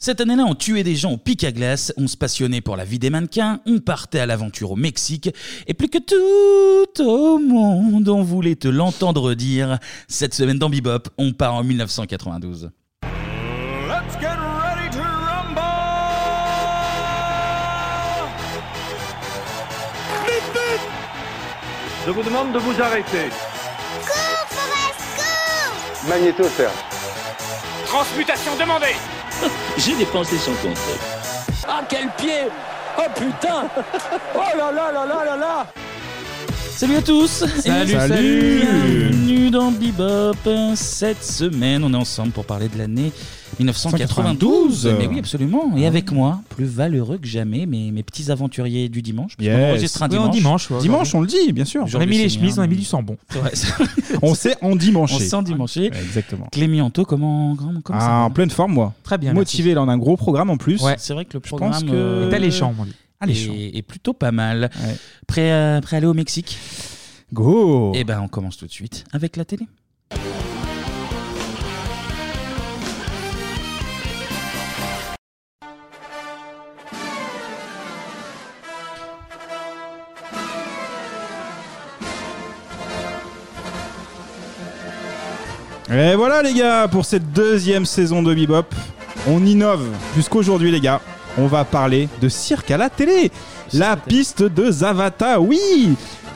Cette année-là, on tuait des gens au pic à glace, on se passionnait pour la vie des mannequins, on partait à l'aventure au Mexique, et plus que tout au monde, on voulait te l'entendre dire. Cette semaine dans Bebop, on part en 1992. Let's get ready to rumble! Vite, vite! Je vous demande de vous arrêter. Magnéto, faire. Transmutation demandée! J'ai dépensé sans compte. Ah, quel pied! Oh putain! Oh là là là là là là! Salut à tous Salut, Et salut Bienvenue dans Bebop Cette semaine, on est ensemble pour parler de l'année 1992 Mais oui, absolument Ah. Et avec moi, plus valeureux que jamais, mes, mes petits aventuriers du dimanche, parce qu'on Yes. enregistre un Oui, en dimanche. dimanche, ouais, Dimanche, on le dit, bien sûr. Jour On a du mis les Seigneur. chemises, on a mis du sang bon. C'est vrai, c'est vrai. On s'est endimanché. On s'est endimanché. exactement. Clémianto, comment, comment, comment ça Ah, en pleine forme, moi. Très bien, Motivé, là, on a un gros programme en plus. C'est vrai que le Je pense programme que- euh, Est alléchant, mon lit. Alléchant. est- est plutôt pas mal. Prêt, à, prêt à aller au Mexique Go Eh ben, on commence tout de suite avec la télé. Et voilà, les gars, pour cette deuxième saison de Bebop, on innove. Jusqu'aujourd'hui, les gars, on va parler de cirque à la télé. La piste de Zavata, oui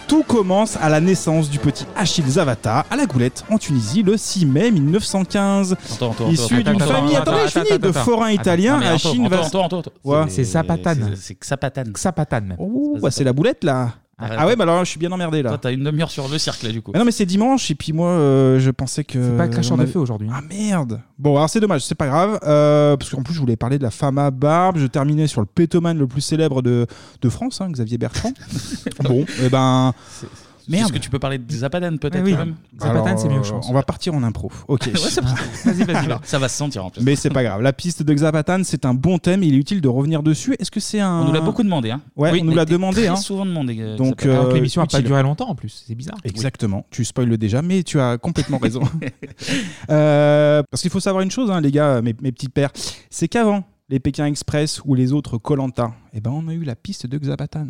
tout commence à la naissance du petit Achille Zavata à la Goulette en Tunisie le 6 mai 1915. Attends, attends, Issu attends, d'une attends, famille, attends, attendez, je attends, finis, attends, de attends. forains Attends, italiens, mais attends, Achille attends, Vas- attends, attends, attends. Ouais. C'est- C'est Zapatane. c'est- C'est Xapatane. Xapatane. Oh, bah, c'est la boulette là. Arrête. Ah ouais, bah alors là, je suis bien emmerdé là. Toi, t'as une demi-heure sur deux cercles, là, du coup. Mais Ah non, mais c'est dimanche, et puis moi, euh, je pensais que. C'est pas Clasheur on de avait- Feu aujourd'hui. Ah merde Bon, alors c'est dommage, c'est pas grave, euh, parce qu'en plus, je voulais parler de la femme à barbe, je terminais sur le pétoman le plus célèbre de, de France, hein, Xavier Bertrand. bon, et ben. Merde. Est-ce que tu peux parler de Zapatane, peut-être, quand même Alors, euh, On va partir en impro. Ok. Ouais, c'est parti. Vas-y, vas-y. Ça va se sentir, en plus. Mais c'est pas grave. La piste de Xapatan, c'est un bon thème. Il est utile de revenir dessus. Est-ce que c'est un. On nous l'a beaucoup demandé, hein. Ouais, Oui, on nous on l'a était demandé. très hein. souvent demandé, euh, Donc, Xapatan. euh, Alors que l'émission a pas utile. duré longtemps, en plus. C'est bizarre. Exactement. Tu spoil le déjà, mais tu as complètement raison. Euh, parce qu'il faut savoir une chose, hein, les gars, mes, mes petits pères, c'est qu'avant les Pékin Express ou les autres Colanta, eh ben on a eu la piste de Xapatan.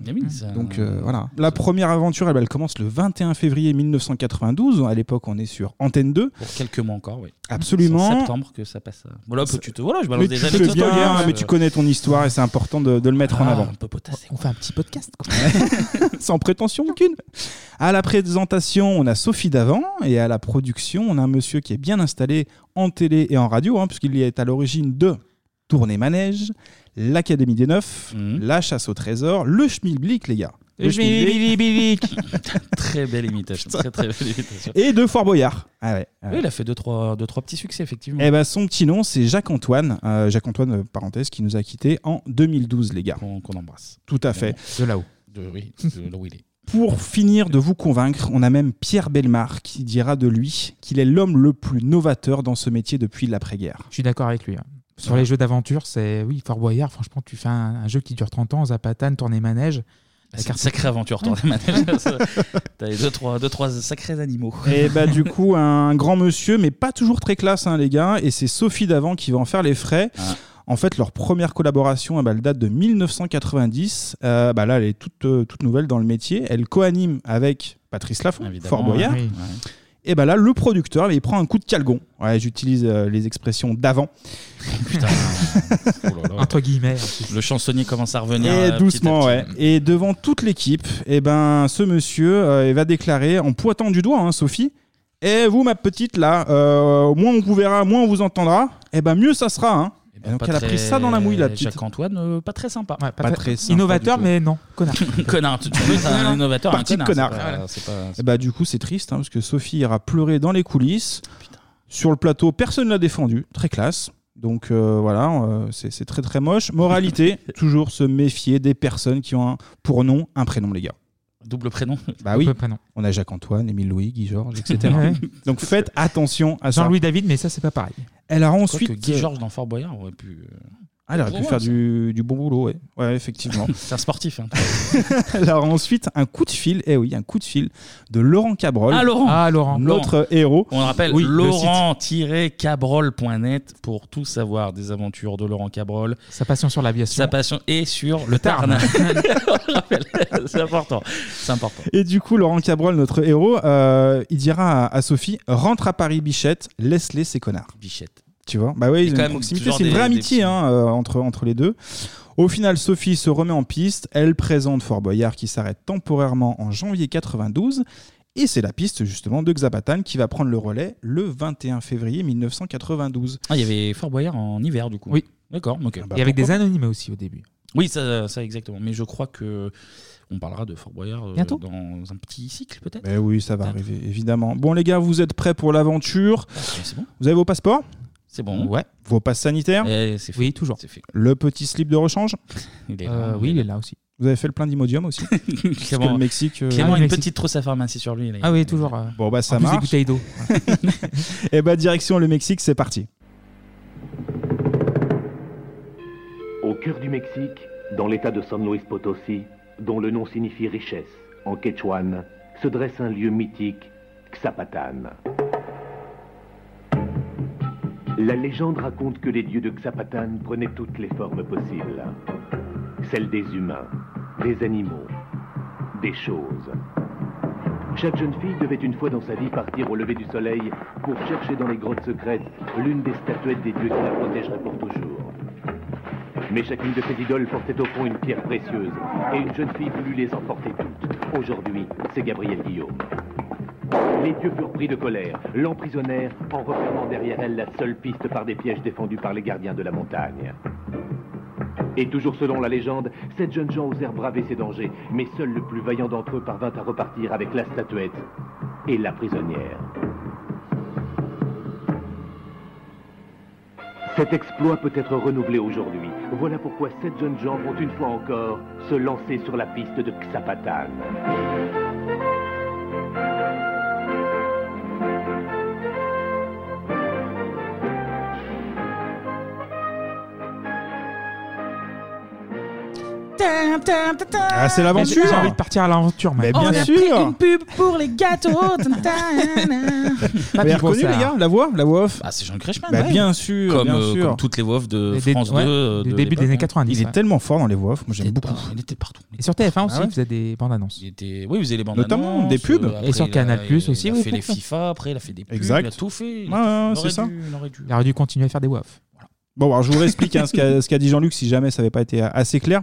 Donc euh, Mmh. voilà. La première aventure, eh ben, elle, elle commence le 21 février 1992. À l'époque, on est sur Antenne 2. Pour quelques mois encore, oui. Absolument. C'est en septembre que ça passe. euh. Voilà, tu te... voilà je balance mais des tu anecdotes, fais bien, hein, mais euh, tu connais ton histoire et c'est important de, de le mettre en Ah, avant. un peu potassé. On fait un petit podcast, Sans prétention aucune. À la présentation, on a Sophie Davant et à la production, on a un monsieur qui est bien installé en télé et en radio, hein, puisqu'il est à l'origine de Tournée Manège, l'Académie des Neufs, Mhm. la Chasse au Trésor, le Schmilblick, les gars. Le Schmilblick. Très belle imitation. Très, très belle imitation. Et de Fort Boyard. Ah ouais, ah ouais. Oui, il a fait 2-3 deux, trois, deux, trois petits succès, effectivement. Eh ben, son petit nom, c'est Jacques-Antoine. Euh, Jacques-Antoine, euh, parenthèse, qui nous a quittés en 2012, les gars. Qu'on embrasse. Tout à fait. De là-haut. Oui, de là où il est. Pour finir de vous convaincre, on a même Pierre Belmar qui dira de lui qu'il est l'homme le plus novateur dans ce métier depuis l'après-guerre. Je suis d'accord avec lui. hein. Sur les jeux d'aventure, c'est oui, Fort Boyard, franchement, tu fais un, un jeu qui dure 30 ans, Zapatane, tournée manège. Bah, C'est une sacrée aventure, toi, Ah. les T'as les deux trois, deux, trois sacrés animaux. Et bah du coup, un grand monsieur, mais pas toujours très classe, hein, les gars, et c'est Sophie Davant qui va en faire les frais. En fait, leur première collaboration, eh ben, elle date de 1990. Euh, bah là, elle est toute, euh, toute nouvelle dans le métier. Elle co-anime avec Patrice Laffont, Fort Boyard. oui. Et bah là, le producteur, il prend un coup de calgon. Ouais, j'utilise euh, les expressions d'avant. Entre guillemets. Le chansonnier commence à revenir. Et euh, petit à doucement, petit. ouais. Et devant toute l'équipe, eh ben, ce monsieur euh, il va déclarer, en pointant du doigt, hein, Sophie, et vous, ma petite, là, euh, moins on vous verra, moins on vous entendra, et ben mieux ça sera. Hein. Et donc Eh ben, Pas elle a très- pris ça dans la mouille, la petite. Jacques-Antoine, euh, pas très sympa. pas très très sympa Innovateur, du tout. mais non, connard. connard, tu te trouves que t'as un innovateur, un Parti de connard. connard. c'est pas- c'est pas- Eh ben, du coup, c'est triste, hein, parce que Sophie ira pleurer dans les coulisses. Sur le plateau, personne ne l'a défendu. Très classe. Donc euh, voilà, euh, c'est c'est très très moche. Moralité, toujours se méfier des personnes qui ont un, pour nom un prénom, les gars. Double prénom. Bah oui, Double prénom. on a Jacques-Antoine, Émile-Louis, Guy Georges, etc. Ouais. Donc faites attention à Ah, ça. Jean-Louis David, mais ça, c'est pas pareil. Elle a Quoique ensuite. Guy Georges dans Fort Boyard aurait pu. euh, Ah, elle aurait Pour pu moi, faire ça. du, du bon boulot, ouais. Ouais, effectivement. C'est un sportif. Hein. Alors ensuite, un coup de fil, eh oui, un coup de fil de Laurent Cabrol. Ah, Laurent Ah, Laurent. Notre héros. On le rappelle Oui, le laurent-cabrol.net pour tout savoir des aventures de Laurent Cabrol. Sa passion sur l'aviation. Sa passion est sur le Tarn. On le rappelle, c'est important. C'est important. Et du coup, Laurent Cabrol, notre héros, euh, il dira à, à Sophie Rentre à Paris, Bichette, laisse-les ces connards. Bichette. Tu vois Bah oui, Et ils ont quand une même proximité, toujours c'est une des- vraie des amitié petits- hein, euh, entre, entre les deux. Au final, Sophie se remet en piste. Elle présente Fort Boyard qui s'arrête temporairement en janvier 92. Et c'est la piste justement de Xabatan qui va prendre le relais le 21 février 1992. Ah, il y avait Fort Boyard en hiver, du coup. Oui. D'accord, ok. Ah bah, Et avec des pourquoi anonymes aussi au début. Oui, ça, ça exactement. Mais je crois que on parlera de Fort Boyard euh, Bientôt. dans un petit cycle, peut-être. Ah, Mais oui, ça va arriver, évidemment. Bon, les gars, vous êtes prêts pour l'aventure C'est bon. Vous avez vos passeports C'est bon. Ouais. Vos passes sanitaires Eh, c'est fait. Oui, toujours. C'est fait. Le petit slip de rechange Il est Euh, là. oui, il est là aussi. Vous avez fait le plein d'imodium aussi Parce que Clément, le Mexique. euh, Clément Ah, a une Mexique. petite trousse à pharmacie sur lui. là. Ah oui, toujours. euh, Bon, bah en ça plus des marche. bouteilles d'eau. Et bah, direction le Mexique, c'est parti. Au cœur du Mexique, dans l'état de San Luis Potosi, dont le nom signifie richesse en quechouane, se dresse un lieu mythique, Xapatan. La légende raconte que les dieux de Xapatan prenaient toutes les formes possibles. Celles des humains, des animaux, des choses. Chaque jeune fille devait une fois dans sa vie partir au lever du soleil pour chercher dans les grottes secrètes l'une des statuettes des dieux qui la protégeraient pour toujours. Mais chacune de ces idoles portait au fond une pierre précieuse, et une jeune fille voulut les emporter toutes. Aujourd'hui, c'est Gabriel Guillaume. Les dieux furent pris de colère, l'emprisonnèrent en refermant derrière elle la seule piste par des pièges défendus par les gardiens de la montagne. Et toujours selon la légende, sept jeunes gens osèrent braver ces dangers, mais seul le plus vaillant d'entre eux parvint à repartir avec la statuette et la prisonnière. Cet exploit peut être renouvelé aujourd'hui. Voilà pourquoi sept jeunes gens vont une fois encore se lancer sur la piste de Xapatan. Ah, c'est J'ai l'aventure envie de partir à l'aventure Mais maintenant. bien sûr pub pour les gâteaux. Pas Vous avez plus pour reconnu, ça. les gars, la voix La voix off Ah, c'est Jean Creshman. Bah, ouais. Bien sûr, Comme, bien euh, sûr. comme toutes les voix off de Les dé- France 2. ouais, euh, du de début des l'époque, années hein. 90. Il est ouais. tellement fort dans les voix off, moi Il j'aime était beaucoup. par- Il était partout. Et sur TF1 aussi, Ah ouais il faisait des bandes annonces. Il était... Oui, vous avez les bandes Notamment annonces, des pubs. euh, Et après, sur il a- Canal+, il a aussi, Il a oui, fait les pourquoi pas. FIFA, après il a fait des pubs, Exact. il a tout fait. il Ouais, a tout ouais, fait. Il c'est ça. aurait dû, il aurait dû. Il aurait dû continuer à faire des WAF. Bon, alors je vous réexplique hein, ce qu'a ce qu'a dit Jean-Luc si jamais ça n'avait pas été assez clair.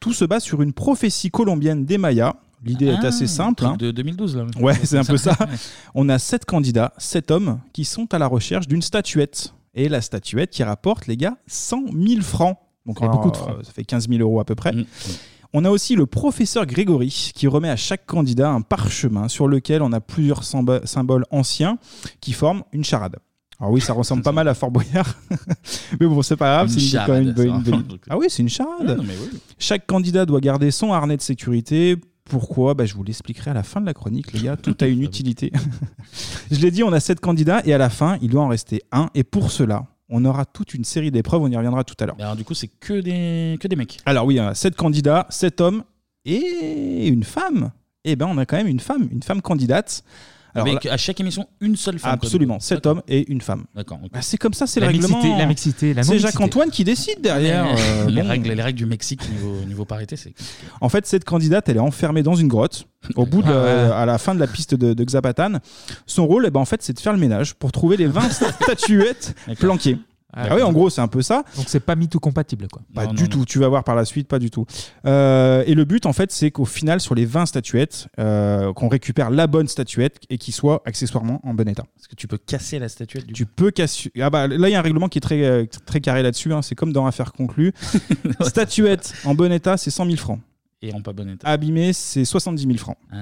Tout se base sur une prophétie colombienne des Mayas. L'idée est Ah, assez simple. truc hein. De 2012 là. Ouais, c'est un peu ça. Ouais. On a sept candidats, sept hommes, qui sont à la recherche d'une statuette. Et la statuette qui rapporte, les gars, 100 000 francs. Donc Ça fait alors, beaucoup de francs. euh, Ça fait 15 000 euros à peu près. Oh. Mm. On a aussi le professeur Grégory qui remet à chaque candidat un parchemin sur lequel on a plusieurs symbo- symboles anciens qui forment une charade. Alors oui, ça ressemble pas mal à Fort Boyard, mais bon, c'est pas grave, Une c'est une- charade, quand même une- ça. une- une- Ah oui, c'est une Ouais, charade. non, mais oui. Chaque candidat doit garder son harnais de sécurité. Pourquoi bah, Je vous l'expliquerai à la fin de la chronique, les gars. Tout a une utilité. je l'ai dit, on a sept candidats et à la fin, il doit en rester un. Et pour cela, on aura toute une série d'épreuves. On y reviendra tout à l'heure. Mais Alors du coup, c'est que des que des mecs. Alors oui, on a sept candidats, sept hommes et une femme. Eh ben, on a quand même une femme, une femme candidate. Alors Avec là, à chaque émission une seule femme. quoi. absolument, sept D'accord. hommes et une femme. D'accord. ok. Bah, c'est comme ça, c'est le La règlement. mixité, la mixité, la c'est non-mixité. Jacques-Antoine qui décide derrière. Ah, euh, les, bon. règles, les règles du Mexique niveau, niveau parité, c'est. En fait, cette candidate, elle est enfermée dans une grotte, au bout de, la- Ah ouais. à la fin de la piste de, de Xabatan. Son rôle, eh ben, en fait, c'est de faire le ménage pour trouver les 20 statuettes D'accord. planquées. Ah, Ah oui, en gros, c'est un peu ça. Donc c'est pas tout compatible quoi. Pas Non, du non, non. tout, tu vas voir par la suite, pas du tout. Euh, et le but, en fait, c'est qu'au final, sur les 20 statuettes, euh, qu'on récupère la bonne statuette et qui soit accessoirement en bon état. Parce que tu peux casser la statuette du. Tu peux casser. Ah bah, là, il y a un règlement qui est très, euh, très carré là-dessus, hein, c'est comme dans Affaires conclues. Statuette en bon état, c'est 100 000 francs. Et en pas bon état. Abîmée, c'est 70 000 francs. Ah.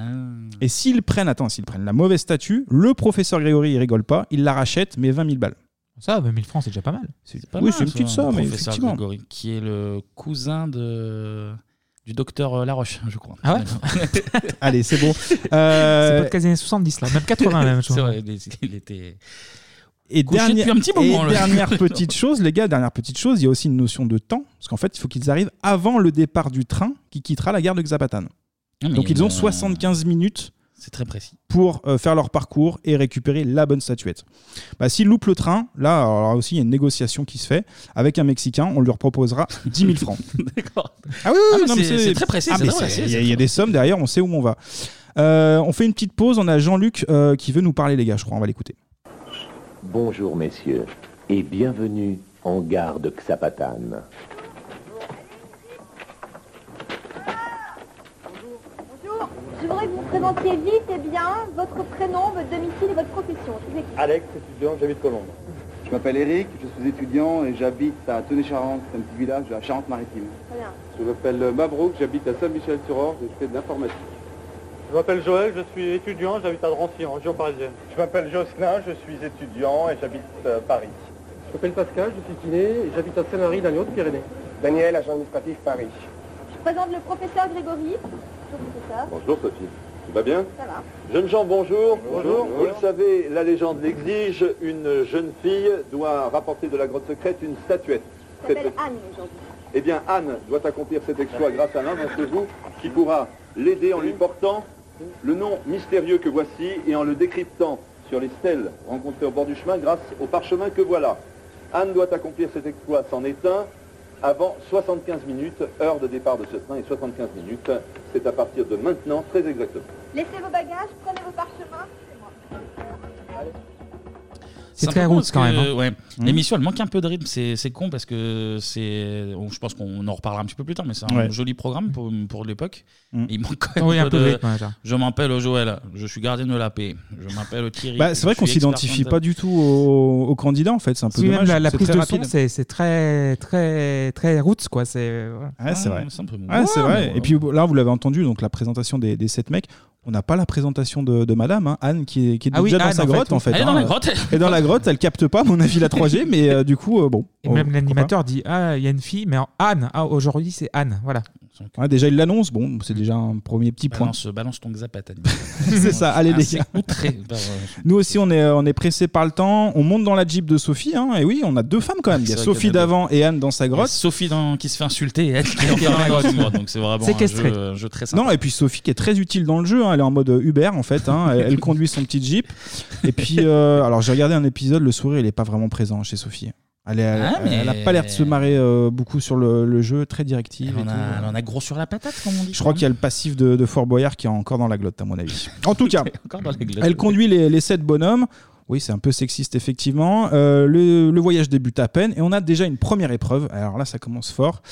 Et s'ils prennent, attends, s'ils prennent la mauvaise statue, le professeur Grégory, il rigole pas, il la rachète, mais 20 000 balles. Ça, bah, 1000 francs, c'est déjà pas mal. C'est pas oui, mal, c'est une ça, petite le somme, professeur effectivement. Grégory, qui est le cousin de du docteur euh, Laroche, je crois. Ah ouais Allez, c'est bon. Euh, C'est pas de années 70 là, même 80 même. je C'est crois. vrai, il il était Et, Couché dernière- depuis un petit moment, et là. dernière petite chose, les gars, dernière petite chose, il y a aussi une notion de temps, parce qu'en fait, il faut qu'ils arrivent avant le départ du train qui quittera la gare de Xapatan. Ah, mais euh, Donc il y a ils ont une- 75 minutes C'est très précis. pour euh, faire leur parcours et récupérer la bonne statuette. Bah, S'ils loupent le train, là, alors là aussi, il y a une négociation qui se fait. Avec un Mexicain, on leur proposera 10 000 francs. D'accord. Ah oui, Ah, oui, mais non, mais c'est- c'est très précis, Ah, c'est mais très c'est- Il précis, y, a- c'est il y a très des sommes derrière, on sait où on va. Euh, on fait une petite pause, on a Jean-Luc euh, qui veut nous parler, les gars, je crois, on va l'écouter. Bonjour messieurs et bienvenue en gare de Xapatan. Bonjour, je voudrais que vous vous présentiez vite et bien votre prénom, votre domicile et votre profession. Je vous écoute. Alex, étudiant, j'habite Colombe. Je m'appelle Eric, je suis étudiant et j'habite à Tenay-Charente, c'est un petit village de la Charente-Maritime. Très bien. Je m'appelle Mabrouk, j'habite à Saint-Michel-sur-Orge et je fais de l'informatique. Je m'appelle Joël, je suis étudiant, j'habite à Drancy, en région parisienne. Je m'appelle Jocelyn, je suis étudiant et j'habite euh, Paris. Je m'appelle Pascal, je suis kiné, et j'habite à Saint-Marie, dans les Hautes-Pyrénées. Daniel, agent administratif Paris. Je présente le professeur Grégory. Bonjour, professeur. Bonjour Sophie, tu vas bien Ça va. Jeunes gens, bonjour. Bonjour. Vous le savez, la légende l'exige, une jeune fille doit rapporter de la grotte secrète une statuette. Je Cette m'appelle Anne aujourd'hui. Eh bien, Anne doit accomplir cet exploit grâce à l'un d'entre vous qui pourra l'aider en lui portant le nom mystérieux que voici et en le décryptant sur les stèles rencontrées au bord du chemin grâce au parchemin que voilà. Anne doit accomplir cet exploit s'en est un avant 75 minutes, heure de départ de ce train et 75 minutes, c'est à partir de maintenant très exactement. Laissez vos bagages, prenez vos parchemins. c'est moi. C'est un très peu con roots, quand parce que, même, hein. ouais. Mm. L'émission, elle manque un peu de rythme. C'est c'est con parce que c'est. on- Je pense qu'on en reparlera un petit peu plus tard, mais c'est un Ouais. joli programme pour, pour l'époque. Mm. Et Il manque quand même Oui, un peu de de- rythme, ouais, ça. Je m'appelle Joël, je suis gardien de la paix. Je m'appelle Thierry. Bah, c'est vrai je qu'on suis expert s'identifie comptable. pas du tout aux au candidats, en fait, c'est un peu Oui, même dommage. la, la c'est prise très de son, rapide. c'est c'est très, très, très roots, quoi. C'est voilà. Ouais, c'est Ah, vrai. un peu mou. Ouais, c'est Ouais, vrai. mais Et puis là, vous l'avez entendu, donc la présentation des, des sept mecs. On n'a pas la présentation de, de madame, hein, Anne, qui est, qui est Ah oui, déjà dans Anne, sa en fait, grotte, oui. en fait. Elle est hein. dans la grotte. Et dans la grotte, elle capte pas, à mon avis, la 3G, mais euh, du coup, euh, bon. Et Oh, même pourquoi l'animateur dit Ah, il y a une fille, mais en Anne. Ah, aujourd'hui, c'est Anne. Voilà. pas. Ouais, déjà, il l'annonce, bon, c'est déjà un premier petit point. euh, Balance, euh, balance ton xapatan. C'est ça, allez, les gars. Outré. par, euh, Nous aussi, on est, euh, on est pressé par le temps. On monte dans la Jeep de Sophie, hein, et oui, on a deux femmes quand même. Il y a C'est vrai Sophie qu'il y en a d'avant et Anne dans sa il y a grotte. Sophie dans- qui se fait insulter et elle qui est enfermée dans la grotte. une grotte. Donc c'est vraiment un Séquestrée. jeu, un jeu très simple. Non, et puis Sophie qui est très utile dans le jeu, hein, elle est en mode euh, Uber en fait, hein, elle, elle conduit son petit Jeep. Et puis, euh, alors j'ai regardé un épisode, le sourire il est pas vraiment présent chez Sophie. Elle, est- elle, Ah, mais- elle a pas l'air de se marrer euh, beaucoup sur le, le jeu, très directive. Elle et en, a, tout. elle en a gros sur la patate, comme on dit. Je crois qu'il y a le passif de, de Fort Boyard qui est encore dans la glotte à mon avis. En tout cas, Encore dans la glotte. Elle conduit les, les sept bonhommes. Oui, c'est un peu sexiste, effectivement. Euh, le, le voyage débute à peine et on a déjà une première épreuve. Alors là, ça commence fort.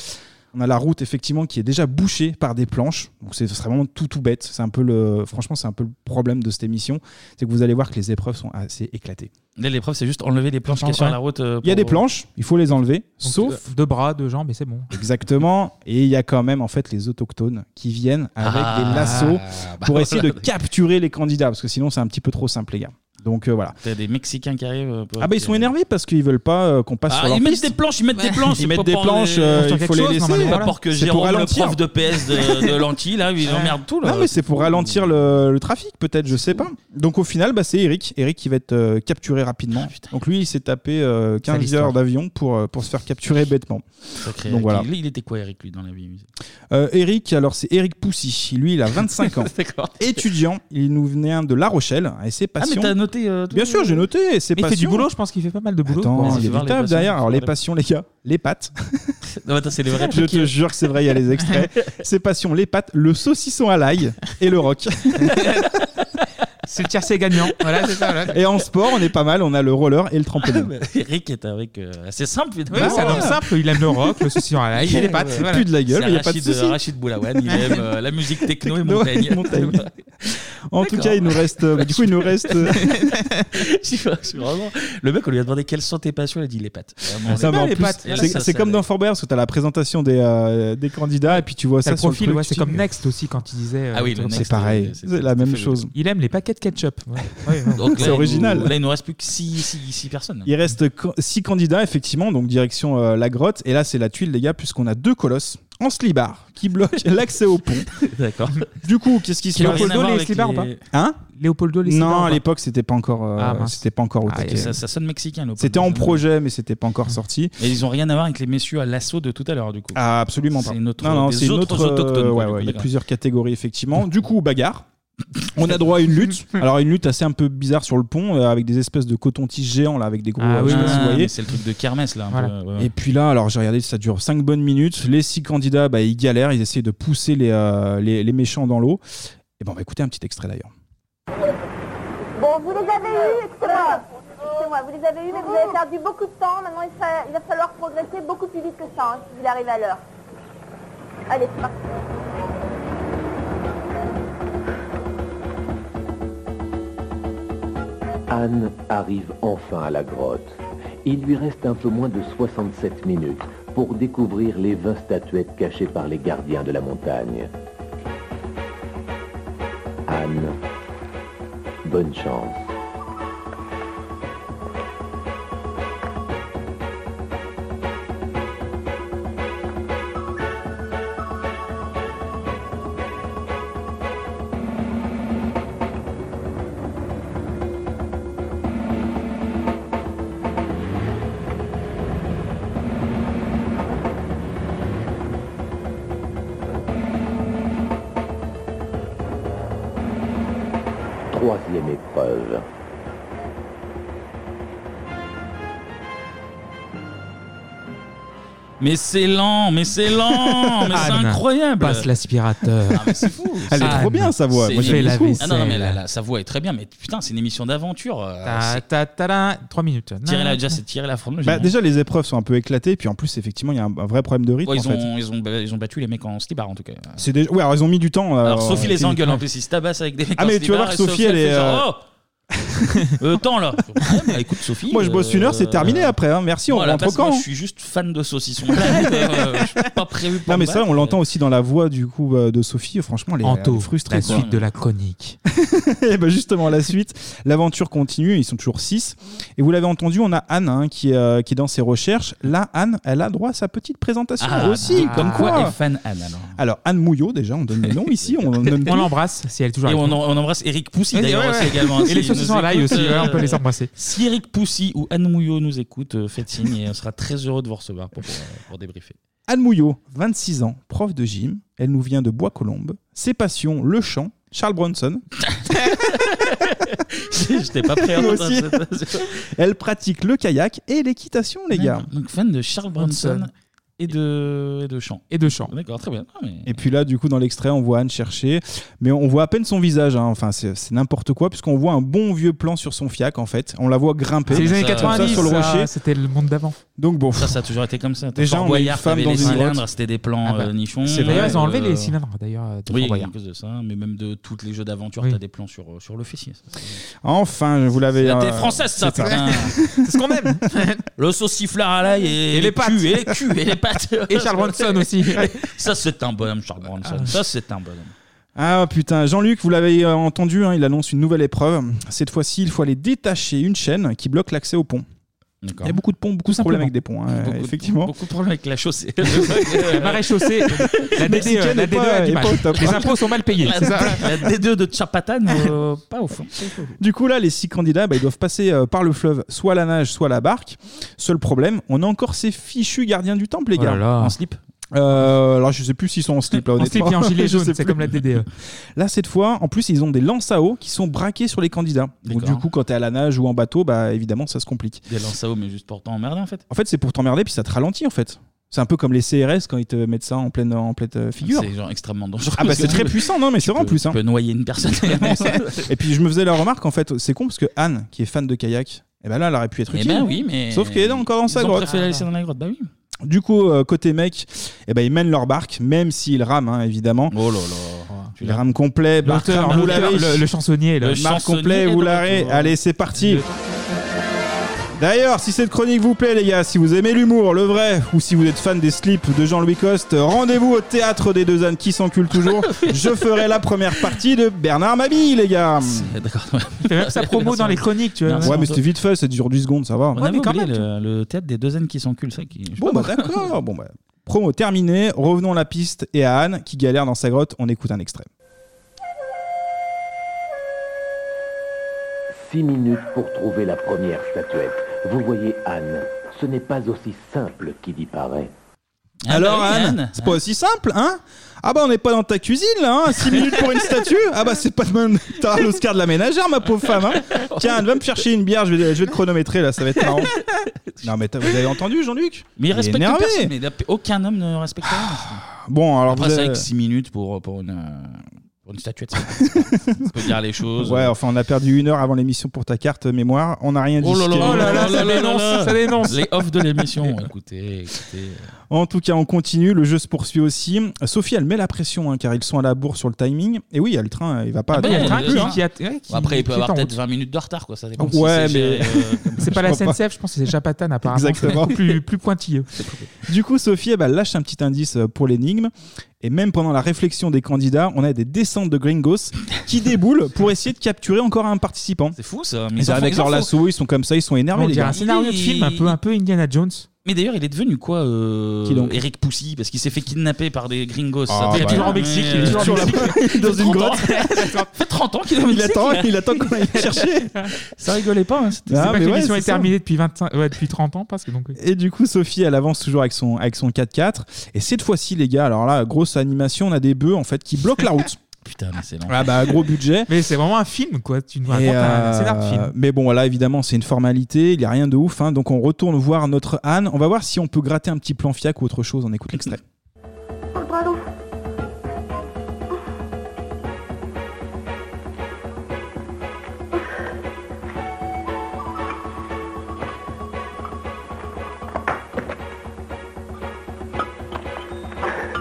On a la route, effectivement, qui est déjà bouchée par des planches. Donc, c'est ce serait vraiment tout, tout bête. C'est un peu le, franchement, c'est un peu le problème de cette émission. C'est que vous allez voir que les épreuves sont assez éclatées. Là, L'épreuve, c'est juste enlever les planches qui Ouais. sont sur la route. euh, Il y a des pour- planches, il faut les enlever, Donc, sauf. euh, deux bras, deux jambes, et c'est bon. Ah, Exactement. Et il y a quand même, en fait, les autochtones qui viennent avec des lassos Ah, bah pour essayer de voilà. capturer les candidats. Parce que sinon, c'est un petit peu trop simple, les gars. Donc, euh, voilà. T'as des Mexicains qui arrivent. euh, pour- Ah bah ils sont énervés parce qu'ils veulent pas euh, qu'on passe Ah, sur leur ils mettent piste. des planches, ils mettent des planches. Ils c'est mettent pas des pour planches, les- euh, pour faire il faut quelque les chose, laisser. normalement, Pas voilà. pour que C'est Jérôme, pour le ralentir. prof de PS de, de Lanty, là, il emmerde tout. Là. Non mais c'est pour ralentir le, le trafic peut-être, je sais pas. Donc au final, bah, c'est Eric, Eric qui va être euh, capturé rapidement. Ah, putain. Donc lui, il s'est tapé euh, Sale 15 histoire. heures d'avion pour, euh, pour se faire capturer bêtement. hein. Sacré Donc Eric. voilà. Il, il était quoi, Eric, lui, dans la vie Euh, Eric, alors c'est Eric Poussy, lui il a 25 ans. D'accord. Étudiant, il nous vient de La Rochelle et ses Ah, mais passions. t'as noté. euh, tout Bien sûr, j'ai noté, et ses Mais il fait du passions- boulot, je pense qu'il fait pas mal de boulot. quoi. Attends, Ouais, il c'est y a voir du les taf passions, derrière. c'est Alors voir les les- passions, les gars, les pattes. Non, attends, c'est les vrais Je trucs. te jure que c'est vrai, il y a les extraits. Ses passions, les pâtes, le saucisson à l'ail et le rock. C'est le tiercé gagnant. voilà, c'est ça. voilà. Ah, Et en sport, on est pas mal, on a le roller et le trampoline. Eric est avec. euh, c'est simple, Oui, finalement. c'est un homme simple, il aime le rock, le saucisson à l'ail, et les pattes. voilà. Plus de la gueule, il C'est n'y a pas de Rachid, euh, souci. Rachid Boulaouane, il aime euh, la musique techno et Non, montagne. montagne. En tout D'accord. cas, il nous reste. euh, du coup, il nous reste. euh, Je suis- je suis vraiment- Le mec, on lui a demandé quelles sont tes passions, il a dit les Euh, pattes. Vraiment, les Ah, ça, mais en pattes. plus, Et là, c'est- ça, C'est ça- comme dans Fort Boyard, parce que t'as la présentation des, euh, des candidats et puis tu vois T'as ça le sur le profil, truc, ouais, tu c'est dis, comme mais Next aussi quand il disait. euh, Ah oui, le comme ça. Next, C'est pareil, c'est- c'est la même c'est- chose. Il aime les paquets de ketchup. Ouais. Ouais, ouais. Donc C'est là, il original. nous- Là, il nous reste plus que 6 personnes. Il reste co- six candidats, effectivement, donc direction euh, la grotte. Et là, c'est la tuile, les gars, puisqu'on a deux colosses en slibard qui bloque l'accès au pont. D'accord. Du coup, qu'est-ce qui se Qui n'a rien à Léopoldo voir les avec slibards ou pas les- Hein Léopoldo les Non, slibards, à l'époque, c'était pas encore euh, Ah, mince. c'était pas encore au Ah, taquet. et ça, ça sonne mexicain. Léopoldo. C'était en euh, projet mais c'était pas encore sorti. Et ils ont rien à voir avec les messieurs à l'assaut de tout à l'heure, du coup. Ah, absolument pas. C'est une autre- non, non, des c'est une autres autre. euh, autochtones, quoi, ouais, du ouais, coup, il y a d'accord. plusieurs catégories, effectivement. Du coup, bagarre. On a droit à une lutte. Alors, une lutte assez un peu bizarre sur le pont, euh, avec des espèces de coton-tiges géants, là, avec des gros. Ah euh, oui, je sais pas oui, si vous Ah, voyez. mais c'est le truc de Kermès, là. un Voilà. peu, euh, ouais, ouais. Et puis là, alors j'ai regardé, ça dure 5 bonnes minutes. Les 6 candidats, bah, ils galèrent, ils essayent de pousser les, euh, les, les méchants dans l'eau. Et bon, on va écouter un petit extrait d'ailleurs. Bon, vous les avez eus, excusez-moi. Excusez-moi, vous les avez eus, mais vous avez perdu beaucoup de temps. Maintenant, il, fa- il va falloir progresser beaucoup plus vite que ça, hein, si vous voulez arriver à l'heure. Allez, c'est parti. Anne arrive enfin à la grotte. Il lui reste un peu moins de 67 minutes pour découvrir les 20 statuettes cachées par les gardiens de la montagne. Anne, bonne chance. Troisième épreuve. Mais c'est lent, mais c'est lent, Oh, Ah, mais c'est Anne, incroyable. Ah, Passe l'aspirateur. Ah, mais c'est fou. Elle est Anne, trop bien sa voix. C'est Moi, une j'aime la beaucoup. vaisselle. Ah non, non, mais la, la- sa voix est très bien, mais putain, c'est une émission d'aventure. euh, Ta, c'est- ta, ta, ta, Ah, Trois minutes. Tirer la, déjà, c'est tirer la formule. Bah, j'ai- déjà, les épreuves sont un peu éclatées. Puis en plus, effectivement, il y a un, un vrai problème de rythme. Ouais, en ils, fait. Euh, ont, ils, ont, bah, ils ont battu les mecs en slibard en tout cas. C'est déjà- ouais, alors, ils ont mis du temps. Alors euh, Sophie les effectivement. engueule en plus, ils se tabassent avec des mecs Ah, en mais tu vas voir slibard que et Sophie, elle fait est, euh, genre, Oh euh, temps là Ouais, bah, écoute Sophie. Moi, je bosse une heure, c'est euh, terminé après. hein. Merci, on moi, à la rentre au base, moi, camp. Je suis juste fan de saucisson. Euh, je suis pas prévu pour Non, mais me ça, on battre. euh. l'entend aussi dans la voix du coup euh, de Sophie. Franchement, elle est, elle Anto, est frustrée. la quoi. suite de la chronique. Et bah justement, la suite, l'aventure continue, ils sont toujours 6. Et vous l'avez entendu, on a Anne hein, qui, est, euh, qui est dans ses recherches. Là, Anne, elle a droit à sa petite présentation Ah, aussi, donc, comme quoi. est fan Anne alors. Alors, Anne Mouillot, déjà, on donne le nom ici, on donne On plus. l'embrasse si elle est toujours Et avec on, nous. en- on embrasse Eric Poussy Et- d'ailleurs ouais, aussi ouais. également. Et S'il les nous saucissons à l'ail écoute, aussi, ouais, on peut euh, les embrasser. Si Eric Poussy ou Anne Mouillot nous écoute, euh, faites signe et on sera très heureux de vous recevoir pour, pour, euh, pour débriefer. Anne Mouillot, 26 ans, prof de gym. Elle nous vient de Bois-Colombes. Ses passions, le chant, Charles Bronson. J'étais hein, pas prêt à Moi entendre aussi. cette- Elle pratique le kayak et l'équitation, les gars. Donc fan de Charles Bronson Bronson. et de, et de chant. Et de chant. D'accord, très bien. Ah, mais- Et puis là, du coup, dans l'extrait, on voit Anne chercher, mais on voit à peine son visage. hein. Enfin, c'est c'est n'importe quoi, puisqu'on voit un bon vieux plan sur son fiac, en fait. On la voit grimper. C'est les ça- années ça, 90. sur le ça, rocher. C'était le monde d'avant. Donc bon, Ça, ça a toujours été comme ça. T'as Déjà, Fort on met Boyard, une femme t'avais dans les une cylindres, c'était des plans Ah bah. euh, nichons. C'est vrai, D'ailleurs, ils ont Euh, enlevé les cylindres, d'ailleurs, euh, de Oui, Fort à Boyard. cause de ça, mais même de tous les jeux d'aventure, Oui. t'as des plans sur, euh, sur le fessier. ça. enfin, vous l'avez. La euh, télé française, ça, c'est putain. C'est ce qu'on aime. Le sauciflard à l'ail et, Et les pattes. culs, et les culs, et les pattes. Et Charles Bronson aussi. Ça, c'est un bonhomme, Charles Bronson. Ça, c'est un bonhomme. Ah putain, Jean-Luc, vous l'avez euh, entendu, hein, il annonce une nouvelle épreuve. Cette fois-ci, il faut aller détacher une chaîne qui bloque l'accès au pont. Il D'accord. y a beaucoup de ponts, beaucoup de problèmes avec des ponts, hein, Beaucoup de- effectivement. Beaucoup de problèmes avec la chaussée. Le marais chaussée. La DD, euh, E, Mexicaine la est DD pas- a du est mal. pas au top. hein. Les impôts sont mal payés. hein. La, E, c'est ça la D2 de Chapatan, euh, pas au fond. Du coup, là, les six candidats, bah, ils doivent passer euh, par le fleuve, soit à la nage, soit à la barque. Seul problème, on a encore ces fichus gardiens du temple, les Oh là gars. là. En slip. Euh, alors, je sais plus s'ils sont en slip, là, En slip honnêtement. et en gilet Je jaune, sais c'est plus. comme la E. DDE. Là, cette fois, en plus, ils ont des lances à eau qui sont braquées sur les candidats. Donc, D'accord. du coup, quand t'es à la nage ou en bateau, bah, évidemment, ça se complique. Des lances à eau, mais juste pour t'emmerder, en fait. En fait, c'est pour t'emmerder, puis ça te ralentit, en fait. C'est un peu comme les CRS quand ils te mettent ça en pleine, en pleine euh, figure. C'est genre extrêmement dangereux. Ah bah c'est Parce que très tu puissant, non mais c'est vrai en peux- plus. hein. Tu peux noyer une personne. Et puis je me faisais la remarque en fait, c'est con parce que Anne, qui est fan de kayak, et ben là elle aurait pu être Eh utile. ben oui, mais. Sauf qu'elle est encore dans sa Ils ont grotte. préféré la laisser dans la grotte, bah oui. Du coup euh, côté mec, et ben ils mènent leur barque, même s'ils rament hein, évidemment. Oh là là. Tu Les rames complets, barque L'auteur, rame, vous l'auteur, l'avez. le, le chansonnier, là. Le Marque chansonnier est complet, de vous l'arrêtez. retour. Allez c'est parti. Le- D'ailleurs, si cette chronique vous plaît, les gars, si vous aimez l'humour, le vrai, ou si vous êtes fan des slips de Jean-Louis Coste, rendez-vous au théâtre des deux ânes qui s'enculent toujours. Je ferai la première partie de Bernard Mabille, les gars. D'accord. Il fait même sa promo dans les chroniques, tu vois. Merci. Ouais, mais c'était vite fait, ça dure 10 secondes, ça va. On Ouais, avait mais quand oublié même, le, le théâtre des deux ânes qui s'enculent, ça qui. je sais Bon, bah pas, moi. d'accord. Bon, bah, promo terminée, revenons à la piste et à Anne qui galère dans sa grotte. On écoute un extrait. 6 minutes pour trouver la première statuette. Vous voyez, Anne, ce n'est pas aussi simple qu'il y paraît. Ah Alors bah oui, Anne, Anne. c'est pas aussi simple, hein Ah bah on n'est pas dans ta cuisine là, hein 6 minutes pour une statue Ah bah c'est pas de même t'as l'Oscar de la ménagère ma pauvre femme, hein Tiens Anne, va me chercher une bière, je vais, je vais te chronométrer là, ça va être marrant. Non mais t'as- vous avez entendu Jean-Luc Mais il Ah. est respecte énervé. personne. mais il a- aucun homme ne respecte rien. Bon alors Après, vous c'est avez- vrai que 6 minutes pour, pour, une, euh, pour une statuette, c'est pas- on peut dire les choses. Ouais, enfin on a perdu une heure avant l'émission pour ta carte euh, mémoire, on n'a rien dit. Oh là ce qui est- là, Oh là là, ça dénonce, ça dénonce. Les offs de l'émission. écoutez, écoutez. En tout cas, on continue. Le jeu se poursuit aussi. Sophie, elle met la pression hein, car ils sont à la bourre sur le timing. Et oui, il y a le train, il va pas Ah bah, attendre il y a non le plus, train hein. Qui a- ouais, qui- Bon, après, il qui peut est avoir en peut-être route. 20 minutes de retard, quoi. Ça dépend. Ouais, si c'est mais- géré, euh, comme- C'est pas la Je crois pas. SNCF, je pense que c'est Japatan apparemment. c'est Exactement. Plus, plus pointilleux. Du coup, Sophie, eh ben, lâche un petit indice euh, pour l'énigme. Et même pendant la réflexion des candidats, on a des descentes de gringos qui déboulent pour essayer de capturer encore un participant. c'est fou ça. Mais Ils ils en arrivent font- avec ils en leur font. lasso, ils sont comme ça, ils sont énervés, On les dirait gars. un scénario de film un peu, un peu Indiana Jones. Mais d'ailleurs, il est devenu quoi euh, Qui donc Eric Poussy parce qu'il s'est fait kidnapper par des gringos. Ah, fait bah, toujours oui. en Mexique. Il est toujours Sur la- dans une grotte. Ça fait 30 ans qu'il est au Il Mexique. attend, il attend qu'on aille le chercher. Ça rigolait pas. hein, c'était- Ah, c'est pas mais que ouais, l'émission c'est est ça. terminée depuis, 25, ouais, depuis 30 ans, parce que donc. Et du coup, Sophie, elle avance toujours avec son, avec son 4x4. Et cette fois-ci, les gars, alors là, grosse animation, on a des bœufs en fait qui bloquent la route. Putain, mais c'est lent. Ah bah, gros budget. Mais c'est vraiment un film, quoi. Tu nous Et, racontes un euh, scénario de film. Mais bon, là, évidemment, c'est une formalité, il n'y a rien de ouf. hein. donc, on retourne voir notre Anne. On va voir si on peut gratter un petit plan fiac ou autre chose. On écoute l'extrait. Pardon.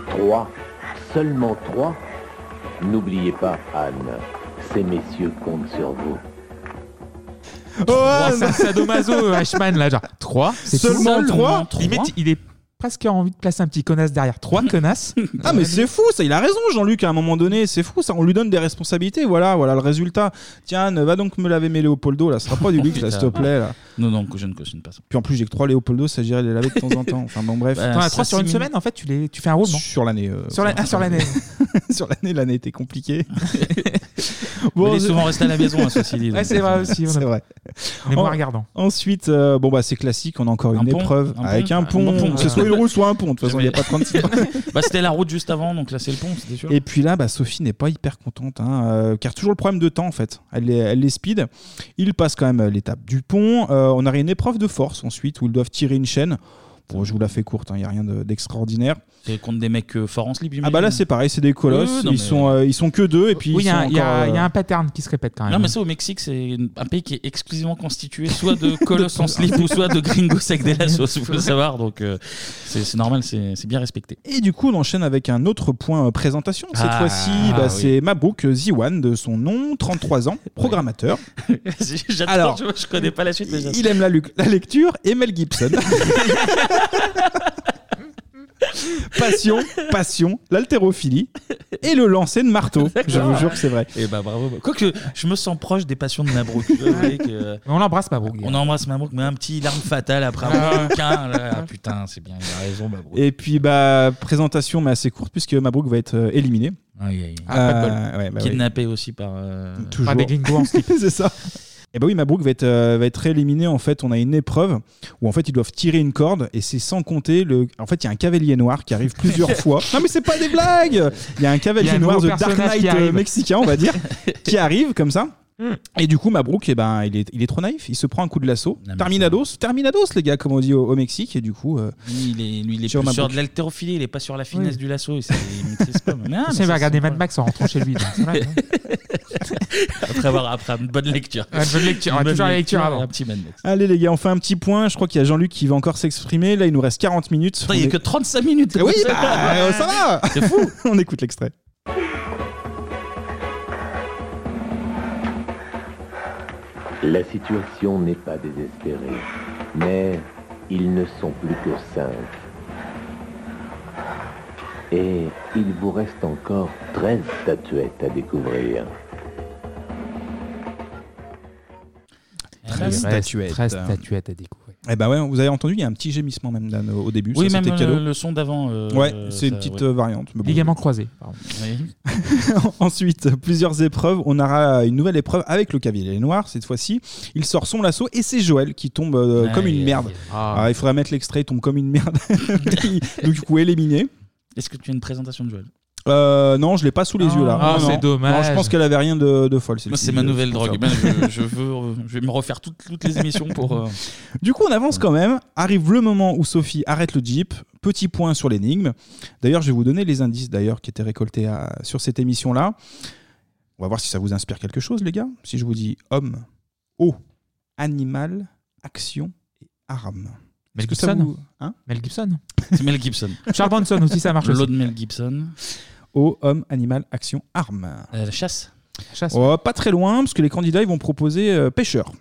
Trois, seulement trois. N'oubliez pas, Anne, ces messieurs comptent sur vous. Oh, Oh, Anne c'est un sadomaso, Ashman, là, genre 3, c'est tout. Seulement Seul, trois non, Il, met- il est presque envie de placer un petit connasse derrière. 3 connasses. Ah, mais c'est fou, ça. Il a raison, Jean-Luc, à un moment donné. C'est fou, ça. On lui donne des responsabilités. Voilà, voilà le résultat. Tiens, Anne, va donc me laver mes Léopoldo. Là, ce sera pas du luxe, là, s'il te plaît. Là. Non, non, que je ne cautionne pas ça. Puis en plus, j'ai que trois Léopoldo, ça j'irai les laver de temps en temps. Enfin, bon, bref. Bah, T'en as 3 sur ça, six une minutes. semaine, en fait, tu, les, tu fais un roman. Sur l'année. euh, Sur la, ah, sur l'année. sur l'année, l'année était compliquée. Bon, Bon, euh, il est souvent resté à la maison, hein, ceci Ouais, dit. donc, euh, c'est vrai aussi. On c'est a... vrai. Mais Oh. moi, regardant. Ensuite, euh, bon bah c'est classique, on a encore Un une pont, épreuve un avec pont, un un pont, bon pont. que ce soit une roue soit un pont, de toute façon il n'y a pas 36 Bah, c'était la route juste avant, donc là, c'est le pont, c'était sûr. Et puis là, bah, Sophie n'est pas hyper contente, hein, euh, car toujours le problème de temps en fait, elle les, elle les speed, ils passent quand même euh, l'étape du pont, Euh, on a une épreuve de force ensuite où ils doivent tirer une chaîne, bon je vous la fais courte, hein, il n'y a rien de- d'extraordinaire. C'est contre des mecs euh, forts en slip, ah bah là c'est pareil, c'est des colosses, Oui, oui, non, ils, mais- sont, euh, ils sont que deux et puis Oui, il ils y, sont a- il y a- encore, euh, il y a un pattern qui se répète quand même. Ah, Non, mais ça, au Mexique, c'est un pays qui est exclusivement constitué soit de colosses en slip ou soit de gringos avec des lassos, il faut le savoir. Donc, euh, c'est c'est normal, c'est c'est bien respecté. Et du coup, on enchaîne avec un autre point euh, présentation. Cette Ah, fois-ci, bah, oui. c'est Mabrouk Ziwan, de son nom, 33 ans, programmateur. J'attends, Alors, je, je connais pas la suite. mais j'attends. Il aime la, lu- la lecture et Mel Gibson. passion, passion, l'haltérophilie et le lancer de marteau. Je vous jure que c'est vrai. Eh bah, bravo. Quoique, je me sens proche des passions de Mabrouk. Je dois avouer que- Mais On l'embrasse pas, Bourg. euh, On embrasse Mabrouk, mais un petit larme fatale après avoir aucun. là. Ah, putain, c'est bien, il a raison, Mabrouk. Et puis, bah, présentation, mais assez courte, puisque Mabrouk va être euh, éliminé. Aïe, aïe, aïe. Ah, pas de bol. Euh, ouais, bah oui. Kidnappé aussi par. euh, Toujours. Pas des gringos en slip. c'est ça. Et bah oui, Mabrouk va être, euh, va être éliminé. En fait, on a une épreuve où en fait ils doivent tirer une corde et c'est sans compter le. En fait, il y a un cavalier noir qui arrive plusieurs fois. Non, mais c'est pas des blagues. Il y a un cavalier Il y a un noir nouveau de Dark personnage Knight qui euh, arrive. Hmm. mexicain, on va dire, qui arrive comme ça. Et du coup, Mabrouk, eh ben, il, est, il est trop naïf. Il se prend un coup de lasso. mais Terminados, terminados, les gars, comme on dit au, au Mexique. Et du coup, euh, Lui, il est, lui, il est Sur plus Mabrouk. sur de l'haltérophilie, il est pas sur la finesse Oui. du lasso. Il, sait- il maîtrise pas. Mais non, mais Tu sais, ça, il va regarder c'est Mad drôle. Max en rentrant chez lui. donc c'est vrai, hein. Après avoir après une bonne lecture. Ouais, bonne lecture, Une ouais, bonne toujours la lecture avant. Un petit Mad Max. allez, les gars, on fait un petit point. Je crois qu'il y a Jean-Luc qui va encore s'exprimer. Là, il nous reste 40 minutes. Attends, il n'y On a est- que 35 minutes. Oui, C'est bah, euh, ça va. C'est fou. on écoute l'extrait. La situation n'est pas désespérée, mais ils ne sont plus que cinq. Et il vous reste encore 13 statuettes à découvrir. Ah, Il reste statuettes. euh. 13 statuettes à découvrir. Eh ben ouais, vous avez entendu, il y a un petit gémissement même Dan, au au début. Oui, ça, même c'était cadeau. le, le son d'avant. euh, ouais, euh, c'est une ça, petite ouais. euh, variante. mais bon. Ligament croisé. pardon. Oui. Ensuite, plusieurs épreuves. On aura une nouvelle épreuve avec le cavalier noir cette fois-ci. Il sort son lasso et c'est Joël qui tombe euh, comme Aïe, une aïe, merde. aïe. Ah, il faudrait mettre l'extrait, il tombe comme une merde. Donc du coup éliminé. Est-ce que tu as une présentation de Joël Euh, non, je l'ai pas sous les Ah, yeux là. ah, Non, c'est non. dommage. Non, je pense qu'elle avait rien de, de folle. Moi, celle-ci. c'est ma nouvelle Faut faire drogue. Ben, je, je veux, je vais me refaire toutes, toutes les émissions pour. euh, Du coup, on avance quand même. Arrive le moment où Sophie arrête le jeep. Petit point sur l'énigme. D'ailleurs, je vais vous donner les indices d'ailleurs qui étaient récoltés à- sur cette émission-là. On va voir si ça vous inspire quelque chose, les gars. Si je vous dis homme, eau, animal, action et arme. Mel Est-ce que ça Gibson. vous- hein Mel Gibson. C'est Mel Gibson. Charles Bronson aussi, ça marche. L'eau Aussi. de Mel Gibson. Eau, homme, animal, action, arme. Euh, la chasse. Chasse. Oh, pas très loin, parce que les candidats ils vont proposer euh, pêcheur.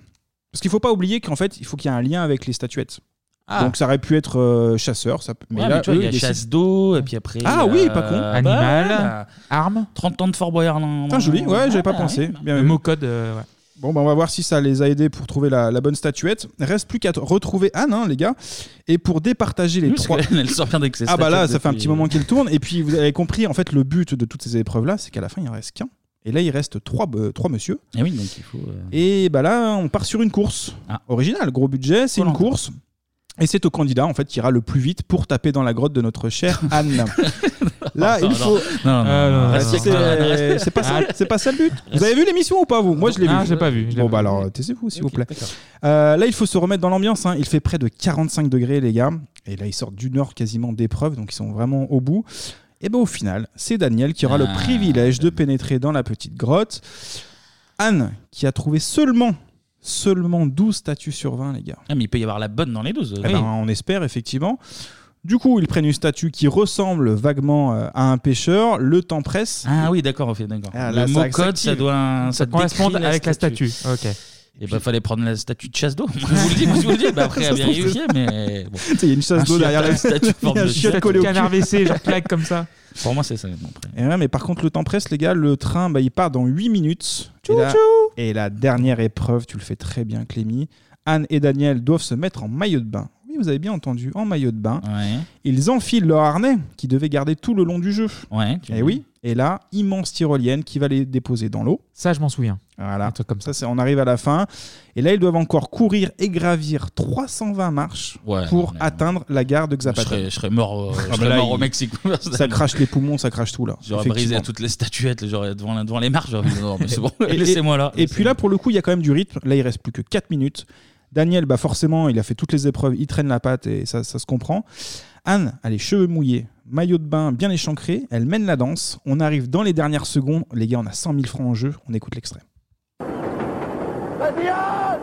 Parce qu'il faut pas oublier qu'en fait, il faut qu'il y ait un lien avec les statuettes. Ah. Donc ça aurait pu être euh, chasseur. Ça... Ouais, mais tu vois, eux, il y a ils chasse d'eau, et puis après. Ah il y a- oui, pas con. bah, Animal. voilà. Arme. 30 ans de Fort Boyard. non, Putain, joli, ouais, j'avais Ah, pas bah, pensé. oui. Bien Le vu. mot code. euh, ouais. Bon, bah, on va voir si ça les a aidés pour trouver la, la bonne statuette. Reste plus qu'à t- retrouver Anne, hein, les gars. Et pour départager les Oui, parce trois. que Elle sort bien dès que c'est Ah, bah là, statuette ça fait un depuis- petit moment qu'il tourne. Et puis, vous avez compris, en fait, le but de toutes ces épreuves-là, c'est qu'à la fin, il en reste qu'un. Et là, il reste trois, euh, trois monsieur. Eh oui, donc il faut. euh, Et bah là, on part sur une course. Ah. Original, gros budget, c'est une Koh-Lanta. course. Et c'est au candidat, en fait, qui ira le plus vite pour taper dans la grotte de notre chère Anne. là, Non, il faut. Non, non, Ah, non, non, non, non, Ah, reste non, avec non, toi. c'est c'est pas ça, c'est pas ça le but. Vous avez vu l'émission ou pas vous Moi je l'ai vu. Ah, j'ai pas vu. je l'ai Bon pas bah vu. alors taisez-vous s'il vous Ok, plaît. d'accord. Euh, là il faut se remettre dans l'ambiance. hein. Il fait près de 45 degrés les gars. Et là ils sortent d'une heure quasiment d'épreuve donc ils sont vraiment au bout. Et ben au final c'est Daniel qui aura le Ah, privilège de pénétrer dans la petite grotte. Anne qui a trouvé seulement seulement 12 statues sur 20 les gars. Ah, mais il peut y avoir la bonne dans les 12. Eh ben, on espère effectivement. Du coup, ils prennent une statue qui ressemble vaguement euh, à un pêcheur. Le temps presse. Ah oui, d'accord, ok, d'accord. Ah, là, ça le mot s'active. code, ça doit. Ça, Correspond décrit avec la statue. Ok. Et bah, fallait prendre la statue de chasse d'eau. Je vous le dis, moi, je vous le dis. Bah, après, à Ça se trouve, vérifier, mais. Bon. Tu sais, Il y a une chasse d'eau derrière la la statue. Il y forme a un de chien chasse. collé au cul. Canard WC, genre claque comme ça. Pour moi, c'est ça. maintenant, après. Et ouais, mais par contre, le temps presse, les gars. Le train, bah, il part dans 8 minutes. et, la, et la dernière épreuve, tu le fais très bien, Clémy. Anne et Daniel doivent se mettre en maillot de bain. Oui, vous avez bien entendu, en maillot de bain. Ouais, Ils enfilent leur harnais qu'ils devaient garder tout le long du jeu. ouais. tu Et vois. oui, et là, immense tyrolienne qui va les déposer dans l'eau. Ça, je m'en souviens. Voilà. Un truc comme ça. Ça, c'est on arrive à la fin. Et là, ils doivent encore courir et gravir 320 marches Ouais, pour non, mais- atteindre la gare de Je Xapata. serais, je serais mort, euh, je bah serais là, mort au il- Mexique. Ça crache les poumons, ça crache tout là. J'aurais brisé Effectivement. toutes les statuettes j'aurais devant, la- devant les marches. J'aurais dit non, mais c'est bon, et- laissez-moi là. Et puis là, pour le coup, il y a quand même du rythme. Là, il reste plus que 4 minutes. Daniel, bah forcément, il a fait toutes les épreuves, il traîne la patte et ça, ça se comprend. Anne a les cheveux mouillés, maillot de bain bien échancré, elle mène la danse. On arrive dans les dernières secondes. Les gars, on a 100 000 francs en jeu. On écoute l'extrait. Vas-y, Anne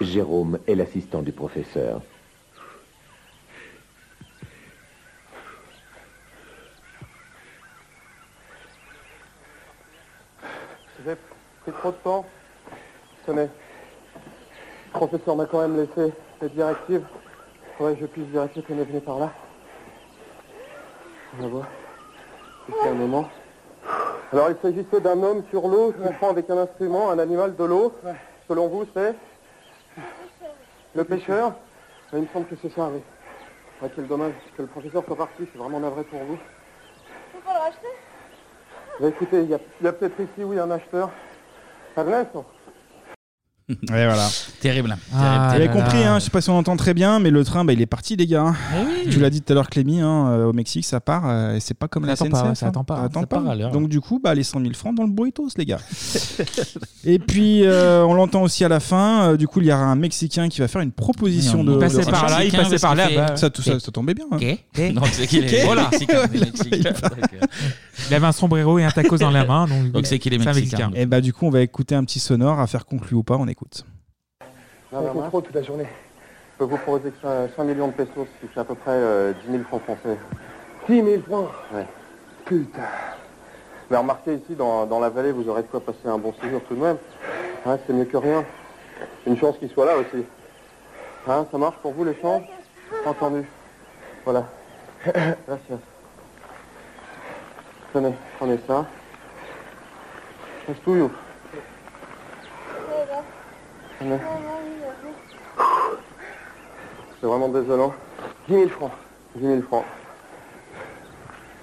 Jérôme est l'assistant du professeur. J'ai pris trop de temps. Tenez. Le professeur m'a quand même laissé les directives. Ouais, je puisse vérifier qu'on est venu par là. On va voir. C'était un moment. Alors, il s'agissait d'un homme sur l'eau, qui prend avec un instrument, un animal de l'eau. Selon vous, c'est Le pêcheur Il me semble que c'est ça, oui. Ouais, quel dommage que le professeur soit parti, c'est vraiment navré pour vous. Il faut le racheter Bah, écoutez, il y a, il y a peut-être ici, oui, un acheteur. Ernest Et voilà. Terrible. Ah Vous terrible, avez là compris, là. hein, je sais pas si on entend très bien, mais le train, bah, il est parti, les gars. hein. terrible. Eh oui. Tu l'as dit tout à l'heure, Clémy, hein, euh, au Mexique, ça part, euh, et c'est pas comme Ça la attend SNCF. pas, hein. ça attend pas, Ça hein, attend ça pas. part à l'heure. Donc du coup, bah, les 100 000 francs dans le burritos, les gars. et puis, euh, on l'entend aussi à la fin, euh, du coup, il y aura un Mexicain qui va faire une proposition Il de... Il passait de- par là, il Mexicain, passait par là. parce qu'il bah, Ça, tout ça, ça tombait bien. hein. Ok. Donc c'est qu'il est Ok. Voilà. mexicain. il est mexicain. D'accord. Il avait un sombrero et un tacos dans la main. Donc, Donc c'est qu'il est C'est un mexicain. Mexicain. Et bah du coup, on va écouter un petit sonore, à faire conclu ou pas, on écoute. Ça a été trop toute la journée. Je peux vous proposer que 5, millions de pesos, ce qui fait à peu près euh, 10 000 francs français. 10 000 francs Ouais. Putain. Mais remarquez ici, dans, dans la vallée, vous aurez de quoi passer un bon séjour tout de même. Hein, c'est mieux que rien. Une chance qu'il soit là aussi. Hein, ça marche pour vous l'échange Entendu. Voilà. Gracias. Tenez, prenez ça. Restouillou. Tenez. C'est vraiment désolant. 10 000 francs. 10 000 francs.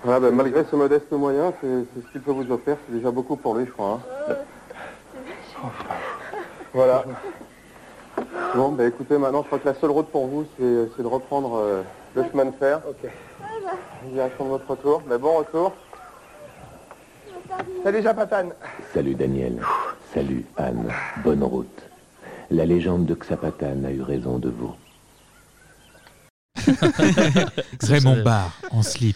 Voilà, ben, malgré ce modeste moyen, c'est c'est ce qu'il peut vous offrir. C'est déjà beaucoup pour lui, je crois. hein. Euh, Voilà. Bon, ben écoutez, maintenant, je crois que la seule route pour vous, c'est c'est de reprendre euh, le chemin de fer. Ok. bah. Direction de votre retour. Mais bon retour. Salut, Japatane. Salut Daniel. Salut Anne. Bonne route. La légende de Xapatan a eu raison de vous. Raymond Barre, en slip.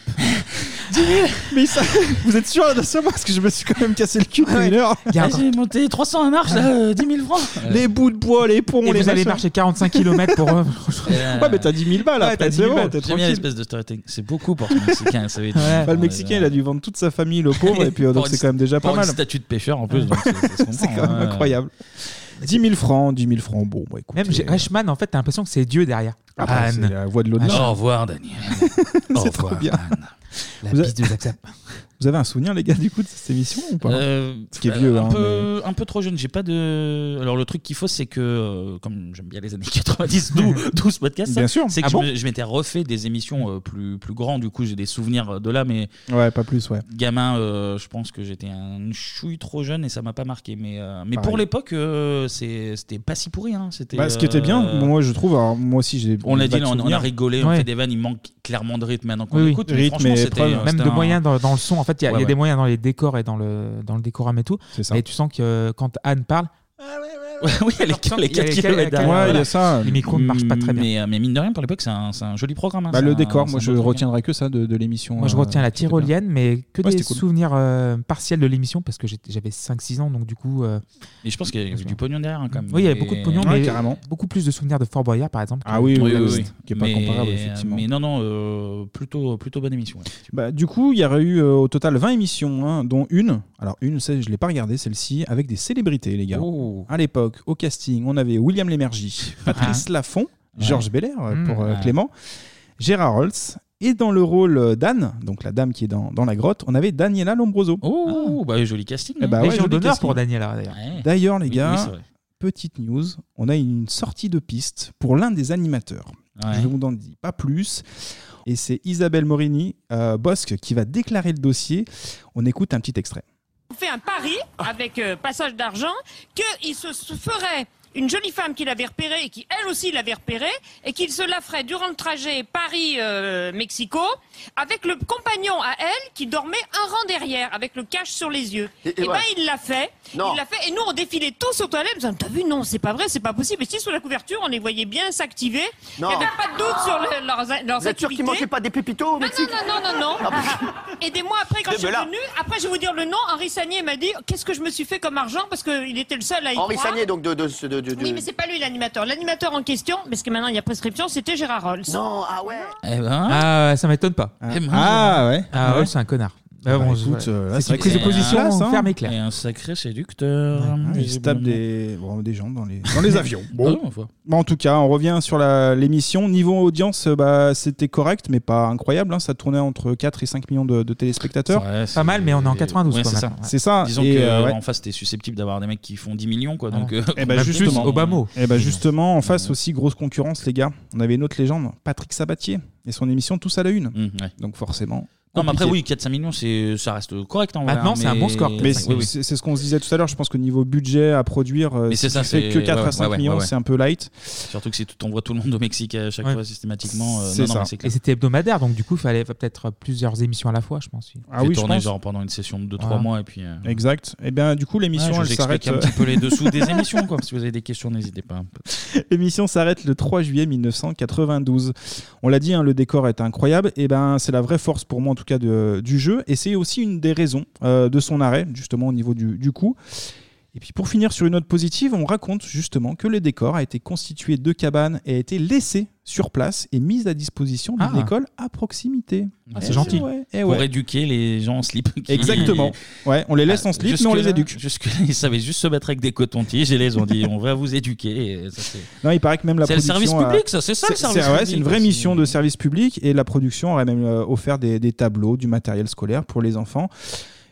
Mais ça, vous êtes sûr de ça Parce que je me suis quand même cassé le cul pendant une heure. Il y a un- J'ai monté 300 à marche, là, euh, 10 000 francs. Les bouts de bois, les ponts, Et les vous allez machins. marcher 45 km pour. eux. Euh, Ouais, mais t'as 10 000 balles Ouais, après, t'as 10 c'est 000 bon, balles. t'es J'aime bien tranquille. l'espèce de storytelling. C'est beaucoup pour un Mexicain, ça va être- euh, Ouais. Enfin, Bah, le Mexicain, il a dû vendre toute sa famille, le pauvre, et puis euh, Pour donc une- c'est quand même déjà Pour pas mal. une statue de pêcheur en plus, donc ça- ça se C'est comprend, quand même hein. incroyable. 10 000 francs, 10 000 francs, bon, bah écoute. Même G- Ashman, en fait, t'as l'impression que c'est Dieu derrière. Après, c'est Anne, la voix de l'au-delà. Au revoir, Daniel. Au C'est trop revoir, bien. Anne. la vous a- piste de Zack Zapp. Vous avez un souvenir, les gars, du coup, de cette émission ou pas Euh, Ce qui est vieux, un, hein, peu, un peu trop jeune. J'ai pas de. Alors, le truc qu'il faut, c'est que, euh, comme j'aime bien les années 90, d'où d'où ce podcast, ça, Bien sûr. c'est que Ah je bon me- je m'étais refait des émissions euh, plus, plus grandes. Du coup, j'ai des souvenirs euh, de là, mais Ouais, pas plus, ouais. gamin, euh, je pense que j'étais un chouille trop jeune et ça m'a pas marqué. Mais, euh, mais Pareil. pour l'époque, euh, c'est- c'était pas si pourri. Hein. C'était. Bah, ce qui était euh, bien, moi je trouve, alors, moi aussi j'ai. On l'a pas dit, de on, on a souvenirs. rigolé, on Ouais. fait des vannes, il manque clairement de rythme maintenant qu'on Oui, oui, écoute. mais rythme franchement, et c'était- euh, preuve. c'était Même de un- moyens dans, dans le son. En fait, il y a, il y a Ouais, ouais. des moyens dans les décors et dans le, dans le décorum et tout. C'est ça. Et tu sens que euh, quand Anne parle, oui, les, Sans- les il y a 4 les km quatre- Ouais, il Voilà. y a ça. hein. les micros ne marchent pas très bien. Mais, euh, mais mine de rien, pour l'époque, c'est un, c'est un joli programme. hein. Bah, C'est le un- décor, c'est moi un je beau truc, hein. retiendrai que ça de, de l'émission. Moi, je euh, retiens la c'était bien. tyrolienne, mais que Ouais, des c'était cool. souvenirs euh, partiels de l'émission, parce que j'étais- j'avais 5-6 ans, donc du coup. euh, Et je pense qu'il y avait du pognon derrière, hein, quand même. oui, il y avait Mais- beaucoup de pognon, Ouais, mais carrément. beaucoup plus de souvenirs de Fort Boyard, par exemple. Ah oui, oui, Oui, oui, oui, oui. Qui est pas Mais- comparable, effectivement. Mais non, non, euh, plutôt, plutôt bonne émission. ouais. Bah, du coup, il y aurait eu euh, au total 20 émissions, hein, dont une. Alors, une, c'est- je ne l'ai pas regardée, celle-ci, avec des célébrités, les gars. Oh. Ah. À l'époque, au casting, on avait William Lémergie, Patrice Laffont, Georges Belair euh, Mmh, pour euh, ouais. Clément, Gérard Holtz, et dans le rôle euh, d'Anne, donc la dame qui est dans, dans la grotte, on avait Daniela Lombroso. Oh, bah, joli casting. Eh hein. bah, ouais, Légion joli d'honneur casting. pour Daniela, d'ailleurs. Ouais. D'ailleurs, les Hein Oui, gars, oui, c'est vrai. petite news, on a une sortie de piste pour l'un des animateurs. Ouais. Je ne vous en dis pas plus. Et c'est Isabelle Morini, euh, Bosque, qui va déclarer le dossier. On écoute un petit extrait. On fait un pari avec euh, passage d'argent qu'il se se ferait une jolie femme qu'il avait repérée et qui elle aussi l'avait repérée et qu'il se la ferait durant le trajet Paris-Mexico avec le compagnon à elle qui dormait un rang derrière avec le cache sur les yeux. Et- Et, et ben voilà. il l'a fait. Non. Il l'a fait et nous on défilait tous aux toilettes en disant t'as vu non c'est pas vrai c'est pas possible et si sous la couverture on les voyait bien s'activer. Il Non. n'y avait pas de doute sur le- leurs, leurs Vous êtes activités. sûr Ah qu'il mangeait pas des pépitos au Non, Mexique Ah, bah, non, non, non, non, non. Et des mois après, quand je suis Dégueulasse. venue, après, je vais vous dire le nom, Henri Sagné m'a dit Qu'est-ce que je me suis fait comme argent Parce qu'il était le seul à y Henri croire. Sagné, donc de. de, ce- de, de- de- Oui, mais c'est pas lui l'animateur. L'animateur en question, parce que maintenant il y a prescription, c'était Gérard Rolls. Non, ah ouais Eh ben, Ah, ouais, ça m'étonne pas. Ah, Eh ben, ah, ouais. Ah, Ouais. ouais, c'est un connard. Bah, Bah, bon, écoute, c'est- euh, là, c'est c'est une prise de vrai que c'est position classe, hein. ferme et claire. Et un sacré séducteur. Ah, il se tape visiblement. des, bon, des gens dans les, dans les avions. Bon. Ah, ma foi. Bon, en tout cas, on revient sur la- l'émission. Niveau audience, euh, bah, c'était correct, mais pas incroyable. hein. Ça tournait entre 4 et 5 millions de, de téléspectateurs. Ouais, c'est- Pas mal, mais on est en 92 Ouais, quand c'est même. ça. Ouais. C'est ça. Disons et, que euh, ouais. en face, t'es susceptible d'avoir des mecs qui font 10 millions, quoi. Voilà. bah, Donc, euh, Eh ben, même justement. plus, Obama. Eh ben, justement, en face aussi, grosse concurrence, les gars. On avait une autre légende, Patrick Sabatier, et son émission Tous à la Une. Mmh, ouais. Donc forcément. Non, mais après, compliqué. oui, 4-5 millions, c'est- ça reste correct. en Maintenant, vrai, c'est un mais- bon score, Mais quatre, c'est oui, oui. c'est- c'est ce qu'on se disait tout à l'heure. Je pense que niveau budget à produire, euh, Mais si c'est ça, tu fais c'est- que 4 ouais, à 5 ouais, ouais, millions, ouais. c'est un peu light. Surtout que si tu t'envoies tout le monde au Mexique à chaque Ouais. fois systématiquement, euh, C'est non, non, ça. mais c'est Et clair. c'était hebdomadaire, donc du coup, il fallait peut-être plusieurs émissions à la fois, je pense. Ah J'ai oui, je tourné pense. genre pendant une session de 2-3 Voilà. mois et puis. euh, Exact. Et bien, du coup, l'émission, ouais, je elle vous explique s'arrête. euh, un petit peu les dessous des émissions, quoi. Si vous avez des questions, n'hésitez pas. L'émission s'arrête le 3 juillet 1992. On l'a dit, hein, le décor est incroyable. Et ben, c'est la vraie force pour moi en tout cas de- du jeu. Et c'est aussi une des raisons euh, de son arrêt, justement au niveau du, du coût. Et puis pour finir sur une note positive, on raconte justement que le décor a été constitué de cabanes et a été laissé sur place et mis à disposition d'une Ah. école à proximité. Eh, Eh c'est gentil. ouais, eh Pour ouais. éduquer les gens en slip. qui- Ah, Exactement. Ouais, on les laisse en slip, mais on les jusque-là- éduque. Jusque-là, ils savaient juste se battre avec des cotons-tiges et les ont dit on va vous éduquer. Et ça, c'est- Non, il paraît que même la C'est le production service a- public, ça, c'est ça, le service c'est- ouais, C'est public, une vraie aussi. mission de service public et la production aurait même euh, offert des, des tableaux, du matériel scolaire pour les enfants.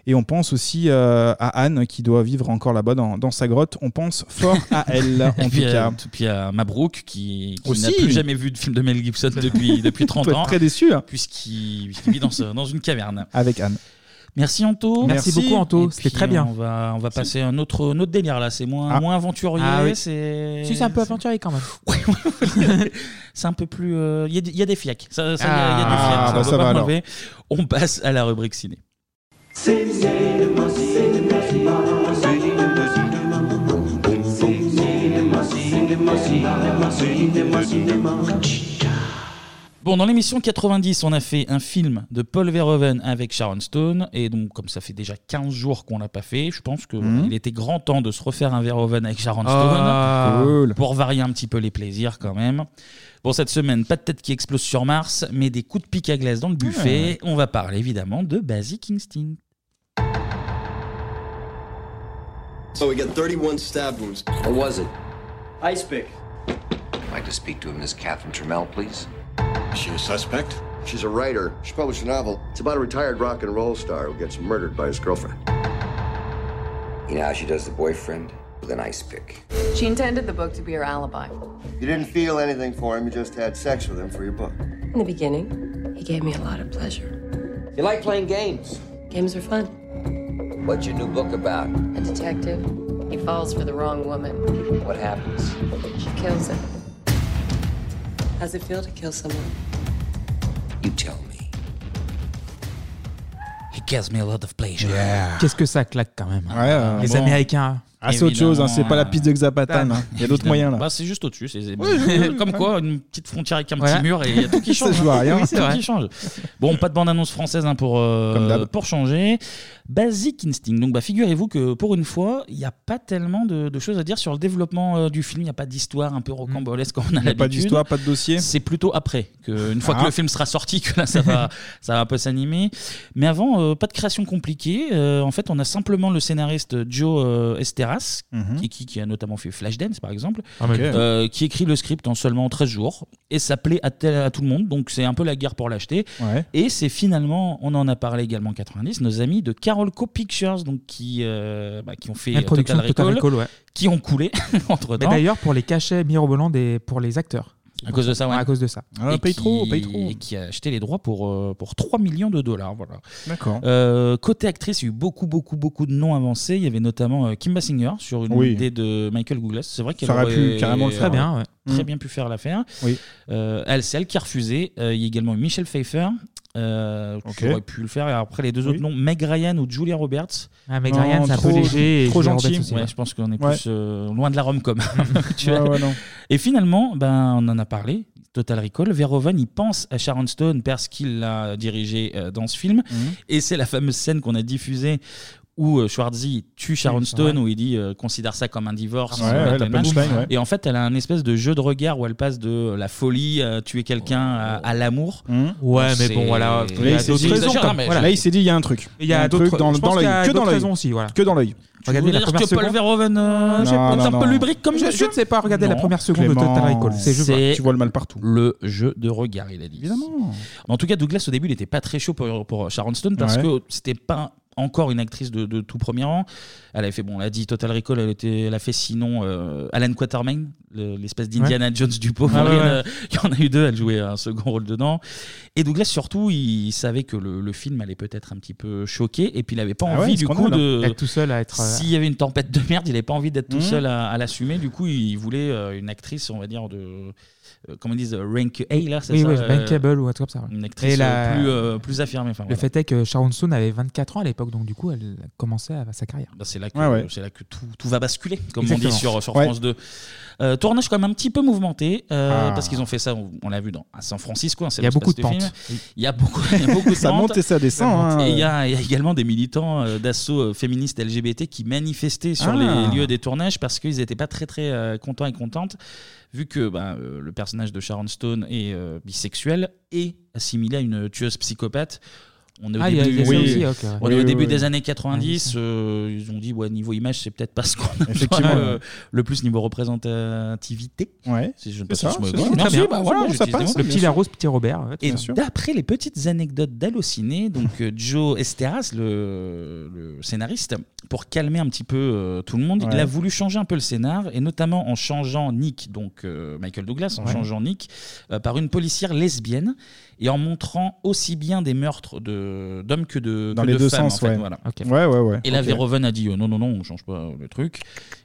Et on pense aussi euh, à Anne qui doit vivre encore là-bas dans, dans sa grotte. On pense fort à Ah, elle en Et tout puis, à- cas. puis à Mabrouk qui, qui Aussi. n'a plus jamais vu de film de Mel Gibson depuis, depuis 30 doit ans. être très déçu, hein. Puisqu'il puisqu'il vit dans, ce- dans une caverne. Avec Anne. Merci Anto. Merci beaucoup, Anto. Et C'était puis, très bien. On va, on va passer à un autre, un autre délire là. C'est moins, Ah. moins aventurier. Ah oui. C'est Si, c'est un peu aventurier quand même. c'est un peu plus. euh, Il y, a des- il y a des fiacs. Ça, ça, il y a- il y a des Ah, fiacs. Ça, bah, on ça peut pas va alors. enlever. On passe à la rubrique ciné. Bon, dans l'émission 90, on a fait un film de Paul Verhoeven avec Sharon Stone. Et donc, comme ça fait déjà 15 jours qu'on l'a pas fait, je pense qu'il Mhm. était grand temps de se refaire un Verhoeven avec Sharon Stone. Ah, cool. Pour varier un petit peu les plaisirs quand même. Bon, cette semaine, pas de tête qui explose sur Mars, mais des coups de pique à glace dans le buffet. Ah. On va parler évidemment de Basic Instinct. So we got 31 stab wounds. Or was it? Ice pick. I'd like to speak to Miss Catherine Trammell, please. She a suspect? She's a writer. She published a novel. It's about a retired rock and roll star who gets murdered by his girlfriend. You know how she does the boyfriend? With an ice pick. She intended the book to be her alibi. You didn't feel anything for him. You just had sex with him for your book. In the beginning, he gave me a lot of pleasure. You like playing games? Games are fun. What's your new book about? A detective, he falls for the wrong woman. What happens? She kills him. How's it feel to kill someone? You tell me. He gives me a lot of pleasure. Qu'est-ce que ça claque quand même. hein. Ouais, euh, les bon. Américains. Ah, c'est autre chose, hein, c'est pas la piste de Xapatan. hein. Il y a d'autres Évidemment. moyens là. Bah, c'est juste au-dessus. c'est- c'est- oui, Comme quoi, une petite frontière avec un Voilà. petit mur et il y a tout qui Ça, change. je vois hein. rien. Oui, c'est Ouais. tout qui change. Bon, pas de bande-annonce française hein, pour, euh, Comme d'hab. pour changer. Basic Instinct. Donc, bah, figurez-vous que pour une fois, il n'y a pas tellement de, de choses à dire sur le développement euh, du film. Il n'y a pas d'histoire un peu rocambolesque comme on Il y a a l'habitude. pas d'histoire, pas de dossier. C'est plutôt après, que, une fois Ah. que le film sera sorti, que là, ça va, ça va un peu s'animer. Mais avant, euh, pas de création compliquée. Euh, en fait, on a simplement le scénariste Joe euh, Esteras, Mhm. qui, qui, qui a notamment fait Flashdance, par exemple, Ah, mais- euh, qui écrit le script en seulement 13 jours. Et ça plaît à, tel- à tout le monde, donc c'est un peu la guerre pour l'acheter. Ouais. Et c'est finalement, on en a parlé également en 90, nos amis de Carolco Pictures, donc qui, euh, bah, qui ont fait La production Total de Total Recall, Recall, ouais. qui ont coulé entre Mais temps. D'ailleurs, pour les cachets mirobolants des, pour les acteurs. À cause de ça, ouais. À cause de ça. Ah, Et qui- Et qui a acheté les droits pour, euh, pour 3 millions de dollars. Voilà. D'accord. Euh, côté actrice, il y a eu beaucoup, beaucoup, beaucoup de noms avancés. Il y avait notamment euh, Kim Basinger sur une Oui. idée de Michael Douglas. C'est vrai qu'elle Ça aurait pu aurait- carrément le euh, faire, bien, ouais. très Mm. bien pu faire l'affaire. Oui. Euh, elle, c'est elle qui a refusé. Euh, il y a également eu Michelle Pfeiffer. Euh, qui Ok. aurait pu le faire et après les deux autres noms Meg Ryan ou Julia Roberts Ah, Meg Non, Ryan, c'est un peu trop- léger, et trop Julia gentil. Roberts aussi, Ouais, ouais. je pense qu'on est Ouais. plus euh, loin de la rom-com actuelle. Ouais, ouais, non. Et finalement, ben, on en a parlé, Total Recall, Verhoeven, il pense à Sharon Stone parce qu'il l'a dirigé euh, dans ce film. Mm. Et c'est la fameuse scène qu'on a diffusée où euh, Schwarzy tue Sharon Oui, Stone, ouais. où il dit euh, considère ça comme un divorce. Ouais, ouais, la punchline, ouais. Et en fait, elle a un espèce de jeu de regard où elle passe de la folie, euh, tuer quelqu'un, à, à l'amour. Oh. Mmh. Ouais, mais C'est- bon, voilà. Là, Bah, Il y a c'est- d'autres c'est raisons, exagéré, comme- mais voilà. Là, il s'est dit, il y a un truc. Il y a un truc d'autres- dans, je pense dans qu'il y a l'œil. Que dans d'autres l'œil. raisons aussi, voilà. Que dans l'œil. Regardez la Dire que première Paul seconde. Verhoeven, euh, Non, j'ai- c'est un non, peu non. lubrique comme Je- monsieur. je ne sais pas regarder la première seconde de Clément, Total Recall. C'est- je vois. c'est Tu vois le mal partout. Le jeu de regard, il a dit. Évidemment. En tout cas, Douglas, au début, il n'était pas très chaud pour, pour Sharon Stone parce Ouais. que c'était pas encore une actrice de, de tout premier rang. Elle avait fait, bon, on l'a dit, Total Recall, elle, était, elle a fait sinon euh, Alan Quatermain, le- l'espèce d'Indiana Ouais. Jones du pauvre. Ah ouais, Maureen, ouais. euh, Il y en a eu deux, elle jouait un second rôle dedans. Et Douglas, surtout, il, savait que le, le film allait peut-être un petit peu choquer et puis il n'avait pas Ah envie ouais, du coup scandale, hein. de. D'être tout seul à être, euh, S'il y avait une tempête de merde, il n'avait pas envie d'être tout Mhm. seul à, à l'assumer. Du coup, il voulait euh, une actrice, on va dire, de euh, comment ils disent, euh, rank A, là, c'est Oui, ça oui, euh, Bankable ou un truc comme ça. ouais. Une actrice Et la- euh, plus, euh, plus affirmée. Enfin, le voilà. fait est que Sharon Stone avait 24 ans à l'époque, donc du coup, elle commençait à sa carrière. Bah, c'est là que, Ouais, ouais. c'est là que tout, tout va basculer, comme on Exactement. dit sur, sur Ouais. France 2. Euh, tournage quand même un petit peu mouvementé, euh, Ah. parce qu'ils ont fait ça, on, on l'a vu dans, à San Francisco. hein, c'est Il y a l'espace beaucoup de pentes. film. Oui. Il y a beaucoup, il y a beaucoup de Ça pentes. monte et ça descend, hein. Et il y, a il y a également des militants euh, d'assaut euh, féministes LGBT qui manifestaient sur Ah. les lieux des tournages parce qu'ils n'étaient pas très très euh, contents et contentes, vu que bah, euh, le personnage de Sharon Stone est euh, bisexuel et assimilé à une tueuse psychopathe. On est au Ah, il y a- début, il y a ça aussi, ok, ouais. on est au Oui, oui, début oui. des années 90. euh, ils ont dit, ouais, niveau image, c'est peut-être pas ce qu'on a Effectivement, le, ouais. le plus niveau représentativité. Ouais. Si je ne C'est passe pas ça, ce mot. c'est Non, ça. Très si, bien, bah c'est voilà, bon, ça j'utilise des passe, mots. Le bien petit sûr. Larose, petit Robert, ouais, Et bien sûr. d'après les petites anecdotes d'Allociné, donc euh, Joe Esteras, le, le scénariste, pour calmer un petit peu euh, tout le monde, il Ouais. a voulu changer un peu le scénar, et notamment en changeant Nick, donc euh, Michael Douglas, en Ouais. changeant Nick, euh, par une policière lesbienne, et en montrant aussi bien des meurtres de- d'hommes que de, Dans que les de deux femmes, sens, en fait, ouais. voilà. Ok. Ouais, ouais, ouais. Et là, Ok. Verhoeven a dit euh, non, non, non, on change pas euh, le truc.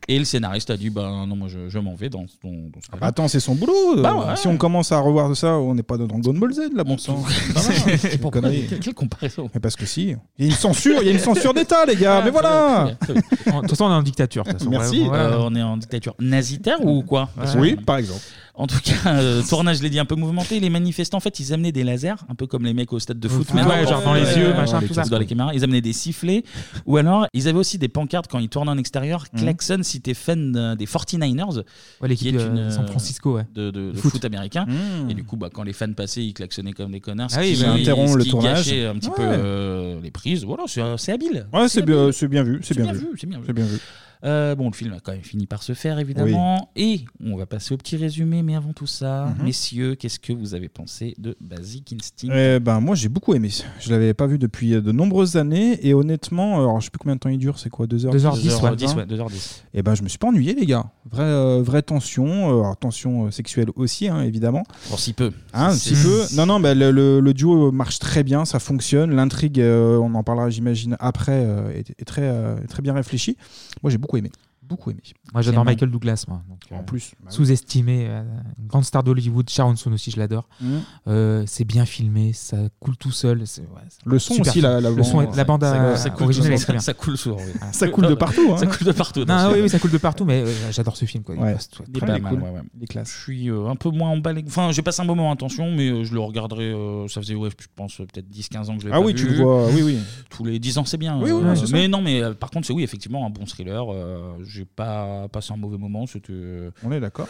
Et le scénariste a dit ben non, moi je, je m'en vais dans, dans, dans ce cas-là. Bah, Attends, c'est son boulot. Bah euh, ouais. Si on commence à revoir ça, on n'est pas dans le Dragon Ball Z, là, bon sang. C'est une connerie. Quelle comparaison Mais parce que si. Il y a une censure, il y a une censure d'État, les Ah, gars, mais voilà De toute façon, on est en dictature. de toute façon. Merci. Ouais, ouais. Euh, on est en dictature nazitaire ou quoi Ouais. Oui, par exemple. En tout cas, euh, tournage, je l'ai dit, un peu mouvementé. Les manifestants, en fait, ils amenaient des lasers, un peu comme les mecs au stade de foot. Ah ouais, genre dans les yeux, machin, tout ça. Dans les caméras, ils amenaient des sifflets. ou alors, ils avaient aussi des pancartes quand ils tournaient en extérieur. Mhm. Klaxon, si t'es fan euh, des 49ers, l'équipe de San Francisco, ouais. de, de- De de foot. foot. américain. Mhm. Et du coup, bah, quand les fans passaient, ils klaxonnaient comme des connards. Ah oui, ce qui, bah oui. ce Interrompt qui le tournage. gâchait un petit peu Ouais. euh, les prises. Voilà, c'est c'est habile. Ouais, c'est bien, c'est bien vu, c'est C'est bien, bien vu. vu, c'est bien vu. C'est bien vu. Euh, bon, le film a quand même fini par se faire, évidemment. Et on va passer au petit résumé, mais avant tout ça, Mhm. messieurs, qu'est-ce que vous avez pensé de Basic Instinct Eh ben, moi, j'ai beaucoup aimé. Je l'avais pas vu depuis euh, de nombreuses années. Et honnêtement, euh, alors, je sais plus combien de temps il dure, c'est quoi 2h10 2h10, ouais. 2h10, 2h10, ouais, 2h10. Eh ben, je me suis pas ennuyé, les gars. Vraie, euh, vraie tension, euh, alors, tension euh, sexuelle aussi, hein, évidemment. Pour si peu. Hein, un C'est- petit peu. Non, non, bah, le, le- le duo marche très bien, ça fonctionne. L'intrigue, euh, on en parlera, j'imagine, après, euh, est, est très, euh, très bien réfléchie. Moi, j'ai beaucoup aimé. Beaucoup aimé. Moi, j'adore Michael Douglas, moi. Donc, en euh, plus. bah oui. Sous-estimé, euh, une grande star d'Hollywood, Sharon Stone aussi, je l'adore. Mhm. Euh, c'est bien filmé, ça coule tout seul. c'est- ouais, c'est Le son super aussi, film. la- la Le bande- son est- la ça- bande ça- euh, ça coule originale tout est seul. très bien. Ça coule souvent, oui. Ça coule de partout, hein. Ça coule de partout. Non, dans ce oui, film. oui, ça coule de partout, mais euh, j'adore ce film. Quoi. Il Ouais. passe tout- Il est très pas bien. mal, ouais, ouais. Je suis euh, un peu moins emballé. Enfin, j'ai passé un moment, attention, mais euh, je le regarderai. euh, ça faisait, ouais, je pense, euh, peut-être 10-15 ans que je l'ai Ah pas oui, vu. tu le vois, oui, oui. Tous les 10 ans, c'est bien. Oui, oui, euh, oui, c'est ça. mais non, mais euh, par contre, c'est oui, effectivement, un bon thriller. euh, j'ai pas passé un mauvais moment. C'était. euh, On est d'accord.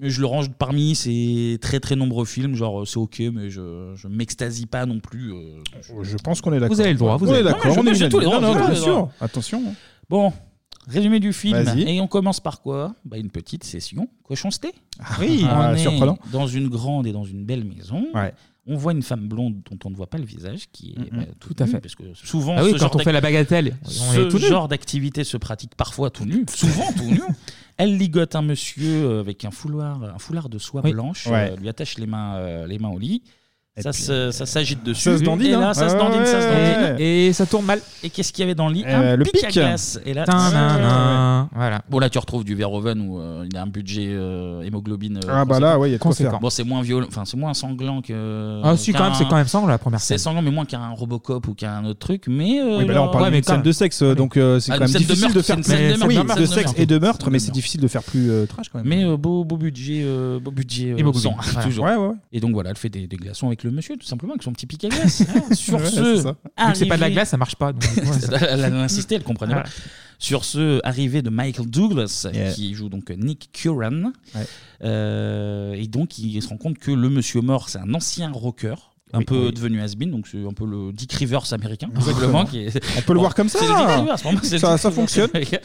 Mais je le range parmi ces très très nombreux films. Genre, euh, c'est ok, mais je, je m'extasie pas non plus. euh, Je pense qu'on est d'accord. Vous avez le droit, on vous avez- est Non, d'accord. mais on est j'ai tous les unanime. Non, droits, j'ai non, tous bien les droits. sûr. Attention. Bon, résumé du film. Vas-y. Et on commence par quoi Bah, Une petite session cochonceté. oui, on ah, est surprenant. Dans une grande et dans une belle maison. Ouais. On voit une femme blonde dont on ne voit pas le visage, qui est bah, toute Tout à nue, fait. Parce que souvent, Ah oui, ce quand genre on fait d'ac- la bagatelle, on est ce tout nu. genre d'activité se pratique parfois tout nu, souvent tout nu. Elle ligote un monsieur euh, avec un foulard, un foulard de soie Oui. blanche, Ouais. euh, lui attache les mains, euh, les mains au lit. Ça, euh, se- ça s'agite dessus. se dandine, Et là, hein. ça se dandine, ça se Ouais. dandine. Et ça tourne mal. Et qu'est-ce qu'il y avait dans le lit Euh, Un le pic, à pic. glace. Et là, Tadam. Voilà. Bon, là, tu retrouves du Verhoeven où euh, il a un budget euh, hémoglobine. euh, Ah, bah conséquent. là, ouais, il y a de quoi Conséquent. faire. Bon, c'est moins violent, enfin, c'est moins sanglant que. Ah, si, quand qu'un- même, c'est quand même sanglant, la première C'est sanglant, mais moins qu'un Robocop ou qu'un autre truc. Mais. euh, Oui, bah là, on genre- parle d'une scène de sexe, euh, donc euh, c'est Ah, quand même une scène de difficile meurtre, de faire c'est une scène de Oui, de meurtre, c'est une sexe scène et de de meurtre. meurtre, mais c'est difficile de faire plus euh, trash quand même. Mais euh, beau, beau budget, euh, beau budget euh, Hémoglobine. sang, Voilà. toujours. Ouais, ouais, ouais. Et donc voilà, elle fait des, des glaçons avec le monsieur, tout simplement, avec son petit pic à glace. Sur Ouais, ce, c'est ça. Vu que c'est pas de la glace, ça marche pas, donc, ouais, ça- elle a insisté, elle comprenait pas. Voilà. Sur ce, arrivée de Michael Douglas, Yeah. qui joue donc Nick Curran. Ouais. Euh, et donc, il se rend compte que le monsieur mort, c'est un ancien rocker. Un Oui, peu oui. devenu has-been, donc c'est un peu le Dick Rivers américain, Exactement. simplement. qui est- On peut le voir comme ça. C'est le Dick Rivers, pour moi, c'est le Ça, Dick ça Rivers. fonctionne.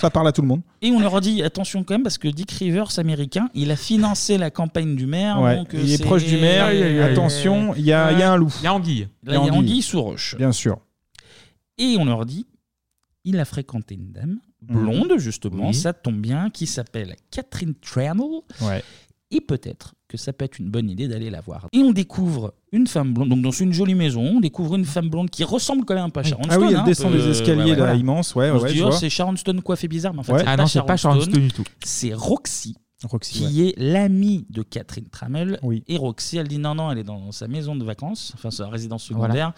ça parle à tout le monde. Et on leur a dit attention quand même parce que Dick Rivers américain, il a financé la campagne du maire. Ouais. donc, euh, Il est c'est- proche du maire. Attention, il y a il y a un loup. Il y a Anguille. Là, il y a Anguille sous roche. Bien sûr. Et on leur dit il a fréquenté une dame blonde justement, Mhm. Oui. ça tombe bien, qui s'appelle Catherine Trammell. Ouais. Et peut-être que ça peut être une bonne idée d'aller la voir. Et on découvre une femme blonde, donc dans une jolie maison, on découvre une femme blonde qui ressemble quand même un peu à Sharon Ah Stone. oui, elle hein, descend un peu, des escaliers, là, voilà. immense, ouais, on ouais, se dit, je oh, vois. c'est Sharon Stone coiffée bizarre, mais en fait, Ouais. c'est Ah pas non, c'est pas Sharon Stone du tout. C'est Roxy, Roxy, qui est l'amie de Catherine Trammell. Et Roxy, elle dit non, non, elle est dans sa maison de vacances, enfin sa résidence secondaire.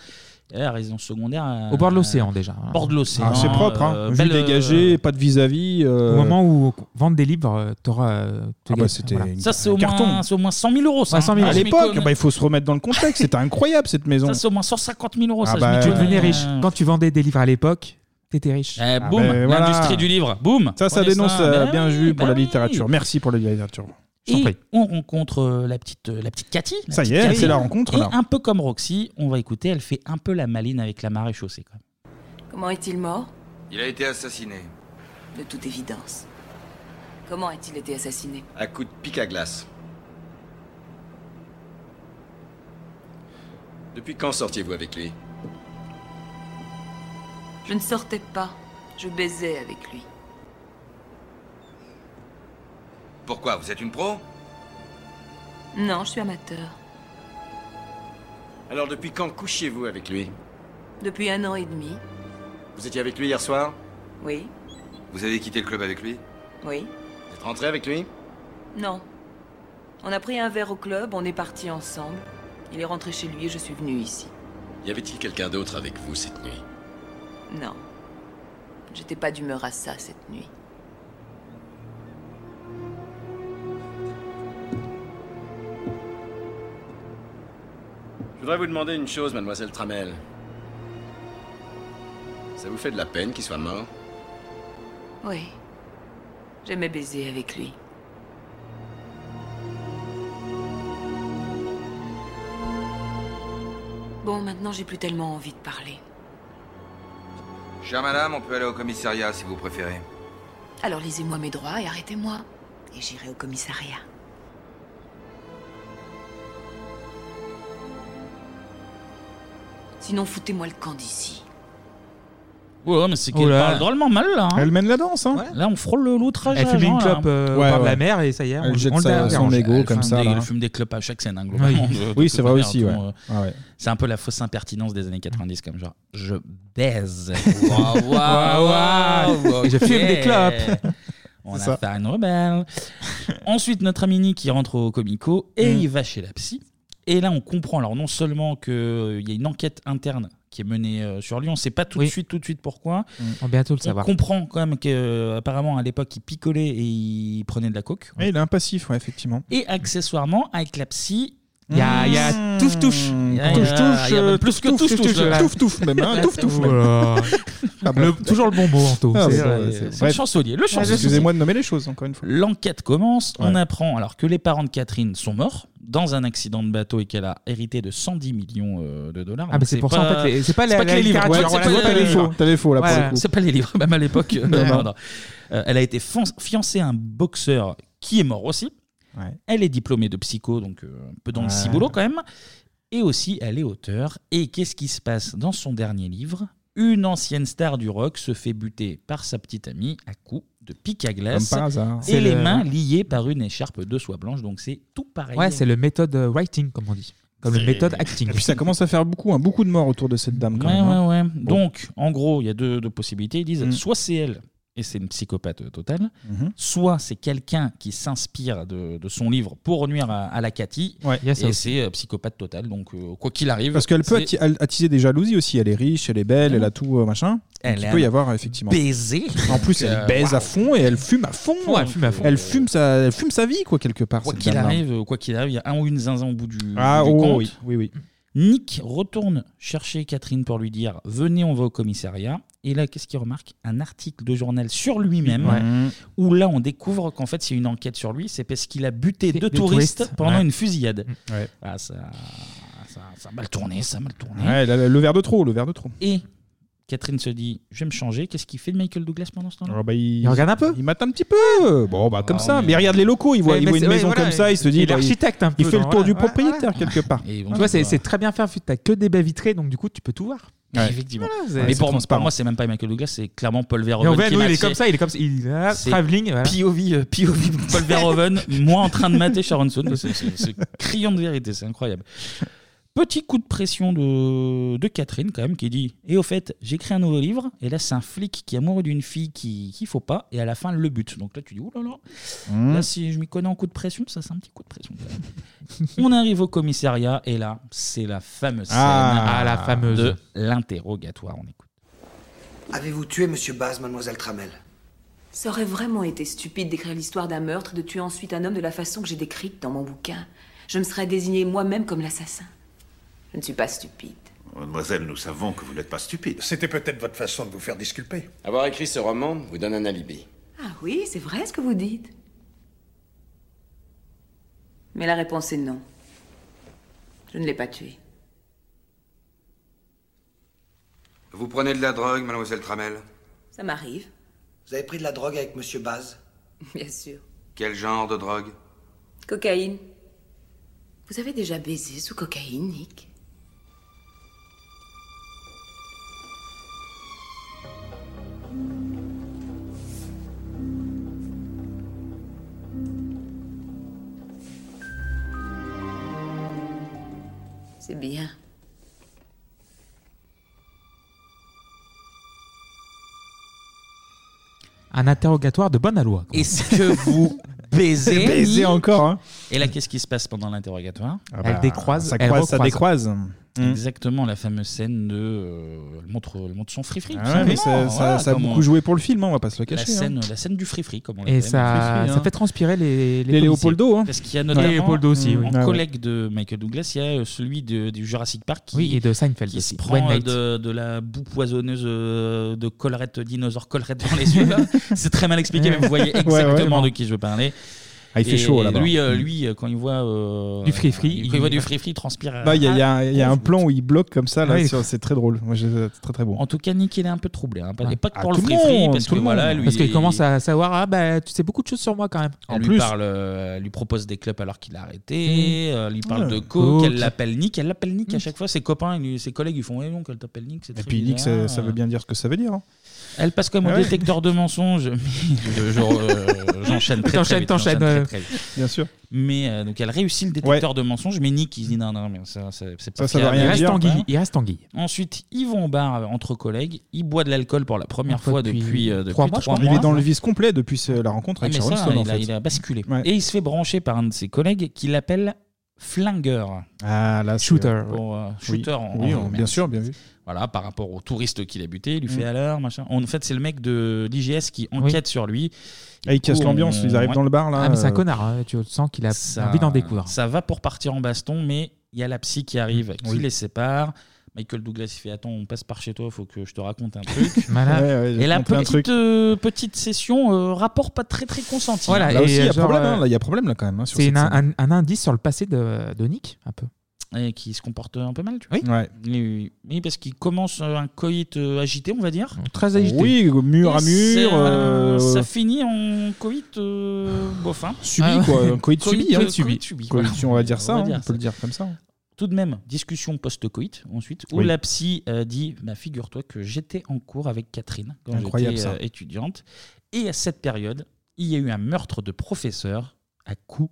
Et La résidence secondaire. euh, Au bord de l'océan déjà. Bord de l'océan. Ah, c'est propre, hein. euh, Vue belle, euh, dégagée, pas de vis-à-vis. euh, Au moment où on vende des livres, euh, t'auras. euh, te Ah bah, gagnes. c'était Voilà. une- Ça, c'est au, carton. moins- c'est au moins 100 000 euros. Ça, à 100 000. hein. à Ah, je l'époque, m'éconne- bah, il faut se remettre dans le contexte. C'était incroyable cette maison. Ça, c'est au moins 150 000 euros. Ah Oh, ça, Euh, je bah, m'étonne. Tu devenais riche. Quand tu vendais des livres à l'époque, t'étais riche. Eh, boum, ben, voilà. l'industrie du livre. Boum. Ça, ça Prenez dénonce ça. euh, Ben bien oui, vu pour ben la oui. littérature. Merci pour la littérature. Je t'en Et prie. on rencontre euh, la petite, euh, la petite Cathy. la Ça petite y est, Cathy. c'est la rencontre, Et là. un peu comme Roxy, on va écouter, elle fait un peu la maline avec la marée chaussée. Quand même. Comment est-il mort Il a été assassiné. De toute évidence. Comment a-t-il été assassiné À coup de pic à glace. Depuis quand sortiez-vous avec lui Je ne sortais pas. Je baisais avec lui. Pourquoi Vous êtes une pro Non, je suis amateur. Alors depuis quand couchiez-vous avec lui Depuis un an et demi. Vous étiez avec lui hier soir Oui, Vous avez quitté le club avec lui oui. Vous êtes rentré avec lui Non. On a pris un verre au club, on est partis ensemble. Il est rentré chez lui et je suis venue ici. Y avait-il quelqu'un d'autre avec vous cette nuit Non. J'étais pas d'humeur à ça cette nuit. Je voudrais vous demander une chose, mademoiselle Tramel. Ça vous fait de la peine qu'il soit mort Oui. J'aimais baiser avec lui. Bon, maintenant j'ai plus tellement envie de parler. Chère madame, on peut aller au commissariat si vous préférez. Alors lisez-moi mes droits et arrêtez-moi. Et j'irai au commissariat. Sinon, foutez-moi le camp d'ici. Ouais, mais c'est qu'elle Oh là. parle drôlement mal là. hein. Elle mène la danse. Hein. Là, on frôle le- l'outrage. Elle à fume Jean, une là, clope hein. euh, au bord de la mer et ça y est, on, on le Elle dérange. fume des- Elle fume des- Elle fume des clopes à chaque scène, hein, globalement. Oui. de- de Oui, c'est toute vrai manière, aussi, tout, ouais. euh, Ah ouais. C'est un peu la fausse impertinence des années 90, comme genre, je baise. Waouh, waouh, waouh, Je fume des clopes. On a C'est ça. fait une rebelle. Ensuite, notre ami Nick, il rentre au Comico et Mm. il va chez la psy. Et là, on comprend, alors non seulement qu'il y a une enquête interne qui est menée euh, sur lui, on ne sait pas tout de suite, tout de suite pourquoi. On va bientôt le Mm. On savoir. comprend quand même qu'apparemment, à l'époque, il picolait et il prenait de la coke. Ouais, il a un passif, ouais, effectivement. Et accessoirement, avec la psy, Il y a- il y a Mmh. touf-touche. Il y a- Touche-touche, Ah, il y a même euh, plus que touf-touche, touf-touche. touf-touche, là. touf-touche même, hein, Là, touf-touche c'est- même. Voilà. Ah, bref. Le- toujours le bon mot, Anto. Ah, C'est- bah, euh, c'est- c'est le bref. chansonnier, le chansonnier. Excusez-moi de nommer les choses, encore une fois. L'enquête commence. On Ouais. apprend alors que les parents de Catherine sont morts dans un accident de bateau et qu'elle a hérité de 110 millions euh, de dollars. Ah, Donc mais c'est pour ça, en fait, les- c'est pas la- que la les livres. littérature, Ouais, voilà, c'est pas les livres. T'avais faux, là, pour le coup. C'est pas les livres, même à l'époque. euh, Non, non, non. non. Euh, elle a été fan- fiancée à un boxeur qui est mort aussi. Elle est diplômée de psycho, donc euh, un peu dans le Ouais. ciboulot quand même. Et aussi, elle est auteure. Et qu'est-ce qui se passe dans son dernier livre Une ancienne star du rock se fait buter par sa petite amie à coups de pic à glace Comme par hasard. et C'est les le- mains liées par une écharpe de soie blanche. Donc c'est tout pareil. Ouais, c'est le méthode euh, writing, comme on dit. Comme le C'est- méthode acting. Et puis ça commence à faire beaucoup, hein, beaucoup de morts autour de cette dame. Quand Ouais, même, hein. ouais, ouais. Bon. Donc, en gros, il y a deux, deux possibilités. Ils disent Mm. soit c'est elle, et c'est une psychopathe euh, totale, Mhm. soit c'est quelqu'un qui s'inspire de, de son livre pour nuire à, à la Cathy, il y a ça et aussi. c'est euh, psychopathe totale. Donc, euh, quoi qu'il arrive. Parce qu'elle peut c'est atti- al- attiser des jalousies aussi. Elle est riche, elle est belle, elle a tout euh, machin. Elle Donc, il aime peut y avoir effectivement. baiser. En plus, Donc, elle euh, baise à waouh. fond et elle fume à fond. Ouais, elle fume à fond. Elle fume sa, elle fume sa vie quoi quelque part. Quoi cette qu'il dame-là. arrive, euh, quoi qu'il arrive, il y a un ou une zinzin au bout du, Ah, du oh, compte. oui, oui, oui. Nick retourne chercher Catherine pour lui dire Venez, on va au commissariat. Et là, qu'est-ce qu'il remarque Un article de journal sur lui-même, Ouais. où là, on découvre qu'en fait, c'est une enquête sur lui. C'est parce qu'il a buté des deux touristes, touristes. pendant Ouais. une fusillade. Ouais. Ah, ça, ça, ça a mal tourné, ça a mal tourné. Ouais, le, le verre de trop, le verre de trop. Et Catherine se dit Je vais me changer. Qu'est-ce qu'il fait de Michael Douglas pendant ce temps-là Alors, bah, il... Il regarde un peu Il mate un petit peu. Bon bah comme Ah, ça. mais- Mais regarde les locaux. Il voit, Mais- il mais voit une c'est- ouais, maison voilà, comme ça. Il se il dit. est bah, architecte un peu, Il fait le donc, tour voilà. du Ouais, voilà. propriétaire quelque part. Et Tu donc, vois, c'est voilà. c'est très bien fait. en fait, T'as que des baies vitrées, donc du coup, tu peux tout voir. Ouais. Effectivement. Voilà, c'est- mais c'est pour, pour transparent. moi, c'est même pas Michael Douglas, c'est clairement Paul Verhoeven. Verhoeven, qui oui, il est axé. comme ça, il est comme ça, il est là, C'est travelling, voilà. POV, euh, POV Paul Verhoeven, moi en train de mater Sharon Stone. C'est- C'est c'est criant de vérité, c'est incroyable. Petit coup de pression de, de Catherine, quand même, qui dit Et au fait, j'écris un nouveau livre, et là, c'est un flic qui est amoureux d'une fille qui qu'il faut pas, et à la fin, le but. Donc là, tu dis Ouh là là Mmh. Là, si je m'y connais en coup de pression, ça, c'est un petit coup de pression. quand même. On arrive au commissariat, et là, c'est la fameuse scène Ah, la fameuse. de l'interrogatoire. On écoute. Avez-vous tué Monsieur Baz, Mademoiselle Tramel Ça aurait vraiment été stupide d'écrire l'histoire d'un meurtre et de tuer ensuite un homme de la façon que j'ai décrite dans mon bouquin. Je me serais désignée moi-même comme l'assassin. Je ne suis pas stupide. Mademoiselle, nous savons que vous n'êtes pas stupide. C'était peut-être votre façon de vous faire disculper. Avoir écrit ce roman vous donne un alibi. Ah oui, c'est vrai ce que vous dites. Mais la réponse est non. Je ne l'ai pas tué. Vous prenez de la drogue, mademoiselle Tramel Ça m'arrive, Vous avez pris de la drogue avec Monsieur Baz bien sûr. Quel genre de drogue Cocaïne. Vous avez déjà baisé sous cocaïne, Nick C'est bien. Un interrogatoire de bonne aloi. Est-ce que vous baisez Baiser encore, hein. Et là, qu'est-ce qui se passe pendant l'interrogatoire Mmh. Ah bah, Elle décroise, ça elle croise, ça recroise. décroise. Mm. Exactement, la fameuse scène de. euh, elle, montre, elle montre son free-free. Ah ouais, mais ça, ça- ça a beaucoup joué pour le film, hein, on va pas se le La cacher. hein. scène, euh, ah, la scène du free-free, comme on Et l'appelle. ça- Free-free, ça fait transpirer les- les policiers. hein. Parce qu'il y a notamment Les Léopoldo aussi, oui. mon Ah ouais. collègue de Michael Douglas, il y a euh, celui de- du Jurassic Park qui, Oui, et de Seinfeld qui se aussi. prend Wayne euh, Knight. de, de la boue poisonneuse euh, de collerette, dinosaure collerette dans les yeux. là. C'est très mal expliqué, mais vous voyez Ouais, ouais, exactement vraiment. de qui je veux parler. Ah, il fait Et- chaud, et là-bas. Lui, euh, Mm. lui, euh, quand il voit euh, Du free-free, quand il voit il- du free free, il transpire. euh, Bah, Il y a, il y a- il y a ah, un plan où il bloque comme ça, là, Ouais. sur- c'est très drôle. Moi, je- c'est très très bon. En tout cas, Nick, il est un peu troublé. hein. Pas- Ouais. et pas que Ah, pour le tout le free-free, monde, parce tout que le monde. voilà, lui. Parce qu'il commence à savoir Ah, bah, tu sais beaucoup de choses sur moi quand même. Elle lui parle, euh, elle lui propose des clubs alors qu'il a arrêté. Mmh. euh, elle lui parle Ouais. de coke. Elle Coke. l'appelle Nick. Elle l'appelle Nick à Mmh. chaque fois. Ses copains, et lui- ses collègues, ils font Eh donc elle t'appelle Nick. C'est Et très puis, il dit que ça, bizarre. ça veut bien dire ce que ça veut dire. hein. Elle passe comme un Ah ouais. détecteur de mensonges. Mais je- je- euh, J'enchaîne très, très T'enchaînes, vite, t'enchaînes, j'enchaîne ouais. très, très vite. Bien sûr. Mais euh, donc elle réussit le détecteur de mensonges, mais Nick il se dit non, non, mais ça, ça- c'est pas Ça, ça fiable. veut rien Il reste dire. anguille, il reste anguille. Ensuite, ils vont au bar euh, entre collègues, ils boivent de l'alcool pour la première Enfin, fois depuis depuis, euh, depuis trois trois mois, je mois. crois. Il est dans le vice complet depuis ce- la rencontre Ah, avec mais Sharon ça, Stone, en il, a, fait. il a basculé. Et il se fait brancher par un de ses collègues qui l'appelle flingueur. Ah, là, c'est- Shooter. Pour, euh, Oui. shooter en- Oui, en- on- bien merci. sûr, bien vu. Voilà, par rapport au touriste qu'il a buté, il lui fait Mm. alors, machin. En fait, c'est le mec de l'IGS qui enquête sur lui. Ah, il Du coup, casse l'ambiance, on- ils arrivent dans le bar, là. Ah, mais c'est un euh, connard, hein. tu sens qu'il a ça- envie d'en découdre. Ça va pour partir en baston, mais il y a la psy qui arrive, qui Oui. les sépare. Michael Douglas, il fait Attends, on passe par chez toi, faut que je te raconte un truc. Voilà. Ouais, ouais, je vais Et la te raconter un petite, euh, petite session, euh, rapport pas très très consenti. Voilà, Là et, aussi, il y a genre, problème, hein, euh, là, il y a problème, là, quand même, hein, sur C'est cette une- un, scène. un indice sur le passé de, de Nick, un peu. et qui se comporte un peu mal, tu vois. Oui. Ouais. Oui, oui, parce qu'il commence euh, un coït euh, agité, on va dire. Mm, Très agité. Oui, mur à mur, Et c'est, euh, euh, Ça finit en coït euh, bofin. Subi, Ah, quoi. ouais. Un coït subi, hein. Coït subi. Coït subi, on va dire ça, hein, on peut le dire comme ça. Tout de même, discussion post-coït ensuite, où Oui. la psy euh, dit bah, Figure-toi que j'étais en cours avec Catherine quand Incroyable, j'étais ça. euh, étudiante. Et à cette période, il y a eu un meurtre de professeur à coups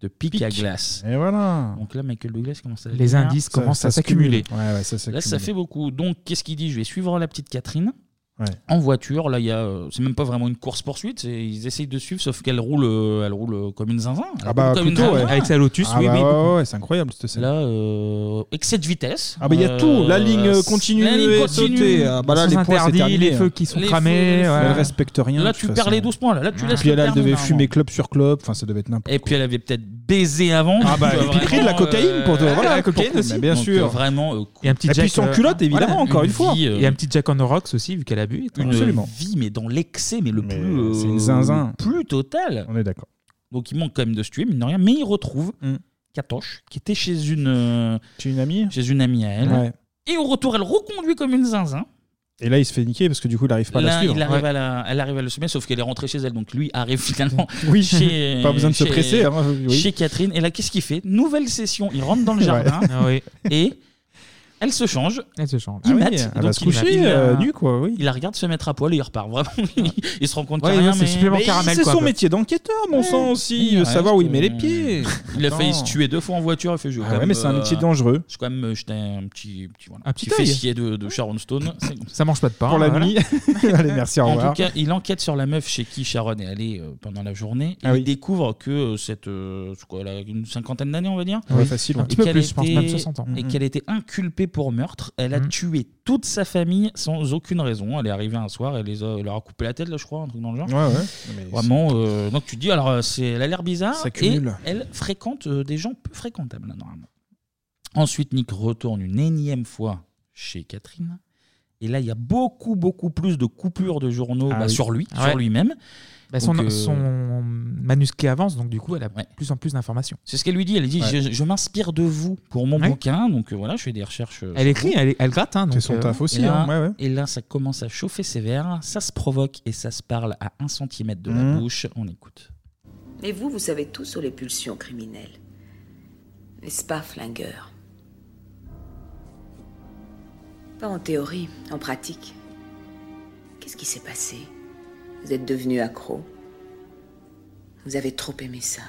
de pic, à glace. Et voilà. Donc là, Michael Douglas commence à Les devenir- indices Ça- commencent ça à s'accumuler. s'accumule. Ouais, ouais, ça là, ça s'accumule. fait beaucoup. Donc, qu'est-ce qu'il dit Je vais suivre la petite Catherine. Ouais. En voiture, là, il y a, euh, c'est même pas vraiment une course poursuite. Ils essayent de suivre, sauf qu'elle roule, euh, elle roule euh, comme une zinzin. Elle Ah bah, roule comme une plutôt, zinzin. ouais. Avec sa Lotus, Ah oui, bah oui, ouais, beaucoup. ouais, c'est incroyable, cette scène. Là, euh, excès de vitesse. Ah bah, il y a tout. La ligne, euh, continue la ligne et continue. sauter. Ah bah là, Sens les points, c'est interdit, terminé, les hein. feux qui sont Les cramés. feux, les ouais. Ah. feux. Elle respecte rien, Là, de tu toute perds façon. les 12 points. Là, là tu laisses Puis le elle, elle permis, devait normalement. fumer clope sur clope, enfin ça devait être n'importe Et puis elle avait peut-être baisé avant. Ah bah, Donc, et puis pris de la vraiment, cocaïne pour te- euh, voilà, la cocaïne pour- aussi. bah, Bien donc, sûr. euh, Vraiment. euh, Et un petit Et puis Jack, son euh, culotte, évidemment, encore une fois. vie, euh, et un petit Jack on the Rocks aussi, vu qu'elle a bu. une vie, mais dans l'excès, mais le plus. euh, c'est une zinzin. le plus total. On est d'accord. Mm. Donc il manque quand même de se tuer, mine de rien, mais il retrouve Katoche, qui était chez une. euh, Chez une amie Chez une amie à elle. Ouais. Et au retour, elle reconduit comme une zinzin. Et là, il se fait niquer parce que du coup, il n'arrive pas à la Là, suivre. il arrive Ouais. à la- elle arrive à le semer, sauf qu'elle est rentrée chez elle. Donc lui arrive finalement Oui, chez, pas besoin de se chez- presser, hein, oui. Ah chez Catherine. Et là, qu'est-ce qu'il fait Nouvelle session. Il rentre dans le Ouais. jardin Ah oui. et Elle se change. Elle se change. Il Ah oui, mate, elle va donc se il va- coucher, il la- euh, nue, quoi, oui. Il la regarde se mettre à poil et il repart. Vraiment, il, il se rend compte Ouais, qu'il y a ouais, rien. c'est mais- supplément mais caramel, c'est quoi, son à peu métier. donc, mon sang aussi, Il euh, reste, savoir où il met les euh, pieds. Il a failli se Attends. tuer deux fois en voiture. Il fait euh, je vais Ah quand ouais, même, mais c'est un métier dangereux. Je quand même euh, jeter un petit, petit, voilà, Un petit petit œil. fessier de, de Sharon Stone. C'est- Ça mange pas de pain. Pour la nuit. Allez, merci, au en revoir. tout cas, il enquête sur la meuf chez qui Sharon est allée euh, pendant la journée. Et Ah oui. Il découvre que euh, cette, euh, c'est quoi, elle a une cinquantaine d'années, on va dire. Ouais, facile, ouais. Un Et petit peu qu'elle plus, je pense, était- même 60 ans. Mm-hmm. Et Mhm. qu'elle était inculpée pour meurtre. Elle a tué toute sa famille sans aucune raison. Elle est arrivée un soir, elle, les a- elle leur a coupé la tête, là, je crois, un truc dans le genre. Ouais, ouais. Mais Vraiment. euh, donc tu te dis, alors, euh, c'est, elle a l'air bizarre. Ça cumule. Et elle fréquente euh, des gens peu fréquentables, là, normalement. Ensuite, Nick retourne une énième fois chez Catherine. Et là, il y a beaucoup, beaucoup plus de coupures de journaux Ah bah, oui. sur lui, Ah ouais. sur lui-même. Bah, son, Donc, euh, son manuscrit avance, donc du coup, elle a plus en plus d'informations. C'est ce qu'elle lui dit. Elle dit Ouais. Je, je m'inspire de vous pour mon Ouais. bouquin. Donc euh, voilà, je fais des recherches. euh, Elle sur écrit, vous. elle- elle gratte, hein, donc, C'est son euh, taf Et aussi, là, hein, ouais, ouais. Et là, ça commence à chauffer sévère. Ça se provoque et ça se parle à un centimètre de la Mmh. Mhm. bouche. On écoute. Et vous, vous savez tout sur les pulsions criminelles. N'est-ce pas, flingueur Pas en théorie, en pratique. Qu'est-ce qui s'est passé Vous êtes devenu accro Vous avez trop aimé ça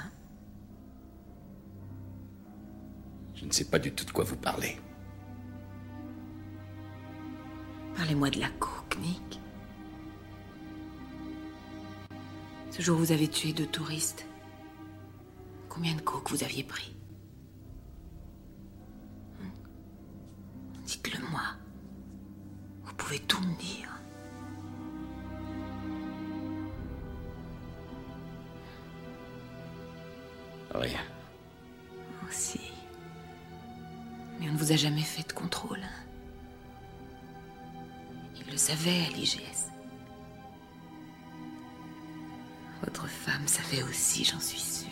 Je ne sais pas du tout de quoi vous parlez. Parlez-moi de la coke, Nick. Ce jour, vous avez tué deux touristes. Combien de coke vous aviez pris Hum Dites-le-moi. Vous pouvez tout me dire. Rien. Oh, si. Mais on ne vous a jamais fait de contrôle. Il le savait à l'IGS. Votre femme savait aussi, j'en suis sûre.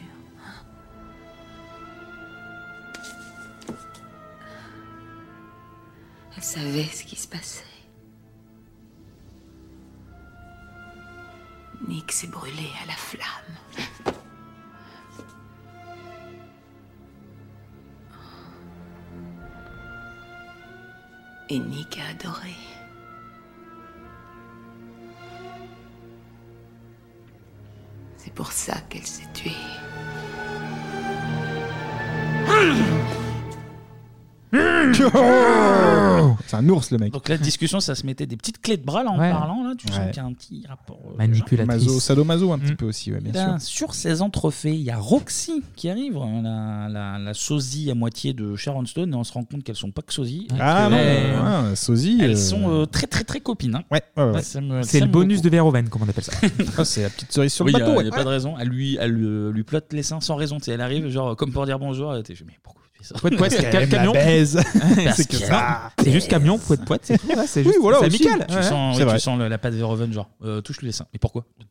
Elle savait ce qui se passait. Nick s'est brûlé à la flamme. Et Nick a adoré. C'est pour ça qu'elle s'est tuée. Mmh. Oh C'est un ours, le mec. Donc la discussion, ça se mettait des petites clés de bras là, en Ouais. parlant. Là, tu sens Ouais. qu'il y a un petit rapport. euh, Mm. Maso, sadomaso un petit peu aussi, ouais, bien Là, sûr. Ben, sur ces entrefaits, il y a Roxy qui arrive, hein, la, la, la sosie à moitié de Sharon Stone, et on se rend compte qu'elles sont pas que sosie. Ah non, elles, ouais, sosie. euh, euh, elles sont euh, très très très copines. hein. Ouais, ouais, ouais. Ça me- C'est ça le me bonus de Verhoeven, comme on appelle ça. Ah, c'est la petite cerise sur Oui, le il n'y a, bateau. il y a ouais. pas de raison. Elle lui, elle, euh, lui plotte les seins sans raison. Tu sais, elle arrive, genre, comme pour dire bonjour. Elle était, mais pourquoi tu fais ça Pouet, pouet, Parce ca- qu'elle aime la camion. baise. Parce C'est que qu'elle ça. la C'est juste baise. camion, pouet, pouet, c'est tout, voilà, c'est Oui, juste- voilà, c'est aussi. amical. Tu Ouais. sens, C'est oui, tu vrai. sens le- la patte Verhoeven, genre, euh, touche-lui les seins. Mais pourquoi Bah,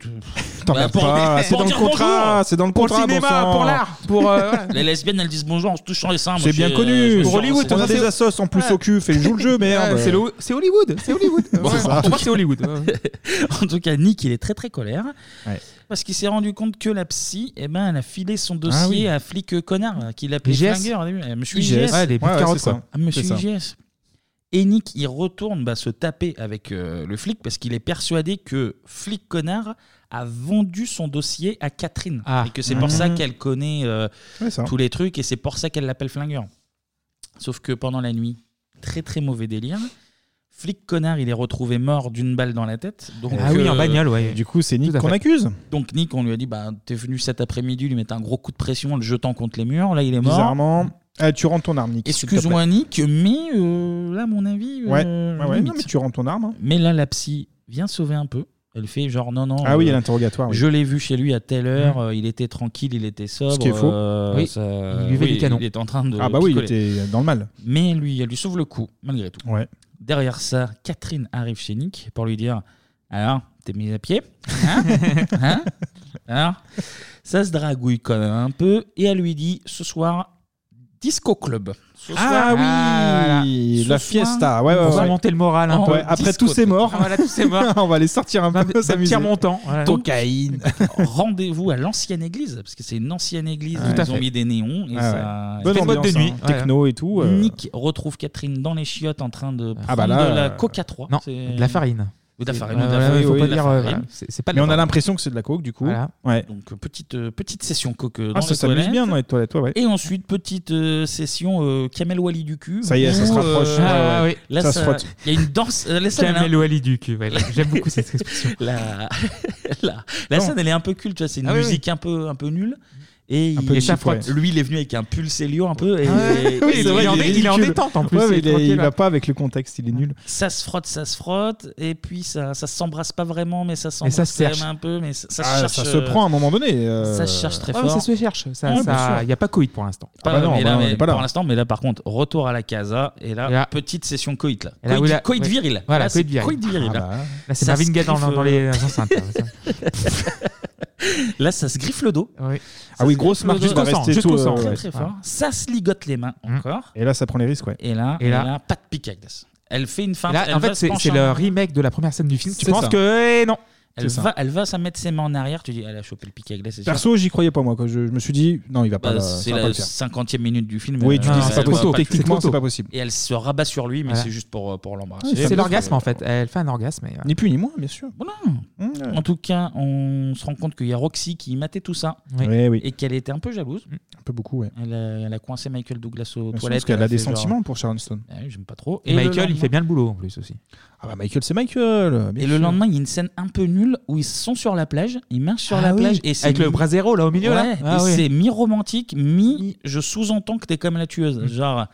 T'emmerdes pour- pas, c'est pour dans le dire contrat, bonjour. c'est dans le Pour le contrat. bon cinéma, sang. pour l'art, pour, euh, Les lesbiennes, elles disent bonjour en se touchant les seins. Moi, C'est je bien suis, euh, je connu. suis Pour sûr, Hollywood, c'est- on a des assos en plus au cul, fais le joue le jeu, merde. Ouais, c'est le- C'est Hollywood, c'est Hollywood. Ouais, ça. Pour moi, c'est Hollywood. Ouais. en tout cas, Nick, il est très très colère. Parce qu'il s'est rendu compte que la psy, eh ben, elle a filé son dossier Ah oui. à un flic euh, connard, euh, qui l'appelait IGS. flingueur au début. Euh, Monsieur IGS. IGS. Ouais, les bouts de Ouais, ouais, carottes, c'est quoi. ça. Ah, monsieur C'est ça. IGS. Et Nick, il retourne bah, se taper avec euh, le flic parce qu'il est persuadé que flic connard a vendu son dossier à Catherine. Ah. Et que c'est pour ça Mhm. qu'elle connaît euh, Ouais, ça. tous les trucs et c'est pour ça qu'elle l'appelle flingueur. Sauf que pendant la nuit, très très mauvais délire. Flic connard, il est retrouvé mort d'une balle dans la tête. Donc, euh, Ah oui, en bagnole, ouais. Du coup, c'est Nick Tout à qu'on fait. accuse. Donc Nick, on lui a dit, bah, t'es venu cet après-midi lui mettre un gros coup de pression en le jetant contre les murs. Là, il est mort. Bizarrement. Ah, tu rends ton arme, Nick. s'il te plaît. Excuse-moi Nick, mais euh, là, à mon avis, euh, Ouais, ouais, ouais. limite. Non, mais tu rends ton arme. hein. Mais là, la psy vient sauver un peu. Elle fait genre non, non. Ah oui, il y a l'interrogatoire, oui. Je l'ai vu chez lui à telle heure, euh, il était tranquille, il était sobre. Ce qui est faux. euh, Oui, ça- il buvait oui, du canon. Il était en train de. Ah bah oui, il picoler. était dans le mal. Mais lui, elle lui sauve le coup, malgré tout. Ouais. Derrière ça, Catherine arrive chez Nick pour lui dire Alors, t'es mis à pied Hein Hein Alors Ça se dragouille quand même un peu et elle lui dit Ce soir, disco club. ce Ah soir. oui, Ah, la Ce fiesta. soir, Ouais, ouais, on va ouais. monter le moral un peu. Ouais, après Discothèque. tous ces morts, Ah, voilà, tous ces morts. on va les sortir un peu, s'amuser. Cocaïne. Rendez-vous à l'ancienne église, parce que c'est une ancienne église. Ouais. Ils Tout à ont fait. mis des néons. Et Ouais, ça... ouais. Bonne C'était une ambiance, boîte de hein. nuit. Techno et tout, euh. Nick retrouve Catherine dans les chiottes en train de prendre Ah bah là, de la euh, Ah, Coca 3. non, C'est- de la farine. Ou de la C'est- farine. ouais, ou de la ouais, farine, ouais, faut ouais, pas de la dire, euh, farine. voilà. C'est- c'est pas de la Mais on a farine. l'impression que c'est de la coke, du coup. Ouais. Donc, euh, petite, euh, petite session coke euh, dans Ah, ça les s'amuse toilettes. bien dans les toilettes, ouais, ouais. Et ensuite, petite euh, session euh, Kamel Wally du cul. Ça y est, ça se où, rapproche. euh, Ouais, ouais, ouais. Là, Ça se frotte. Il y a une danse. euh, la scène, elle a- Kamel Wally du cul, ouais, j'aime beaucoup cette expression. La, la, la Non. scène, elle est un peu culte, tu vois, c'est une Ah oui, musique un peu un peu nulle. Et Un peu il, cheap, ouais. lui, il est venu avec un pull Célio un peu. Et, Ah Ouais. et- Oui, et- c'est vrai, et- il est ridicule. Ouais, mais il, est- il va pas avec le contexte, il est nul. Ça se frotte, ça se frotte, et puis ça, ça s'embrasse pas vraiment, mais ça ça s'embrasse se quand cherche. même un peu, mais ça, ça Ah, se cherche. ça se euh, prend à un moment donné, euh. Ça se cherche très Ah ouais, ça fort. se cherche, ça- Ouais, ça- bien sûr. y a pas coït pour l'instant. Pas- Ah bah non, bah mais là, non, mais on est pas là. Pour l'instant, mais là par contre, retour à la casa, et là, Et là- petite session coït là. Et là, Coït, oui, là- coït ouais. viril. Voilà, Là, coït c'est viril. coït viril. Ah bah, là, c'est Ça Marvin se Gaye dans- griffe, dans les, euh, euh, enceintes, là, ça se griffe le dos. Ah oui, grosse marque jusqu'au sang, jusqu'au sang, Très, euh, ouais. très fort. Ça se ligote les mains Hum. encore. Et là, ça prend les risques, ouais. Et là, Et et là- là, pas de pique Agnes. Elle fait une feinte. Là, elle en va fait, se c'est pencher c'est en le avant. remake de la première scène du film. Tu penses que. eh non Elle C'est ça. va, elle va ça mettre ses mains en arrière. Tu dis, elle a chopé le pique à glace. c'est sûr. Perso, j'y croyais pas moi. Quoi. Je, je me suis dit, non, il va pas, Bah, ça c'est va pas la le faire. 50e minute du film. Oui, euh, tu dis, elle c'est va- pas possible. elle va Techniquement, le c'est faire. pas possible. Et elle se rabat sur lui, mais Voilà. c'est juste pour, euh, pour l'embrasser. C'est l'orgasme en fait. Elle fait un orgasme. et, euh, Ni plus ni moins, bien sûr. Mmh, En tout cas, on se rend compte qu'il y a Roxy qui matait tout ça. Oui. Oui, Eh oui. Et qu'elle était un peu jalouse. Un peu beaucoup, ouais. Elle a, elle a coincé Michael Douglas aux Bien sûr, toilettes. parce qu'elle a fait des genre- sentiments pour Sharon Stone. Ah oui, J'aime pas trop. Et le Michael, il lendemain- fait bien le boulot en plus aussi. Ah bah Michael, c'est Michael. bien Et le sûr. lendemain, il y a une scène un peu nulle où ils sont sur la plage, ils marchent sur Ah la oui, plage et c'est avec le mi- brasero, là, au milieu, là. Ouais, Ah et oui. c'est mi-romantique, mi je sous-entends que t'es comme la tueuse, Mm. genre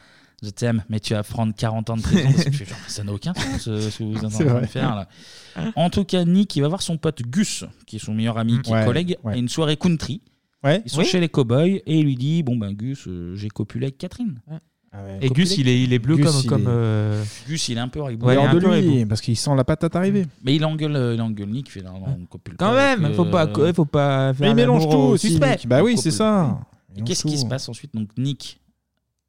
je t'aime mais tu vas prendre 40 ans de prison parce que je suis genre, ça n'a aucun sens euh, ce que vous êtes en C'est train de vrai. faire là. En tout cas, Nick il va voir son pote Gus qui est son meilleur ami, qui Ouais, est collègue à une soirée country. Ils sont Oui. chez les cowboys et il lui dit bon ben Gus, euh, j'ai copulé avec Catherine. Et Ah Gus, il est, il est bleu Gus, comme. il comme est- euh, Gus, il est un peu Il horrible. est hors de lui, parce qu'il sent la patate arriver. Mais il engueule, euh, il engueule Nick, il fait non, non, on copule Quand pas avec, même, faut pas- euh, faut pas faire Mais il mélange l'amour au tout aussi, suspect. Nick. Bah oui, On c'est copule. ça. Et Mélange qu'est-ce qui tout. se passe ensuite Donc Nick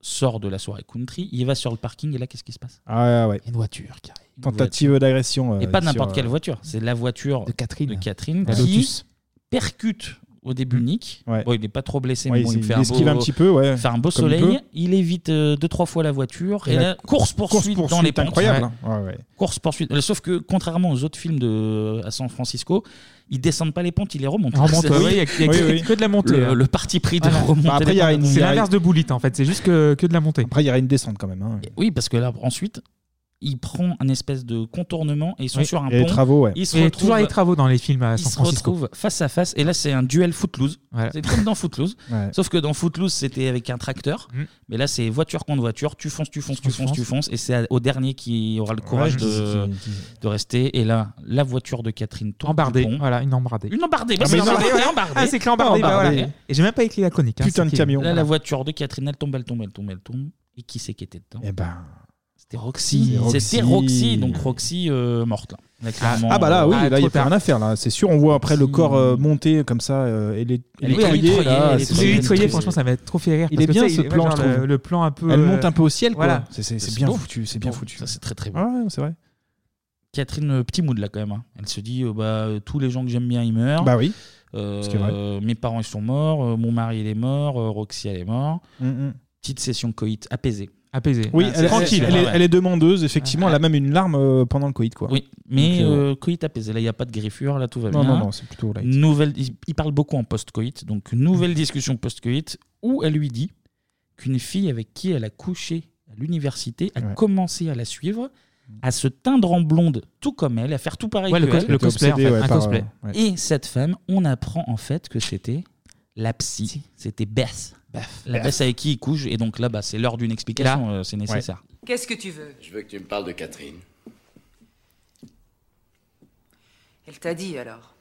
sort de la soirée country, il va sur le parking et là qu'est-ce qui se passe Ah ouais. Une voiture qui arrive. Tentative d'agression. euh, Et pas sur, n'importe euh, quelle voiture, c'est la voiture de Catherine, La qui Lotus. Mm. percute au début Nick. Bon, il n'est pas trop blessé, Ouais, mais bon, il il fait un esquive beau, un petit peu, ouais, fait un beau comme il soleil. peut. Il, évite euh, deux trois fois la voiture et, Et la la course poursuite dans course-poursuite les pentes. incroyable, hein. Ouais, ouais. Course poursuite. Sauf que contrairement aux autres films de à San Francisco, ils descendent pas les pentes, ils les remontent. On remonte, C'est- ouais, il y a- il y a que- que de la montée, Le, hein. le parti pris de Voilà. remonter. Bah, après, les il y a pentes. une- C'est l'inverse de Bullitt en fait, c'est juste que, que de la montée. Après, il y aura une descente quand même. hein. Oui, parce que là, ensuite, il prend un espèce de contournement et ils sont Oui. sur un Il y a pont. les travaux, ouais. Ils se Et retrouvent- toujours les travaux dans les films à Ils San se Francisco. retrouvent face à face et là, c'est un duel footloose. C'est comme dans footloose. Ouais. Sauf que dans footloose, c'était avec un tracteur. Mm. Mais là, c'est voiture contre voiture. Tu fonces, tu fonces, tu fonces, tu fonces. Et c'est au dernier qui aura le courage Ouais, de, qui- qui- de rester. Et là, la voiture de Catherine tombe. Embardée, du pont. voilà, une embardée. Une embardée, Ah, bah, mais c'est embardée, embardée, ouais. embardée. Ah, c'est que l'embardée, bah, voilà. Et j'ai même pas écrit la chronique. hein, Putain c'est de qui- camion. Là, Voilà. la voiture de Catherine, elle tombe, elle tombe, elle tombe, elle tombe. Et qui c'est qui était dedans Eh ben. C'était Roxy. Roxy. C'était Roxy. Donc Roxy euh, morte. Là. Là, clairement, Ah bah là, oui, euh, là, il n'y a plus rien à faire. là. C'est sûr, on voit après le corps euh, monter comme ça, euh, et les Elle est électroyer, électroyée, là, elle c'est- est électroyée, c'est- électroyée, franchement, ça m'a trop fait rire. Il parce est que bien ça, il ce est- plan, genre je le- trouve. le plan un peu, Elle euh, monte un peu au ciel, quoi. voilà. C'est- C'est c'est C'est bien beau. foutu, c'est bien foutu. Ça, c'est très très beau. Ouais, c'est vrai. Catherine, euh, petit mood là quand même. hein. Elle se dit euh, bah, euh, tous les gens que j'aime bien, ils meurent. Bah oui. Euh, Ce qui est vrai. euh, mes parents, ils sont morts. euh, mon mari, il est mort. euh, Roxy, elle est morte. Mm, mm. Petite session coït apaisée. Apaisée. Oui, Ah, elle, c'est tranquille. elle, elle est, Ouais. elle est demandeuse, effectivement. Elle a même une larme euh, pendant le Covid, quoi. Oui, mais Donc, euh, euh, coït apaisé. Là, il n'y a pas de griffure. Là, tout va Non, bien. non, non, c'est plutôt light. Nouvelle, il, il parle beaucoup en post-coït. Donc, nouvelle discussion post-coït où elle lui dit qu'une fille avec qui elle a couché à l'université a commencé à la suivre, à se teindre en blonde, tout comme elle, à faire tout pareil Ouais, que le cos- elle. le cosplay, en fait, un cosplay. Ouais. Et cette femme, on apprend en fait que c'était la psy. C'était Beth. La Beth. Beth avec qui il couche. Et donc là, bah, c'est l'heure d'une explication. euh, c'est nécessaire. Qu'est-ce que tu veux Je veux que tu me parles de Catherine. Elle t'a dit alors.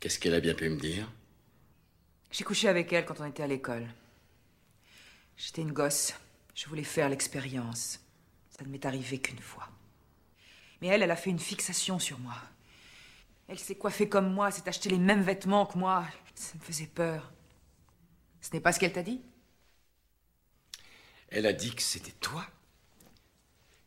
Qu'est-ce qu'elle a bien pu me dire J'ai couché avec elle quand on était à l'école. J'étais une gosse. Je voulais faire l'expérience. Ça ne m'est arrivé qu'une fois. Mais elle, elle a fait une fixation sur moi. Elle s'est coiffée comme moi, s'est acheté les mêmes vêtements que moi. Ça me faisait peur. Ce n'est pas ce qu'elle t'a dit Elle a dit que c'était toi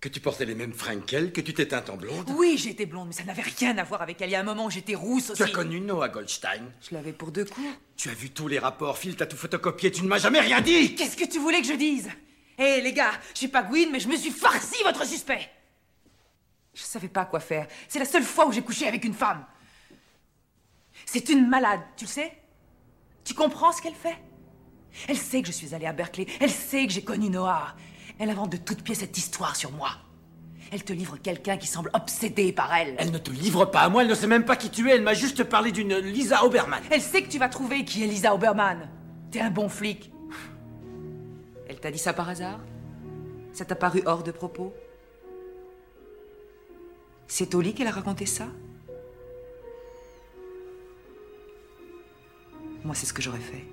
Que tu portais les mêmes fringues qu'elle Que tu t'es teinte en blonde Oui, j'étais blonde, mais ça n'avait rien à voir avec elle. Il y a un moment, j'étais rousse aussi. Tu as connu Noah Goldstein Je l'avais pour deux coups. Tu as vu tous les rapports, Phil t'a tout photocopié, tu ne m'as jamais rien dit Qu'est-ce que tu voulais que je dise Hé, les gars, je suis pas Gwyn, mais je me suis farci votre suspect Je savais pas quoi faire. C'est la seule fois où j'ai couché avec une femme. C'est une malade, tu le sais Tu comprends ce qu'elle fait Elle sait que je suis allée à Berkeley, elle sait que j'ai connu Noah. Elle invente de toutes pièces cette histoire sur moi. Elle te livre quelqu'un qui semble obsédé par elle. Elle ne te livre pas à moi, elle ne sait même pas qui tu es, elle m'a juste parlé d'une Lisa Oberman. Elle sait que tu vas trouver qui est Lisa Oberman. T'es un bon flic. Elle t'a dit ça par hasard Ça t'a paru hors de propos C'est au lit qu'elle a raconté ça Moi, c'est ce que j'aurais fait.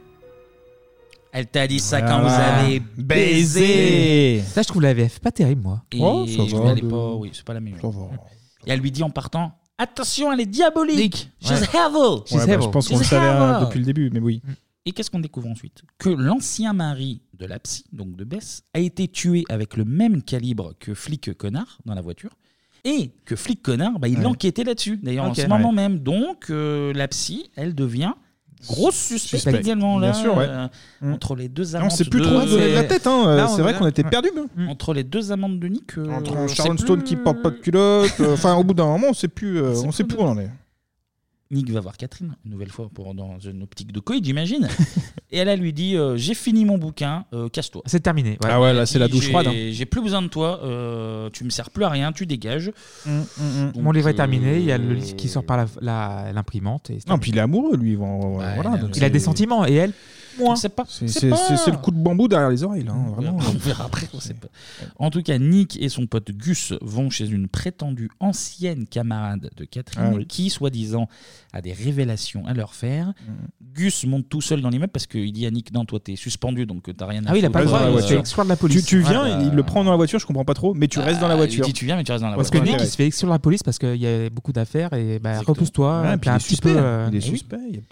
Elle t'a dit ça quand vous Ah. Voilà. avez baisé. Ça, je trouve la VF pas terrible, moi. Et Oh, je n'allais pas, oui, c'est pas la même. Et elle lui dit en partant Attention, elle est diabolique. She's Ouais. evil. Ouais, bah, je pense qu'on le She's savait hein, evil. depuis le début, mais oui. Et qu'est-ce qu'on découvre ensuite Que l'ancien mari de la psy, donc de Bess, a été tué avec le même calibre que flic connard dans la voiture. Et que flic connard, bah, il Ouais. enquêtait là-dessus, d'ailleurs, Ok. en ce moment Ouais. même. Donc, euh, la psy, elle devient grosse suspecte Suspect. également, là, Bien sûr, ouais. euh, entre les deux on amantes. sait plus de- euh, trop où donner de la tête, hein. Là, on C'est vrai est- qu'on était Ouais. perdus, Entre les deux amantes de Nick. euh, Entre on un sait Sharon plus. Stone qui porte pas de culotte, euh, enfin au bout d'un moment on sait plus, euh, on sait plus où on en est. Nick va voir Catherine, une nouvelle fois, pour, dans une optique de coït, j'imagine. et elle, elle lui dit euh, J'ai fini mon bouquin, euh, casse-toi. C'est terminé. Ah ouais, là, c'est la douche J'ai- froide, hein. J'ai plus besoin de toi, euh, tu me sers plus à rien, tu dégages. Bon, Hum, Mon euh, livre est terminé, il y a le livre qui sort par la- la- l'imprimante. et c'est Non, puis il est amoureux lui. voilà, il a- donc il a des c'est- sentiments et elle, moins. C'est pas. C'est c'est- c'est- c'est le coup de bambou derrière les oreilles, là, hein, vraiment. On verra après, on sait pas. En tout cas, Nick et son pote Gus vont chez une prétendue ancienne camarade de Catherine Ah oui. qui, soi-disant, a des révélations à leur faire. Mm. Gus monte tout seul dans l'immeuble parce qu'il dit à Nick Non, toi, t'es suspendu donc t'as rien à Ah oui, il a foutre. pas le droit, Euh, il se fait exclure de la police. Tu, tu viens, Ouais, il bah. le prend dans la voiture, je comprends pas trop, mais tu restes dans la Ah, voiture. Il dit tu viens mais tu restes dans la Parce que voiture. Nick, il se fait exclure de la police parce qu'il y a beaucoup d'affaires et bah, repousse-toi. Ouais, t'es puis il un est petit suspect, peu, euh, il est eh oui. suspect.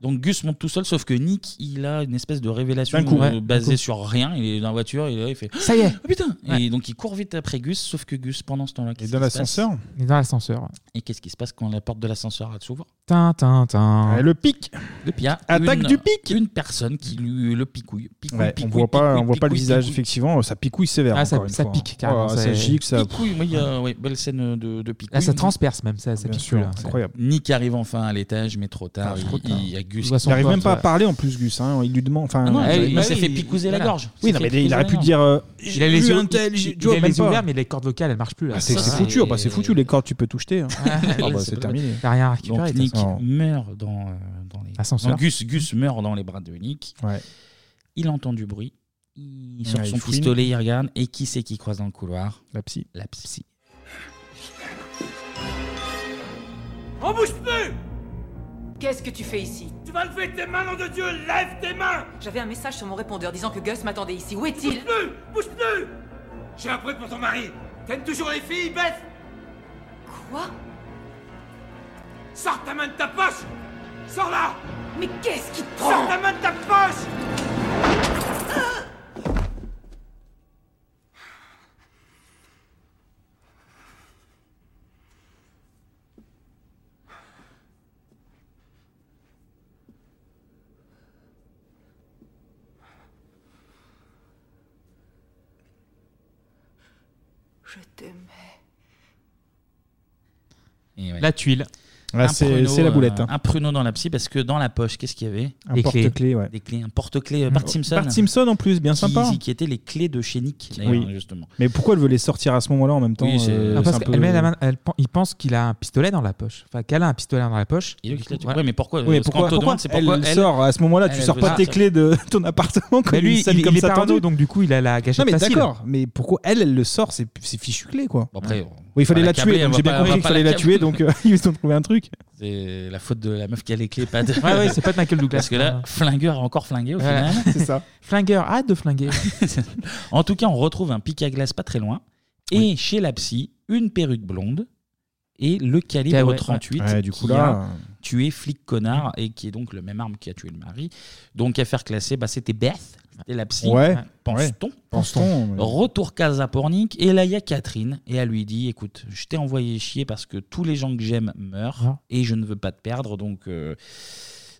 Donc Gus monte tout seul sauf que Nick il a une espèce de révélation D'un coup, euh, ouais, basée d'un coup. sur rien. Il est dans la voiture il, est là, il fait Ça y est. Oh, putain Ouais. Et donc il court vite après Gus sauf que Gus pendant ce temps-là. Il est dans l'ascenseur. Il est dans l'ascenseur. Et qu'est-ce qui se passe quand la porte de l'ascenseur elle s'ouvre Tin, tin, tin. le pic. Le pic. Attaque du pic. Une personne qui lui le picouille. picouille, Ouais, on picouille, voit pas, picouille, on voit pas le picouille, visage picouille. effectivement, ça picouille sévère. Ah, ça- encore une ça fois. pique, carrément, Ouais, ça c'est- gicle, ça. Picouille, oui, il y a- ouais, belle scène de, de picouille. Là, ça transperce même, ça, ça Bien picule, sûr, là. c'est incroyable. Nick arrive enfin à l'étage, mais trop tard. Ah, trop il, tard. il y a Gus. Il qui- n'arrive même pas à parler en plus, Gus. hein, Il lui demande. Enfin, Ah non, il- il- il il- s'est fait picouser la Voilà. gorge. Oui, Il non, s'est mais fait il aurait pu picouser la dire. gorge. euh, Il a les eu yeux, un tel, il- j'ai- il tu vois, a les même yeux pas. ouverts, mais les cordes vocales, elles marchent plus. Là. Ah, c'est Ça, c'est foutu, ah bah, c'est foutu, les cordes tu peux tout jeter. hein. Ah, bah, c'est terminé. T'as rien à récupérer. Donc de toute Nick façon. meurt dans, euh, dans les. Ascenseur. non, Gus, Gus meurt dans les bras de Nick. Il entend du bruit. Il sort Ouais, il son fouine. pistolet, il regarde. Et qui c'est qui croise dans le couloir La psy. La psy. On bouge plus Qu'est-ce que tu fais ici Tu vas lever tes mains, nom de Dieu Lève tes mains J'avais un message sur mon répondeur disant que Gus m'attendait ici. Où est-il Plus Bouge plus J'ai un bruit pour ton mari T'aimes toujours les filles, Beth Quoi Sors ta main de ta poche Sors là Mais qu'est-ce qui te Sors ta main de ta poche Je t'aimais. Et ouais. La tuile. Ouais, Un c'est- pruneau, c'est la boulette, euh, hein. un pruneau dans la psy parce que dans la poche, qu'est-ce qu'il y avait Un Des clés. porte-clés, ouais. Des clés, un porte-clés euh, Bart Simpson. Bart Simpson, en plus, bien Qui- sympa. Qui étaient les clés de chez Nick, d'ailleurs, Oui. justement. Mais pourquoi elle veut les sortir à ce moment-là en même temps Oui, c'est- euh, Ah, parce c'est un qu'elle peu- met la main- elle pen- il pense qu'il a un pistolet dans la poche. Enfin, qu'elle a un pistolet dans la poche. Et donc, il a dit, Voilà. ouais, mais pourquoi Oui, Parce qu'on pourquoi, te pourquoi demande, c'est elle, pourquoi elle- sort à ce moment-là Tu elle, sors elle pas veut tes ça. clés de ton appartement quand Mais lui, une scène il, comme il est ça parano, tendue. donc du coup, il a la Non gâchette mais facile. d'accord, mais pourquoi elle, elle le sort C'est c'est fichu clé quoi. Bon, après, on oui, il fallait va la l'accabler, tuer. on donc va J'ai pas- bien on va compris qu'il pas fallait la l'accabler. tuer, donc euh, ils ont trouvé un truc. C'est la faute de la meuf qui a les clés, pas de. Ouais, ouais, c'est pas de Michael Douglas. Parce que là, Flingueur a encore flingué au Voilà. final. Flingueur, hâte de Ah flinguer. En tout cas, on retrouve un pic à glace pas très loin. Et chez la psy, une perruque blonde et le calibre Ah ouais. 38. Ouais, du coup, qui là, euh, a tué flic connard et qui est donc le même arme qui a tué le mari. Donc affaire classée, bah, c'était Beth, c'était la psy. Ouais, pense-t-on. ouais. Pense-t-on, ouais. Retour casa pornic et là il y a Catherine et elle lui dit écoute, je t'ai envoyé chier parce que tous les gens que j'aime meurent et je ne veux pas te perdre donc. euh,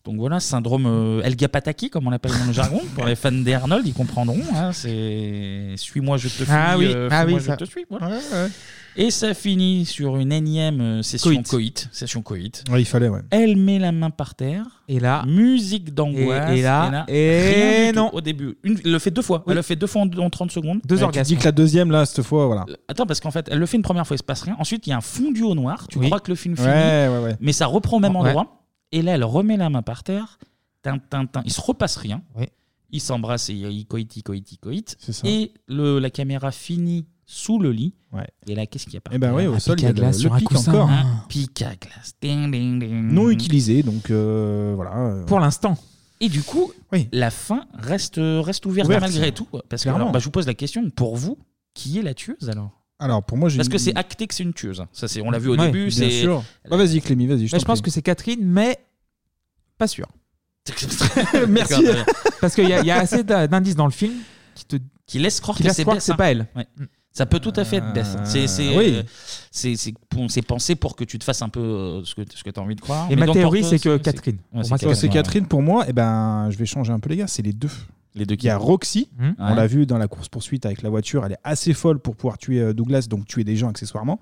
donc voilà, syndrome euh, El Gapataki, comme on l'appelle dans le jargon. Pour les fans d'Arnold, ils comprendront. hein, c'est Suis-moi, je te fuis. Ah oui, euh, ah fuis-moi, oui, je ça. te suis. voilà. Et ça finit sur une énième euh, session coït. Coït. Session coït. Ouais, il fallait, ouais. Elle met la main par terre. Et là. Musique d'angoisse. et- et là- rien et du tout non. Au début. Une- elle le fait deux fois. Elle le fait deux fois en, en 30 secondes. Ouais, Tu dis que la deuxième, là, cette fois, voilà. Attends, parce qu'en fait, elle le fait une première fois, il se passe rien. Ensuite, il y a un fondu au noir. Tu crois que le film Ouais, finit. ouais, ouais. Mais ça reprend au même Ouais. endroit. Et là, elle remet la main par terre. Tin, tin, tin. Il se repasse rien. Il s'embrasse et il coïte, il coïte, il coïte. ça. Et le, la caméra finit sous le lit. Et là, qu'est-ce qu'il y a par Eh ben terre ouais, au sol, il y a le, le pic coussin. encore. Un pic à glace. Ding, ding, ding. Non utilisé, donc euh, voilà. euh, l'instant. Et du coup, la fin reste, reste ouverte, Ouverte. malgré tout. quoi. Parce que Clairement. alors, bah, je vous pose la question, pour vous, qui est la tueuse alors Alors pour moi, j'ai Parce une- que c'est acté que c'est une tueuse. Ça, c'est, on l'a vu au Ouais, début. bien c'est... sûr. Bah, vas-y, Clémy, vas-y. Bah, je pense que c'est Catherine, mais pas sûr. Merci. D'accord, bah. très bien. Parce qu'il y, a- il y a assez d'a- d'indices dans le film qui te qui laisse croire qui que laisse c'est croire Beth, que c'est hein. pas elle. Ah, Ouais. Ça peut tout à fait être Beth. C'est, c'est, oui. euh, c'est, c'est, bon, c'est pensé pour que tu te fasses un peu euh, ce que, ce que tu as envie de croire. Et Mais ma donc, théorie, pour toi, c'est que Catherine. Ouais, Pour c'est moi, c'est Catherine, Catherine. pour moi. Et ben, je vais changer un peu les gars. C'est les deux. Les deux. Il y a Roxy. Hmm. On Ouais. l'a vu dans la course poursuite avec la voiture. Elle est assez folle pour pouvoir tuer euh, Douglas, donc tuer des gens accessoirement.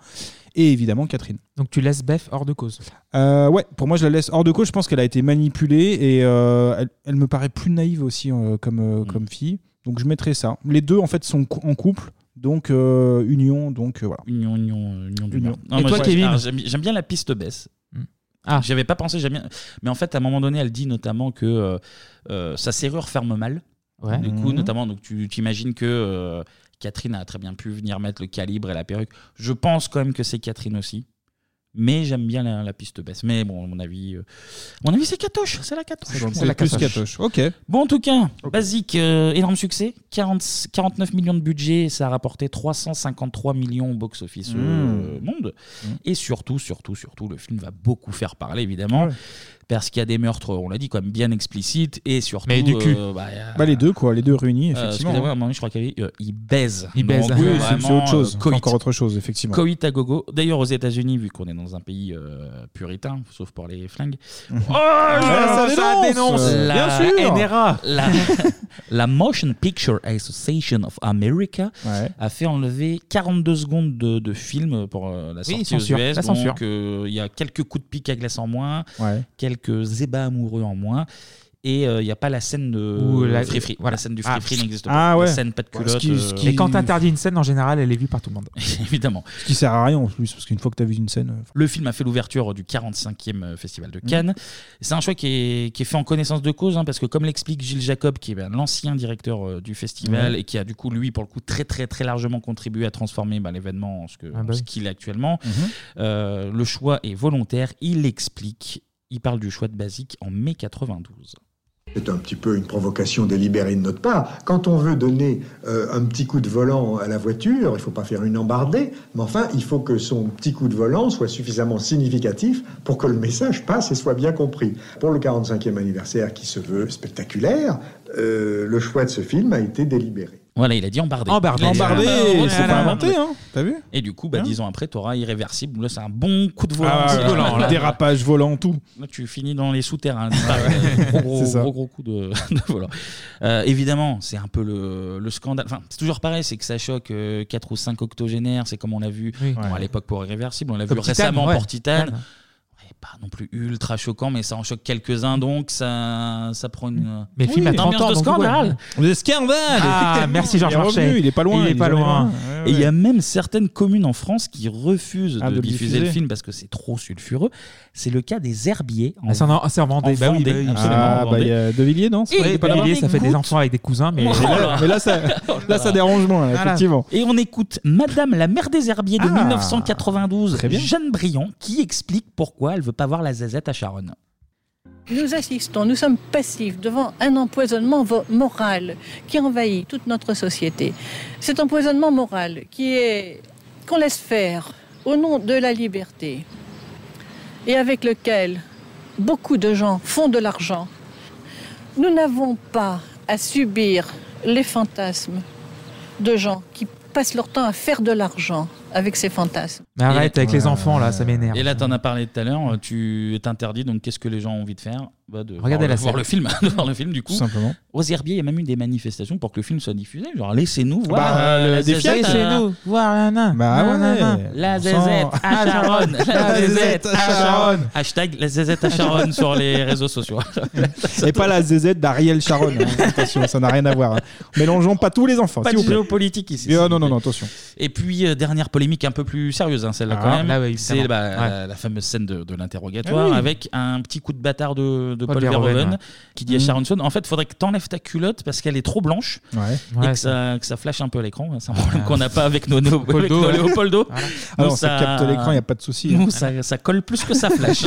Et évidemment Catherine. Donc tu laisses Beth hors de cause. Euh, ouais, pour moi, je la laisse hors de cause. Je pense qu'elle a été manipulée et euh, elle, elle me paraît plus naïve aussi euh, comme, Mm. euh, comme fille. Donc je mettrais ça. Les deux en fait sont cou- en couple, donc euh, union, donc euh, voilà. Union, union, euh, union du Nord. Non, Et moi, toi, j'ai- Kevin alors, j'aime, j'aime bien la piste baisse. Ah. J'avais Hmm. pas pensé, j'aime bien. Mais en fait, à un moment donné, elle dit notamment que euh, euh, sa serrure ferme mal. Ouais. Du coup, Mhm. notamment, donc tu t'imagines que euh, Catherine a très bien pu venir mettre le calibre et la perruque. Je pense quand même que c'est Catherine aussi. Mais j'aime bien la, la piste baisse. Mais bon, à mon avis, euh, à mon avis, c'est Catoche. C'est la Catoche. C'est plus Catoche. Ok. Bon, en tout cas, Basique, euh, énorme succès. 40 49 millions de budget, ça a rapporté 353 millions au box-office Hmm. Mmh. euh, monde. Et surtout, surtout, surtout, le film va beaucoup faire parler, évidemment, parce qu'il y a des meurtres, on l'a dit, quand même bien explicites, et surtout... Mais du cul. euh, bah, euh, Bah, les deux quoi, les deux réunis euh, effectivement. hein. excusez-moi, à un moment donné, je crois qu'il y avait, euh, il baise. Ils baisent. Donc, Oui, euh, c'est- c'est vraiment, autre chose. euh, C'est coït. encore autre chose, effectivement. Coït à gogo. D'ailleurs, aux États-Unis, vu qu'on est dans un pays euh, puritain, sauf pour les flingues. oh, ça dénonce. La Bien sûr. NRA. La, la Motion Picture Association of America a fait enlever 42 secondes de, de film pour euh, la Oui, sortie censure, aux US. la censure. Donc, euh, il y a quelques coups de pique à glace en moins, Ouais. quelques ébats amoureux en moins. Et euh, il n'y a pas la scène de Ou euh, la- free free. voilà. La scène du free Ah. free n'existe pas. Ah ouais. La scène pas de Ouais, culotte. ce qui- ce euh, qui- Et quand t'interdis une scène, en général, elle est vue par tout le monde. évidemment. Ce qui sert à rien en plus, parce qu'une fois que t'as vu une scène. euh, Le film a fait l'ouverture du 45e Festival Mm. de Cannes. C'est un choix qui est, qui est fait en connaissance de cause, hein, parce que comme l'explique Gilles Jacob, qui est ben, l'ancien directeur euh, du festival Ouais. et qui a du coup, lui, pour le coup, très très très largement contribué à transformer ben, l'événement en ce que- Ah bah en ce oui. qu'il est actuellement, euh, le choix est volontaire. Il explique, il parle du choix de Basique en mai 92. C'est un petit peu une provocation délibérée de notre part. Quand on veut donner euh, un petit coup de volant à la voiture, il ne faut pas faire une embardée, mais enfin, il faut que son petit coup de volant soit suffisamment significatif pour que le message passe et soit bien compris. Pour le 45e anniversaire qui se veut spectaculaire, euh, le choix de ce film a été délibéré. Voilà, il a dit embardé. Embardé. Il a dit Embardé, embardé, c'est embardé. pas inventé, hein. T'as vu Et du coup, bah, dix ans après, t'auras Irréversible. Là, c'est un bon coup de volant. Ah, C'est ouais, volant, ouais, là. Dérapage volant, tout. Là, tu finis dans les souterrains. gros, gros, C'est ça. gros, gros coup de, de volant. Euh, évidemment, c'est un peu le, le scandale. Enfin, c'est toujours pareil, c'est que ça choque 4 ou 5 octogénaires. C'est comme on l'a vu Oui. bon, Ouais. à l'époque pour Irréversible. On l'a vu Comme Titane, récemment ouais. pour Titane. Titane, ouais. Ouais, Pas non plus ultra choquant, mais ça en choque quelques-uns, donc ça, ça prend une. Mais le film a une 30 ambiance ans, de donc scandale. Le scandale Ah, merci Georges Il est Marchais. revenu, il est pas loin, Il est il pas est loin. revenu. Et il y a même certaines communes en France qui refusent Ah, de, de le diffuser, diffuser. le film parce que c'est trop sulfureux. C'est le cas des herbiers. Ah, c'est en- c'est en Vendée. Bah oui, bah oui. absolument, Ah, en bah, Vendée. il y a De Villiers, non Et Ouais, pas on Villiers, ça fait des écoute- enfants avec des cousins, mais. Oh là là. Mais là, ça, là, ça dérange moins, là, Voilà. effectivement. Et on écoute Madame la mère des herbiers de Ah, 1992, très bien. Jeanne Briand, qui explique pourquoi elle veut pas voir la zazette à Charonne. Nous assistons, nous sommes passifs devant un empoisonnement vo- moral qui envahit toute notre société. Cet empoisonnement moral qui est qu'on laisse faire au nom de la liberté et avec lequel beaucoup de gens font de l'argent, nous n'avons pas à subir les fantasmes de gens qui passent leur temps à faire de l'argent avec ces fantasmes. Mais arrête avec les enfants là, ça m'énerve. Et là, t'en as parlé tout à l'heure, tu es interdit, donc qu'est-ce que les gens ont envie de faire Bah, de Regardez voir, la le- voir scène. le film, de voir le film du coup. Tout simplement. Aux Herbiers, il y a même eu des manifestations pour que le film soit diffusé. Genre, laissez-nous voir. Bah, euh, le la défi, zézette, c'est euh, nous. Voir un nain. Bah Nan, ouais. nan, nan. La On zézette sent- à Charonne. La zézette à Charonne. Hashtag la zézette à Charonne sur les réseaux sociaux. Et pas la ZZ d'Ariel Sharon. hein. Attention, ça n'a rien à voir. hein. Mélangeons pas tous les enfants. Pas s'il de vous plaît. géopolitique ici, Et, euh, s'il non, vous non, plaît. non, attention. Et puis, euh, dernière polémique un peu plus sérieuse, hein, celle-là Ah, quand même. là, ouais, évidemment. c'est bah, Ouais. la- la fameuse scène de, de l'interrogatoire Ah oui. avec un petit coup de bâtard de, de Paul Paul Verhoeven, Verhoeven ouais. qui dit à Mhm. Sharon Stone En fait, faudrait que t'enlèves ta culotte parce qu'elle est trop blanche Ouais. et Ouais, que, ça, que ça flash un peu à l'écran. hein, C'est un problème qu'on n'a pas avec nos, nos, Léopoldo, avec nos ouais. Léopoldo. Voilà. Nous, Ah non, ça capte l'écran, y a pas de souci. hein. Nous, ça, ça colle plus que ça flash.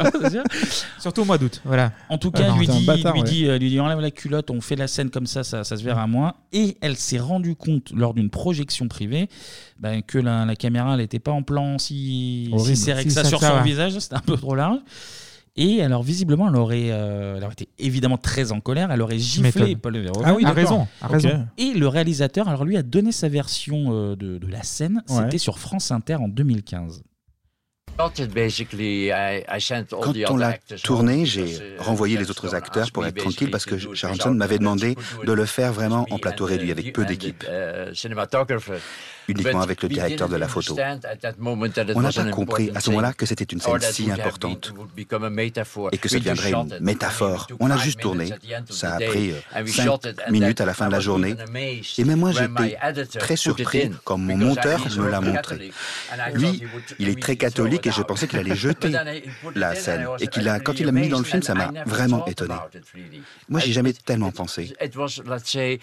Surtout au mois d'août. Voilà. En tout Ah cas, non, lui, t'es un dit, bâtard, lui, ouais. dit, euh, lui dit enlève la culotte, on fait la scène comme ça, ça, ça se verra moins. Et elle s'est rendue compte lors d'une projection privée ben, que la, la caméra n'était pas en plan si, si Horrible. serré que Si ça ça, sur ça, son ouais. visage, c'était un peu trop large. Et alors, visiblement, elle aurait, euh, elle aurait été évidemment très en colère, elle aurait giflé m'étonnes. Paul Verhoeven. Ah oui, À d'accord. raison, à Ok. raison. Et le réalisateur, alors lui, a donné sa version euh, de, de la scène, Ouais. c'était sur France Inter en 2015. Quand on l'a tourné, j'ai renvoyé les autres acteurs pour être tranquille parce que Sharonson m'avait demandé de le faire vraiment en plateau réduit avec peu d'équipe, uniquement avec le directeur de la photo. On n'a pas compris à ce moment-là que c'était une scène si importante et que ça deviendrait une métaphore. On a juste tourné, ça a pris euh, cinq minutes à la fin de la journée, et même moi j'étais très surpris quand mon monteur me l'a montré. Lui, il est très catholique et je pensais qu'il allait jeter la scène, et qu'il a, quand il l'a mis dans le film, ça m'a vraiment étonné. Moi, j'ai jamais tellement pensé. C'était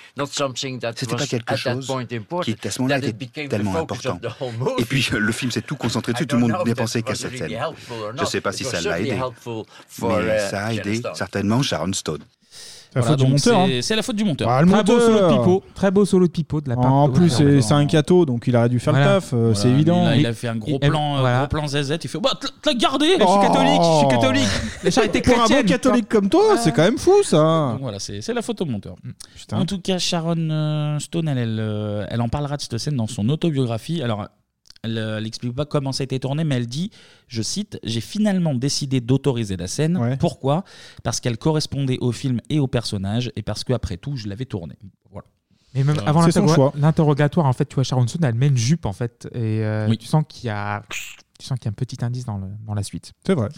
C'était pas quelque chose qui, à ce moment-là, était tellement important. Et puis le film s'est tout concentré dessus, tout le monde n'est pensé qu'à cette scène. Je ne sais pas si ça l'a aidé, mais ça a aidé certainement Sharon Stone. la faute du donc monteur, c'est- hein. C'est la faute du monteur. Ah, le Très beau monteur. solo de pipeau. Très beau solo de pipeau de la part En de- plus, Ouais, c'est- c'est un cateau, donc il aurait dû faire Voilà. le taf, euh, c'est Voilà, évident. mais là, il a fait un gros Et- plan, euh, voilà. gros plan ZZ. Il fait Bah, te- te la gardez Je suis catholique, je suis catholique. La charité Pour un bon chrétienne. catholique comme toi, c'est quand même fou Hein. ça. Donc voilà, c'est c'est la photo monteur. Mmh. Mm. En tout cas, Sharon euh, Stone, elle, elle, euh, elle en parlera de cette scène dans son autobiographie. Alors, elle n'explique pas comment ça a été tourné, mais elle dit, je cite, J'ai finalement décidé d'autoriser la scène. Pourquoi Parce qu'elle correspondait au film et au personnage, et parce qu'après tout, je l'avais tournée. Voilà. Mais même Euh, avant c'est son l'interro- choix. l'interrogatoire, en fait, tu vois, Sharon Stone, elle met une jupe, en fait. Et euh, Oui. tu sens qu'il y a. Tu sens qu'il y a un petit indice dans, le, dans la suite. C'est vrai.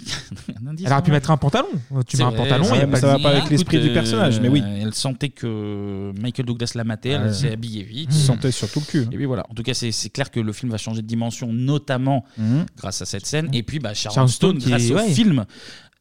Elle aurait pu mettre un pantalon. Tu mets un pantalon, il y a pas de- avec l'esprit du personnage, mais oui. euh, Elle sentait que Michael Douglas la matait, elle Ouais. s'est habillée vite. Elle sentait surtout le cul. Et puis voilà. En tout cas, c'est c'est clair que le film va changer de dimension, notamment Mhm. grâce à cette scène. Et puis, bah, Sharon, Sharon Stone, Stone qui grâce est- au ouais. film,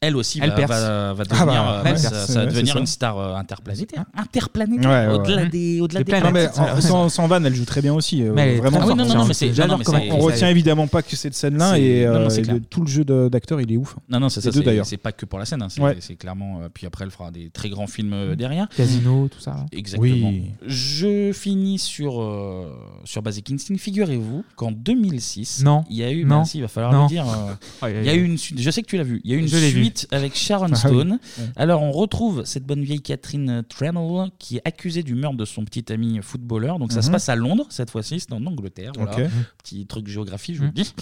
elle aussi Elle va, perce. va- Ah va devenir, bah, euh, elle ouais, ça- perce, ça va ouais, devenir c'est ça. une star euh, interplanétaire. Interplanétaire. Ouais, ouais, ouais. Au-delà des, au-delà des Non, mais planètes. en- sans, sans vanne, elle joue très bien aussi. euh, Mais elle est vraiment très forte. forte. Ah oui, non, non, non, mais c'est- non, non, mais c'est- on c'est- retient évidemment pas que cette scène-là C'est- et, non, non, euh, c'est et clair. le- tout le jeu de- d'acteur, il est ouf. Non, non, c'est Les ça. deux, C'est d'ailleurs. c'est pas que pour la scène. hein, c'est Ouais. c'est clairement. euh, puis après, elle fera des très grands films euh, derrière. Casino, tout ça. Exactement. Oui. Je finis sur, euh, sur Basic Instinct. Figurez-vous qu'en 2006, Non. il y a eu. Non. bah, si, il va falloir Non. le dire. euh, Ah, il y a il y a eu. eu une suite. Je sais que tu l'as vu. Il y a eu une Je l'ai vu. suite avec Ah Sharon oui. Stone. Ouais. Alors, on retrouve cette bonne vieille Catherine Tremble qui est accusée du meurtre de son petit ami footballeur. Donc, ça se Mhm. passe à Londres cette fois-ci. C'est en Angleterre. Voilà. Ok. Mhm. Petit truc géographie, Mmh. je vous le dis.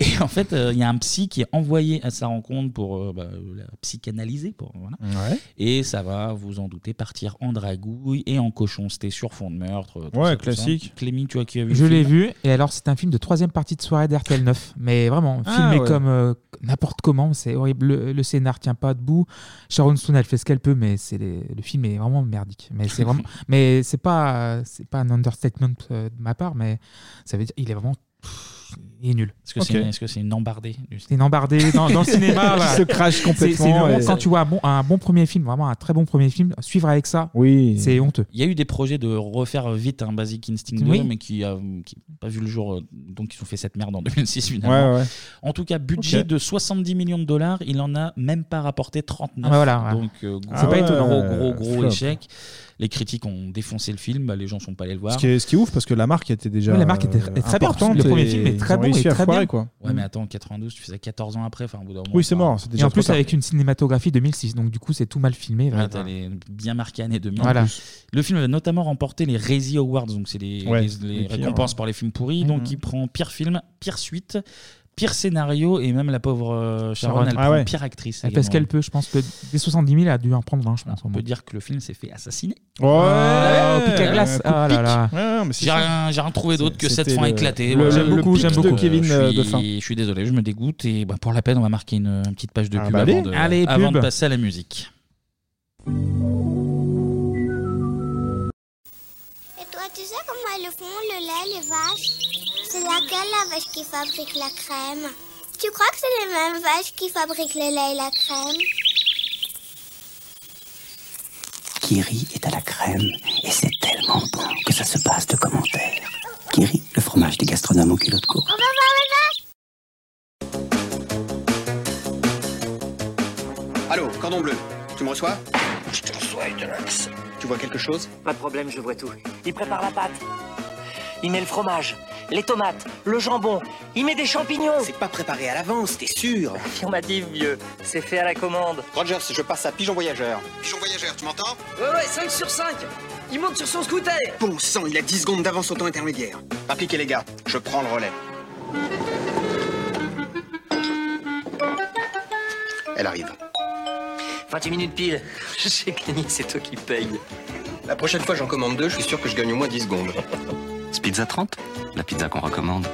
Et en fait, euh, il y a un psy qui est envoyé à sa rencontre pour euh, bah, la psychanalyser. Pour, voilà. Ouais. Et ça va, vous en doutez, partir en dragouille et en cochon. C'était sur fond de meurtre. euh, tout Ouais, ça, tout ça. classique. Clémy, tu vois qui a vu le Je l'ai film vu, et alors c'est un film de troisième partie de soirée d'RTL 9. Mais vraiment, Ah, filmé ouais. comme euh, n'importe comment, c'est horrible. Le, le scénar tient pas debout. Sharon Stone, elle fait ce qu'elle peut, mais c'est les- le film est vraiment merdique. Mais c'est vraiment, mais c'est pas, euh, c'est pas un understatement euh, de ma part, mais ça veut dire il est vraiment, pff, il est nul. Est-ce que c'est une- est-ce que c'est une embardée du C'est une embardée dans, dans le cinéma. Il voilà. se crache C'est- complètement, c'est vraiment et- Quand tu vois un bon, un bon premier film, vraiment un très bon premier film, suivre avec ça, c'est honteux. Il y a eu des projets de refaire vite un Basic Instinct 2, Oui. mais qui a qui a pas vu le jour. euh, Donc, ils ont fait cette merde en 2006 Ouais, finalement. ouais. En tout cas, budget Ok. de 70 millions de dollars, il en a même pas rapporté 39. Ah, voilà, ouais. Donc, euh, gros, C'est pas étonnant. gros, gros, gros Flop. échec. Les critiques ont défoncé le film, les gens sont pas allés le voir. Ce qui, est, ce qui est ouf parce que la marque était déjà. Ouais, la marque était euh, très bien, importante le premier et film est ils très ont bon réussi et à très foirer, bien. Mm. quoi. Ouais, mais attends, en 92, tu faisais 14 14 ans après. Enfin, au bout d'un moment, Oui, c'est enfin, mort, c'est Et déjà en plus, trop tard. avec une cinématographie 2006, donc du coup, c'est tout mal filmé. Ouais, voilà. t'as les bien marqué année 2000. Voilà. Le film va notamment remporter les Razzie Awards, donc c'est les, Ouais, les- les les pires, récompenses ouais. pour les films pourris. Mhm. Donc il prend pire film, pire suite, pire scénario et même la pauvre euh, Sharon, elle prend pire actrice. ah Parce également. qu'elle peut, je pense que des 70 000, elle a dû en prendre 20, je pense. On peut dire que le film s'est fait assassiner. Ouais, Ouais, au pic à glace. un coup de Ah là pic. là. Ouais, mais c'est J'ai ça. rien, j'ai rien trouvé d'autre que C'était cette fin le- éclatée. le- Voilà. j'aime beaucoup, j'aime beaucoup. Kevin, je, euh, suis, de fin. je suis désolé, je me dégoûte. Et bah, pour la peine, on va marquer une, une petite page de Ah pub bah avant, allez. de, Allez, avant pub. de passer à la musique. Et toi, tu sais comment ils le font, le lait, les vaches C'est laquelle la vache qui fabrique la crème Tu crois que c'est les mêmes vaches qui fabriquent le lait et la crème Kiri est à la crème et c'est tellement bon que ça se passe de commentaires. Kiri, le fromage des gastronomes au culot de course. On va voir les vaches Allô, cordon bleu, tu me reçois Je te reçois, Ethernax. Tu vois quelque chose Pas de problème, je vois tout. Il prépare la pâte. Il met le fromage, les tomates, le jambon. Il met des champignons. C'est pas préparé à l'avance, t'es sûr Affirmative, vieux. C'est fait à la commande. Rogers, je passe à Pigeon Voyageur. Pigeon voyageur, tu m'entends Ouais, ouais, 5 sur 5. Il monte sur son scooter. Bon sang, il a 10 secondes d'avance au temps intermédiaire. Appliquez les gars, je prends le relais. Elle arrive. 28 minutes pile. Je sais que Denis, c'est toi qui paye. La prochaine fois, j'en commande deux, je suis sûr que je gagne au moins 10 secondes. hein. Pizza 30 La pizza qu'on recommande.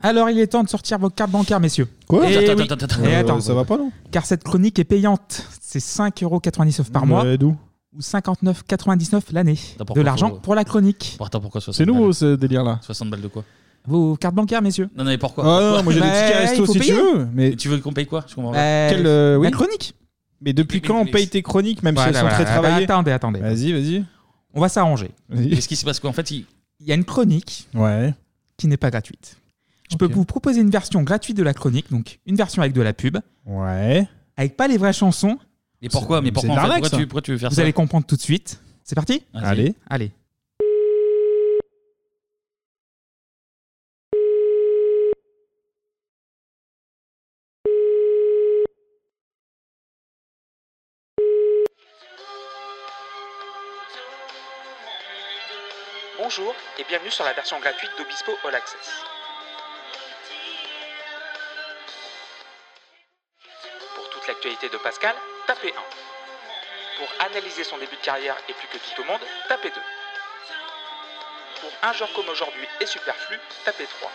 Alors, il est temps de sortir vos cartes bancaires, messieurs. Quoi Et Attends, oui. attends, attends, attends. Et Euh, attends. ça va pas, non Car cette chronique est payante. C'est 5,99€ par Mais mois. d'où Ou 59,99€ l'année. pourquoi De l'argent faut- pour la chronique. Attends, pourquoi 60 C'est nouveau ce délire-là. 60 balles de quoi Vos cartes bancaires, messieurs. Non, non, mais pourquoi Ah non, Pourquoi moi j'ai des tickets Eh, resto si tu veux. Mais tu veux qu'on paye quoi Je comprends pas. Euh, Quelle, euh, la oui. chronique. Ah, Mais depuis quand on paye tes chroniques, même si elles sont très travaillées bah, Attendez, attendez. Vas-y, vas-y. On va s'arranger. Qu'est-ce qui se passe quoi En fait, il... y a une chronique Ouais. qui n'est pas gratuite. Je peux vous proposer une version gratuite de la chronique, donc une version avec de la pub. Ouais. Avec pas les vraies chansons. Et pourquoi Mais pourquoi, en fait, pourquoi tu- pourquoi tu veux faire Vous ça allez comprendre tout de suite. C'est parti Vas-y. Allez. Allez. Bonjour et bienvenue sur la version gratuite d'Obispo All Access. Pour toute l'actualité de Pascal, tapez 1. Pour analyser son début de carrière et plus que tout au monde, tapez 2. Pour Un genre comme aujourd'hui et superflu, tapez 3.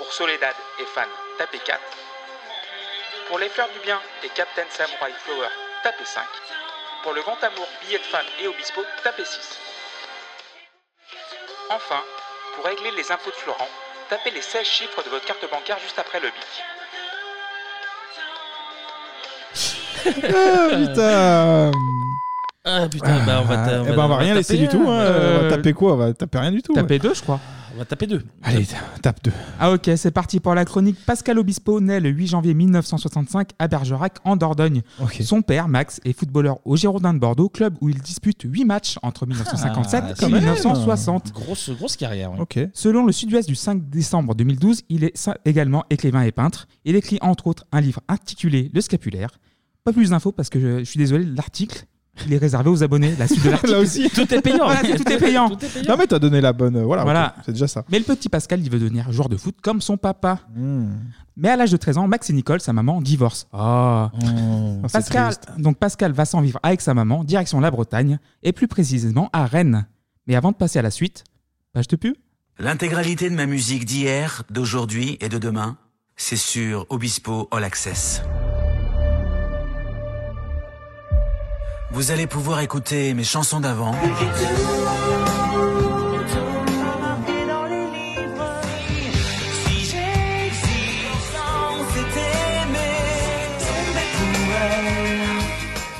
Pour Soledad et Fan, tapez 4. Pour Les Fleurs du Bien et Captain Samurai Flower, tapez 5. Pour Le Grand Amour, Billet de Fan et Obispo, tapez 6. Enfin, pour régler les impôts de Florent, tapez les 16 chiffres de votre carte bancaire juste après le bic. Ah putain Ah putain, bah, on va ta- Ah, on eh va- ben, on on va va rien laisser taper, du tout. hein. euh, On va taper quoi On va taper rien du tout. Taper deux, je crois. On va taper deux. Allez, tape deux. Ah ok, c'est parti pour la chronique. Pascal Obispo naît le 8 janvier 1965 à Bergerac, en Dordogne. Son père, Max, est footballeur au Girondin de Bordeaux, club où il dispute 8 matchs entre 1957 Ah, et quand même. 1960. Grosse, grosse carrière. oui. Selon le Sud-Ouest du 5 décembre 2012, il est sa- également écrivain et peintre. Il écrit entre autres un livre intitulé Le scapulaire. Pas plus d'infos parce que je, je suis désolé, l'article, il est réservé aux abonnés. La suite de l'article. Là aussi. Tout est payant. Voilà, c'est- tout est payant. Non, mais t'as donné la bonne. euh, Voilà. Voilà. ok, C'est déjà ça. Mais le petit Pascal, il veut devenir joueur de foot comme son papa. Hmm. Mais à l'âge de 13 ans, Max et Nicole, sa maman, divorcent. Ah. c'est Pascal, donc Pascal va s'en vivre avec sa maman, direction la Bretagne, et plus précisément à Rennes. Mais avant de passer à la suite, bah, je te pue. L'intégralité de ma musique d'hier, d'aujourd'hui et de demain, c'est sur Obispo All Access. Vous allez pouvoir écouter mes chansons d'avant,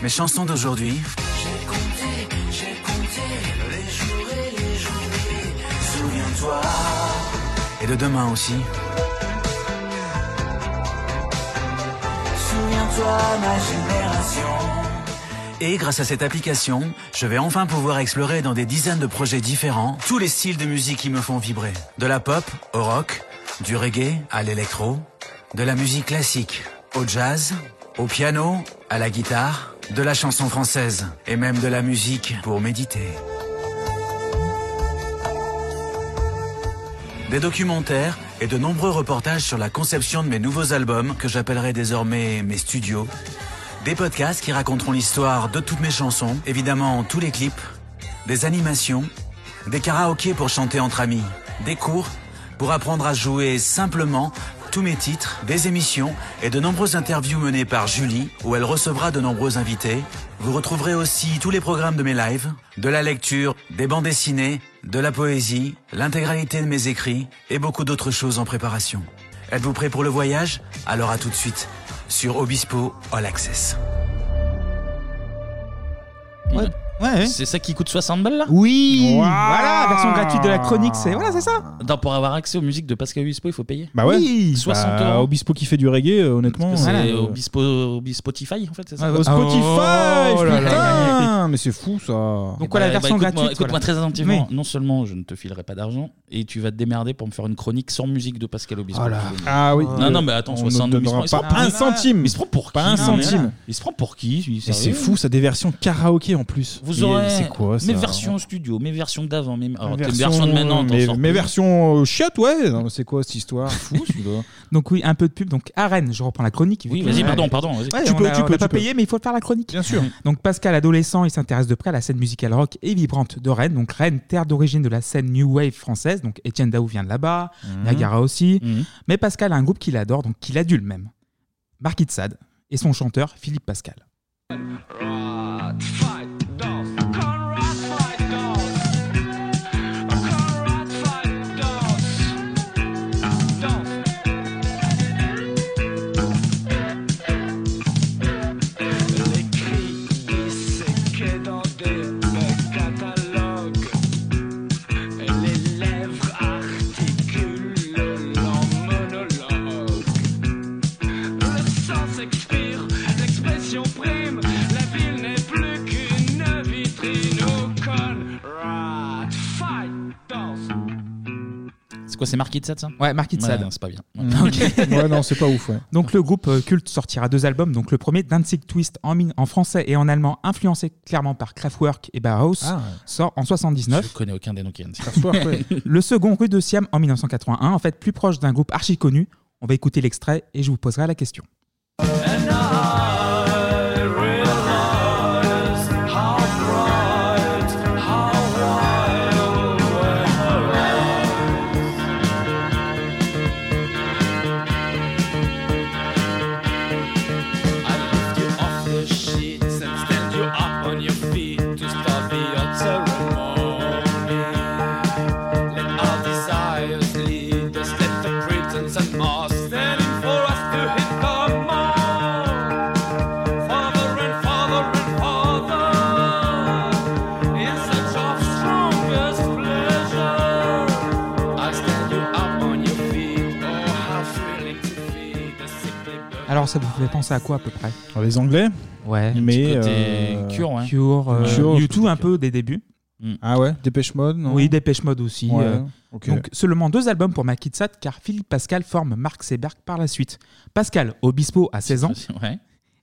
mes chansons d'aujourd'hui J'ai compté les jours et les journées. Souviens-toi, Et de demain aussi. Souviens-toi, ma génération. Et grâce à cette application, je vais enfin pouvoir explorer dans des dizaines de projets différents tous les styles de musique qui me font vibrer. De la pop au rock, du reggae à l'électro, de la musique classique au jazz, au piano, à la guitare, de la chanson française et même de la musique pour méditer. Des documentaires et de nombreux reportages sur la conception de mes nouveaux albums que j'appellerai désormais mes studios des podcasts qui raconteront l'histoire de toutes mes chansons, évidemment tous les clips, des animations, des karaokés pour chanter entre amis, des cours pour apprendre à jouer simplement tous mes titres, des émissions et de nombreuses interviews menées par Julie où elle recevra de nombreux invités. Vous retrouverez aussi tous les programmes de mes lives, de la lecture, des bandes dessinées, de la poésie, l'intégralité de mes écrits et beaucoup d'autres choses en préparation. Êtes-vous prêt pour le voyage Alors à tout de suite sur Obispo All Access. Ouais. C'est ça qui coûte 60 balles là Oui Voilà, version Ah. gratuite de Ah, la chronique, c'est voilà, c'est ça. Non, pour avoir accès aux musiques de Pascal Obispo, il faut payer. Bah ouais. Oui, 60 Bah, euros. Obispo qui fait du reggae, euh, honnêtement. C'est euh, Obispo, Obispo Spotify en fait, c'est ça Ah, au Spotify, Oh là là. putain, mais c'est fou ça. Eh ben, bah, écoute-moi- Écoute-moi très attentivement. Non seulement je ne te filerai pas d'argent, et tu vas te démerder pour me faire une chronique sans musique de Pascal Obispo. Oh là. Ah oui. Non, non, mais attends, On ne 60 donnera il se prend- pas il se prend- un centime. Il se prend pour qui Pas un non, mais là centime. Il se prend pour qui lui, Et c'est sérieux fou, ça des versions karaoké en plus. Vous Et aurez C'est quoi ça mes versions studio, mes versions d'avant, mes... alors, Mes tes versions de maintenant. t'en mes, sors mes plus. versions euh, chiottes, ouais. Non, mais C'est quoi cette histoire Fou, celui-là. Donc oui, un peu de pub. Donc à Rennes, je reprends la chronique. Oui, vas-y, pardon, pardon, vas-y. tu peux, tu peux, pas payer, mais il faut faire la chronique. Bien sûr. Donc Pascal, adolescent, il s'intéresse de près à la scène musicale rock et vibrante de Rennes. Donc Rennes, terre d'origine de la scène new wave française. Donc Étienne Daou vient de là-bas, Mhm. Niagara aussi. Mais Pascal a un groupe qu'il adore, donc qu'il adule même. Marquis de Sade et son chanteur Philippe Pascal. que dans des mecs catalogues. Les lèvres articulent en monologue. Le sang s'expire, l'expression prime. La ville n'est plus qu'une vitrine au con. Rat, fight, danse. C'est quoi, c'est Marquis de Sade ça Ouais, Marquis de Ouais, Sade. non, c'est pas bien. Ok. Mm. Ouais, non, c'est pas ouf, ouais. Donc le groupe euh, culte sortira deux albums. Donc le premier, Danzig Twist, en, mine- en français et en allemand, influencé clairement par Kraftwerk et Bauhaus, Ah. sort en 79. Je connais aucun des noms qui viennent. le second, Rue de Siam, en 1981, en fait plus proche d'un groupe archi connu. On va écouter l'extrait et je vous poserai la question. And more standing for us to hit the mark. Father and father and father, in search of strongest pleasure. I'll stand you up on your feet. Oh, how thrilling to be the sickly bird. Alors ça vous fait penser à quoi à peu près Alors, Les anglais Ouais. Mais. côté euh, Cure, ouais. Cure, euh, Mm. Cure, YouTube un peu des débuts. Ah ouais Dépêche Mode non Oui, Dépêche Mode aussi. Ouais, euh. ok. Donc seulement deux albums pour Makitsat, car Philippe Pascal forme Marc Seberg par la suite. Pascal, Obispo, à 16 ans,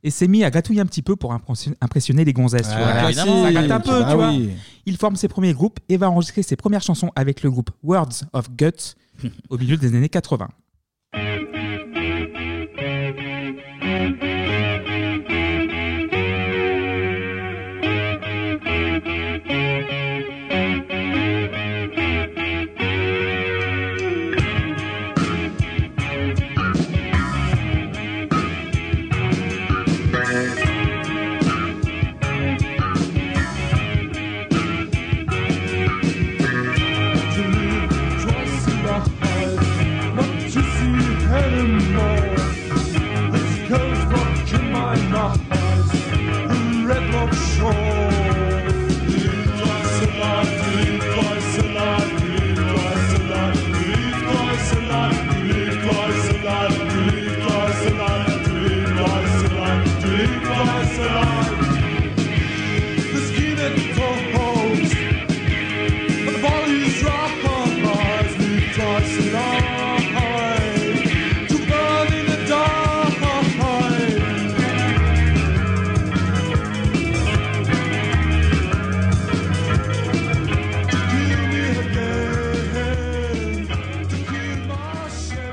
et s'est mis à gratouiller un petit peu pour impression- impressionner les gonzesses. Ah, tu vois. classique. Ça gratte un peu, Bah tu vois. oui. Il forme ses premiers groupes et va enregistrer ses premières chansons avec le groupe Words of Guts au milieu des années 80. Cross your heart, not to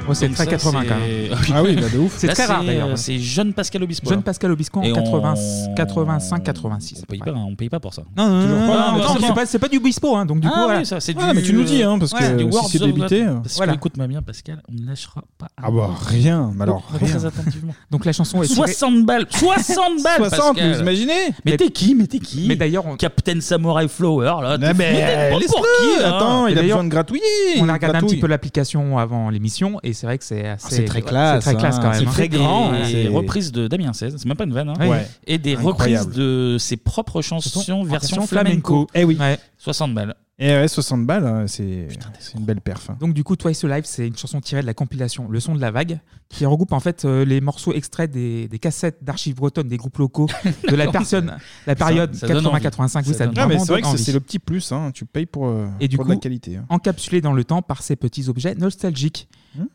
Moi, c'est Donc très ça, 80 quand c'est- même. Ah oui, bah, de ouf. C'est Là, très rare c'est, euh, d'ailleurs. hein. c'est jeune Pascal Obispo. Jeune Pascal Obisco en Et on- 80 85, 86. On paye pas, on paye pas pour ça. Non, non, Toujours non, pas. Ah, non, bah, non, c'est c'est bon. pas, c'est pas du Bispo, hein, donc du Ah coup. oui, voilà. ça, c'est Ah, mais tu nous dis, hein, parce que si Words c'est of débité, God. euh, Parce voilà. que écoute, Mamia, Pascal, on ne lâchera pas. un Ah bah mot. rien, mais alors Non, rien. Très attentivement. Donc la chanson est tirée- 60 balles 60 balles 60, Pascal. vous imaginez Mais t'es qui Mais t'es qui Mais d'ailleurs, on- Captain Samurai Flower, là. t'es- mais t'es pas Eh ben, laisse-le, pour qui, hein attends, il a Et d'ailleurs, besoin de gratouiller. On a regardé un Gratouille. petit peu l'application avant l'émission et c'est vrai que Ah, c'est assez. c'est très ouais, classe. C'est très classe quand même. hein. C'est des reprises de Damien 16, c'est même pas une vanne. hein. Ouais. Et des Incroyable. reprises de ses propres chansons version version flamenco. flamenco. Eh oui. 60 balles. Et Eh ouais, 60 balles, hein, c'est c'est une belle perf. hein. Donc du coup, Twice Alive, c'est une chanson tirée de la compilation Le son de la vague, qui regroupe en fait euh, les morceaux extraits des, des cassettes d'archives bretonnes des groupes locaux de la personne, la période Ça- ça donne envie. 80-85. Oui, ça Ah, mais vraiment c'est donne vrai que c'est- envie. c'est le petit plus, hein, tu payes pour, euh, Et du pour coup, de la qualité. hein. Hmm encapsulé dans le temps par ces petits objets nostalgiques.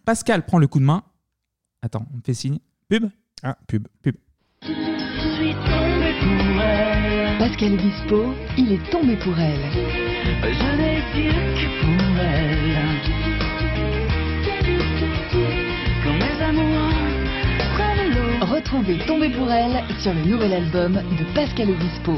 Pascal prend le coup de main. Attends, on me fait signe. Pub. Ah, pub. Pub. Pascal Obispo, il est tombé pour elle. Je n'ai Dieu que pour elle. Quand mes amours prennent l'eau. Retrouvez Tombé pour elle sur le nouvel album de Pascal Obispo.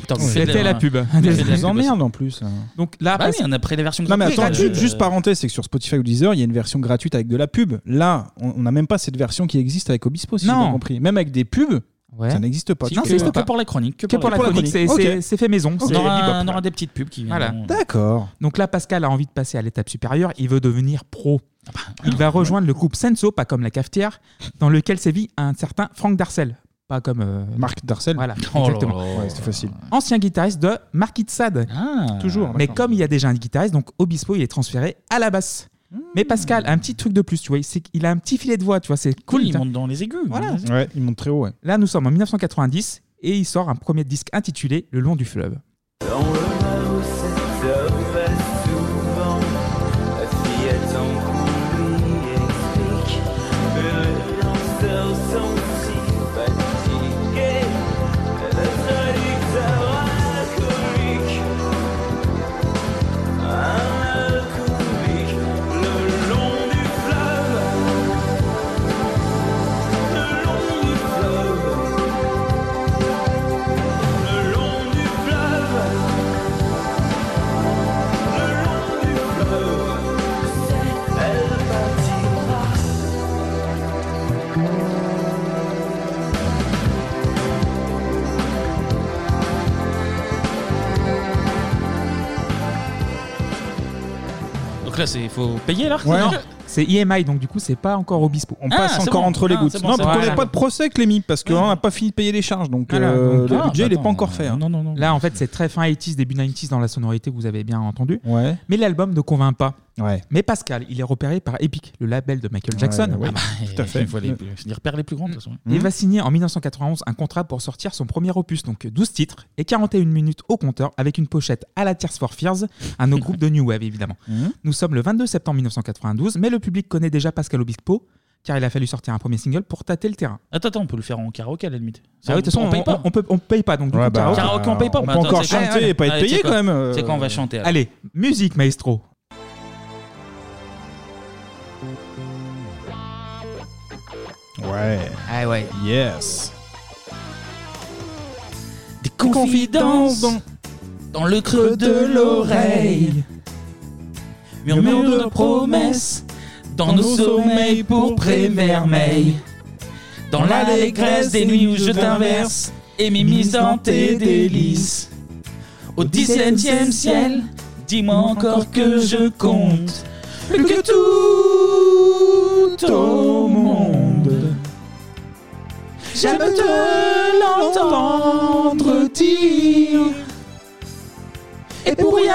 Putain, mais C'était faites-le, la hein. pub. Mais Je faites-le, vous la pub. emmerde en plus. hein. Donc là, Bah oui, Pas- on a pris la version Non mais gratuite, attends, là, euh, juste, de- juste parenthèse, c'est que sur Spotify ou Deezer, il y a une version gratuite avec de la pub. Là, on n'a même pas cette version qui existe avec Obispo, si j'ai Non. bien compris. Même avec des pubs, Ouais. ça n'existe pas. Non, Tu ça peux- existe Que pour la chronique. Que pour la chronique, c'est Ok. c'est- c'est fait maison. On c'est aura, bebop. on aura des petites pubs qui Voilà. viendront. D'accord. Donc là, Pascal a envie de passer à l'étape supérieure. Il veut devenir pro. Ah bah, Il va rejoindre le groupe Senso, pas comme la cafetière, dans lequel sévit un certain Franck Darcel. Pas comme. euh, Marc Darcel Voilà, Oh là exactement. là. Ouais, c'était facile. Ancien guitariste de Marquis de Sade. Ah. Toujours, Mais d'accord. comme il y a déjà un guitariste, donc Obispo, il est transféré à la basse. Hmm. Mais Pascal a un petit truc de plus, tu vois. c'est qu'il a un petit filet de voix, tu vois. C'est cool. Oui, il tu vois. monte dans les aigus. Voilà. Ouais, il monte très haut, ouais. Là, nous sommes en 1990 et il sort un premier disque intitulé Le long du fleuve. Dans le mal où cet homme va souvent, la fille attend qu'on lui explique. Le lanceur sont si fatigués, le traducteur alcoolique. Un alcoolique, le long du fleuve, le long du fleuve, le long du fleuve. Donc là, c'est- il faut payer là Non, c'est IMI, donc du coup, c'est pas encore Obispo. On passe encore entre les Ah, gouttes. non, parce qu'on n'a pas de procès avec Clémy, parce qu'on n'a pas fini de payer les charges. Donc Voilà, euh, donc- le Ah, budget, bah il n'est attends, pas encore fait. hein. Là, en fait, c'est très fin 80s, début 90s dans la sonorité que vous avez bien entendu. Mais l'album ne convainc pas. Mais Pascal, il est repéré par Epic, le label de Michael Jackson. Ah bah, Il faut les, je les repère les plus grands, de toute façon. Il va signer en 1991 un contrat pour sortir son premier opus, donc 12 titres et 41 minutes au compteur, avec une pochette à la Tears for Fears, un autre groupe de New Wave évidemment. Mhm. Nous sommes le 22 septembre 1992, mais le public connaît déjà Pascal Obispo, car il a fallu sortir un premier single pour tâter le terrain. Attends, attends, on peut le faire en karaoké à la limite. Ah oui, de toute façon, on paye pas. On, peut, on paye pas, donc du Ouais, coup, bah, karaoké. karaoké, on paye pas. On Bah, peut attends, encore c'est quoi chanter et pas être Allez, payé c'est quoi quand même, euh, C'est quand on va chanter. alors. Allez, musique maestro. Ouais. Ah ouais. Yes. Des confidences dans le creux de l'oreille. Murmure de promesses dans nos sommeils pourpres et vermeils. Dans l'allégresse des nuits où je t'inverse et m'immisce dans tes délices. Au 17e ciel, dis-moi encore que je compte. Plus que tout au monde. J'aime te l'entendre dire. Et pour rien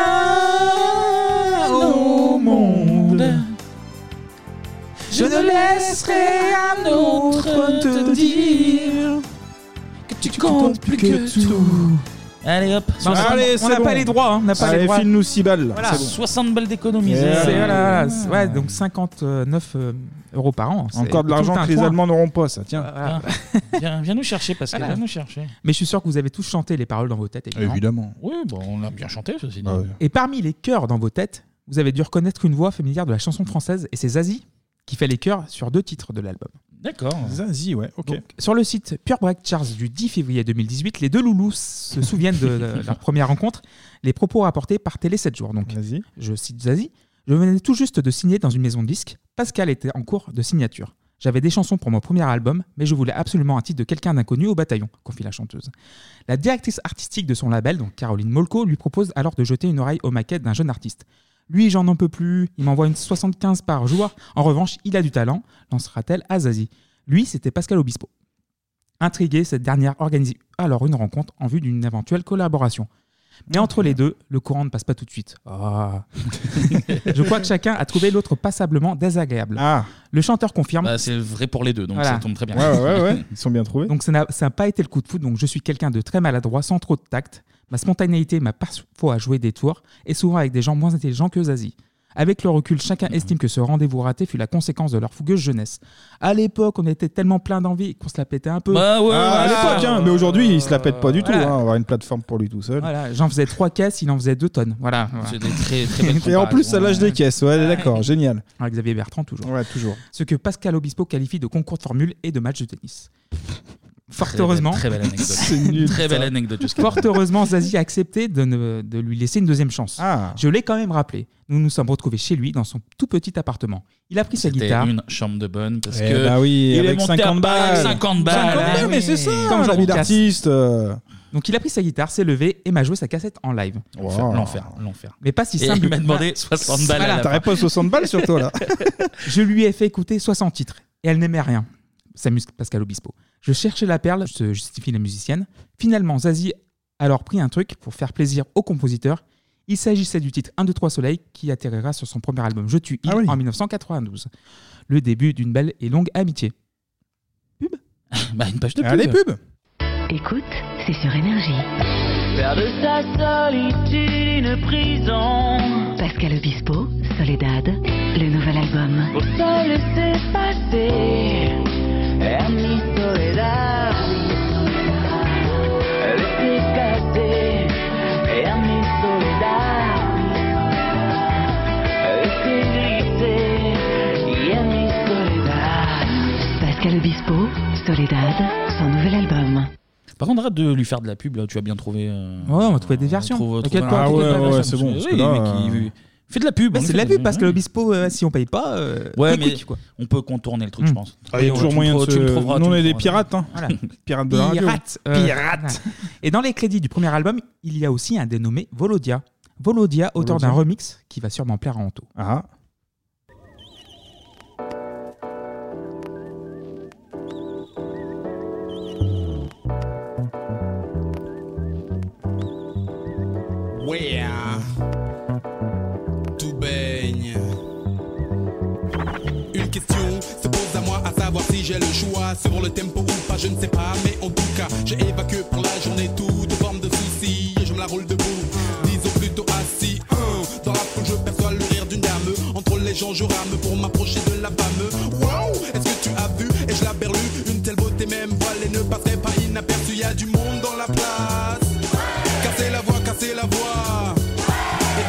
au monde, je ne laisserai un autre te dire que tu comptes plus que tout. Allez hop, Non, Allez, on n'a pas les droits, hein, on n'a pas les droits. file-nous 6 balles. Voilà. c'est bon. 60 balles d'économisées. C'est- voilà, c'est- ouais, donc 59 euh, euros par an. c'est Encore de l'argent tout un que les coin. Allemands n'auront pas, ça. Tiens. Voilà. Viens, viens nous chercher, Pascal, Voilà. viens nous chercher. Mais je suis sûr que vous avez tous chanté les paroles dans vos têtes. Évidemment. Ah Oui, bon, on a bien chanté, ceci dit. Et parmi les chœurs dans vos têtes, vous avez dû reconnaître une voix familière de la chanson française, et c'est Zazie qui fait les chœurs sur deux titres de l'album. D'accord. Zazie, ouais, ok. Donc, sur le site Pure Break Charts du 10 février 2018, les deux loulous se souviennent de le- leur première rencontre, les propos rapportés par Télé 7 jours. Donc, je cite Zazie Je venais tout juste de signer dans une maison de disques. Pascal était en cours de signature. J'avais des chansons pour mon premier album, mais je voulais absolument un titre de quelqu'un d'inconnu au bataillon, confie la chanteuse. La directrice artistique de son label, donc Caroline Molko, lui propose alors de jeter une oreille aux maquettes d'un jeune artiste. Lui, j'en en peux plus, il m'envoie une 75 par jour. En revanche, il a du talent, lancera-t-elle à Zazie. Lui, c'était Pascal Obispo. Intriguée, cette dernière organise alors une rencontre en vue d'une éventuelle collaboration. Mais entre les deux, le courant ne passe pas tout de suite. Ah. Je crois que chacun a trouvé l'autre passablement désagréable. Le chanteur confirme. Bah, c'est vrai pour les deux, donc Voilà. ça tombe très bien. ils sont bien trouvés. Donc ça n'a ça n'a pas été le coup de foudre, donc je suis quelqu'un de très maladroit, sans trop de tact. Ma spontanéité m'a parfois joué des tours, et souvent avec des gens moins intelligents que Zazie. Avec le recul, chacun Mm. estime que ce rendez-vous raté fut la conséquence de leur fougueuse jeunesse. À l'époque, on était tellement plein d'envie qu'on se la pétait un peu. Bah Ah, à l'époque, hein, mais aujourd'hui, il se la pète pas du tout. hein, on va avoir une plateforme pour lui tout seul. Voilà, j'en faisais trois caisses, il en faisait deux tonnes. Voilà. C'est des très, Et en plus, ça lâche des caisses. Ouais, d'accord, génial. Avec Hein, Xavier Bertrand, toujours. Ouais, toujours. Ce que Pascal Obispo qualifie de concours de formule et de match de tennis. Fort Très belle- heureusement. très belle anecdote. C'est nul, Très belle ça. anecdote, jusqu'à Fort maintenant. heureusement, Zazie a accepté de, ne- de lui laisser une deuxième chance. Je l'ai quand même rappelé. Nous nous sommes retrouvés chez lui dans son tout petit appartement. Il a pris sa C'était guitare. une chambre de bonne parce Eh que bah oui, il est avec monté 50 à Paris avec balles. 50 balles. 50 balles, Ah mais oui. c'est ça, Comme la vie Jean-Pierre. d'artiste. Donc il a pris sa guitare, s'est levé et m'a joué sa cassette en live. Wow. L'enfer, l'enfer. Mais pas si Et simple. il m'a demandé Ah, 60 balles à la fin. T'aurais pas 60 balles sur toi, là. Je lui ai fait écouter 60 titres et elle n'aimait rien. S'amuse Pascal Obispo. Je cherchais la perle, se justifie la musicienne. Finalement, Zazie a alors pris un truc pour faire plaisir au compositeur. Il s'agissait du titre 1, 2, 3 Soleil qui atterrira sur son premier album Je tue Il en 1992. Le début d'une belle et longue amitié. Pub Bah, une page de Allez, pub. pub Écoute, c'est sur Énergie. Faire de sa solitude une prison. Pascal Obispo, Soledad, le nouvel album. Pour se laisser passer. À mi soledad. Laisser casser. Et à mi soledad. Laisser glisser. Et à mi soledad. Pascal Obispo, Soledad, son nouvel album. Par contre, arrête de lui faire de la pub, là, tu as bien trouvé. euh, Ouais, on va trouver des versions. trouve- T'inquiète trouve- pas, Ah on trouve ouais, des ouais, versions. c'est bon, parce Oui, que là, mais qui- euh, Fais de la pub. Bah, hein, c'est de la fais de pub, Pascal Obispo, euh, si on paye pas. euh, Ouais, écoute, mais quoi. on peut contourner le truc, je pense. Ah, il y a Oui, toujours tu me moyen de trouveras- se. tu me trouveras- Nous, tu on me est des trouveras. pirates, hein. Voilà. Pirates de la radio. Pirate, euh, Et dans les crédits du premier album, il y a aussi un dénommé Volodia. Volodia, auteur Volodia. d'un remix qui va sûrement plaire à Anto. Ah. Where tout baigne. Une question se pose à moi, à savoir si j'ai le choix sur le tempo ou pas, je ne sais pas. Mais en tout cas, j'ai évacué pour la journée toute forme de soucis et je me la roule debout. Disons plutôt assis. hein. Dans la foule, je perçois le rire d'une dame. Entre les gens, je rame pour m'approcher de la femme. Waouh, est-ce que tu as vu et je la berlue Une telle beauté, même voilée, ne passerait pas inaperçue. Y a du monde dans la place. Casser la voix, casser la voix.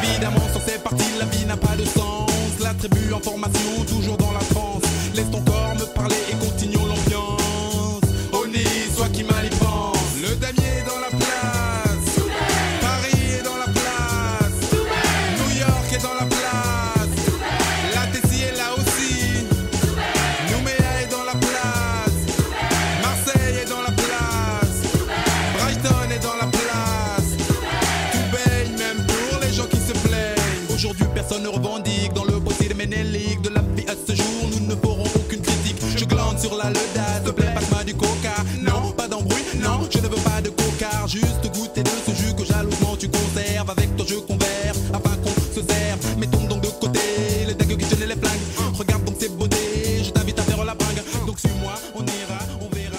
Évidemment, sur ces parties, la vie n'a pas de sens. La tribu en formation, toujours dans la transe. Laisse ton corps me parler et continuons l'ambiance. Oni, soit qui mal y pense. Le damier est dans la place. Paris est dans la place. New York est dans la place. La Tessie est là aussi. Nouméa est dans la place. Marseille est dans la place. Brighton est dans la place. Tout baigne, même pour les gens qui se plaignent. Aujourd'hui, personne ne revendique dans le bossy de Ménélique. De la vie à ce jour, nous ne ferons aucune critique. Je glande sur la leda, s'il te plaît, passe-moi du coca. Non, pas d'embrouille, non, je ne veux pas de coca. Juste goûter de ce jus que jalousement tu conserves. Avec ton jeu convert, afin qu'on se serve. Mais tombe donc de côté, les dagues qui tiennent les flingues. Regarde donc ces beautés, je t'invite à faire la bringue. Donc suis-moi, on ira, on verra.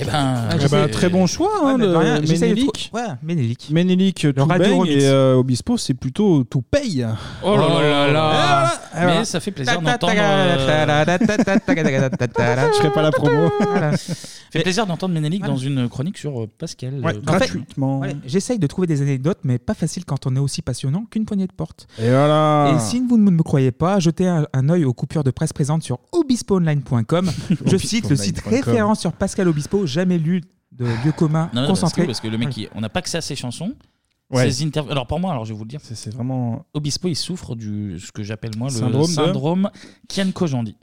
Eh ben, Eh ben, très bon choix, hein, mais le de rien, j'essaye de trou- Ménélique. Ménélique. Ouais, Ménélique. Ménélique, tout radio baigne, remix. et euh, Obispo, c'est plutôt tout paye. Oh là là Ah, là Et voilà, et voilà. Mais ça fait plaisir Ta- ta- d'entendre. ta- ta- ta- ta- ta- ta- ta- ta- ta- Je ferai pas la promo. fait plaisir d'entendre Ménélique Voilà. dans une chronique sur euh, Pascal. Ouais, euh, en fait, gratuitement. ouais, J'essaye de trouver des anecdotes, mais pas facile quand on est aussi passionnant qu'une poignée de porte. Et voilà. Et si vous ne me croyez pas, jetez un, un œil aux coupures de presse présentes sur obispoonline.com. Je cite le site Obispoonline.com. référent sur Pascal Obispo, jamais lu de lieu commun, Ah. Non, non, parce que, concentré. parce que le mec, il- on n'a pas que ça à ses chansons. Ouais. ses interv- Alors pour moi, alors je vais vous le dire, c'est vraiment Obispo, il souffre du ce que j'appelle moi le Syndrome syndrome, de- Kian Kojandi.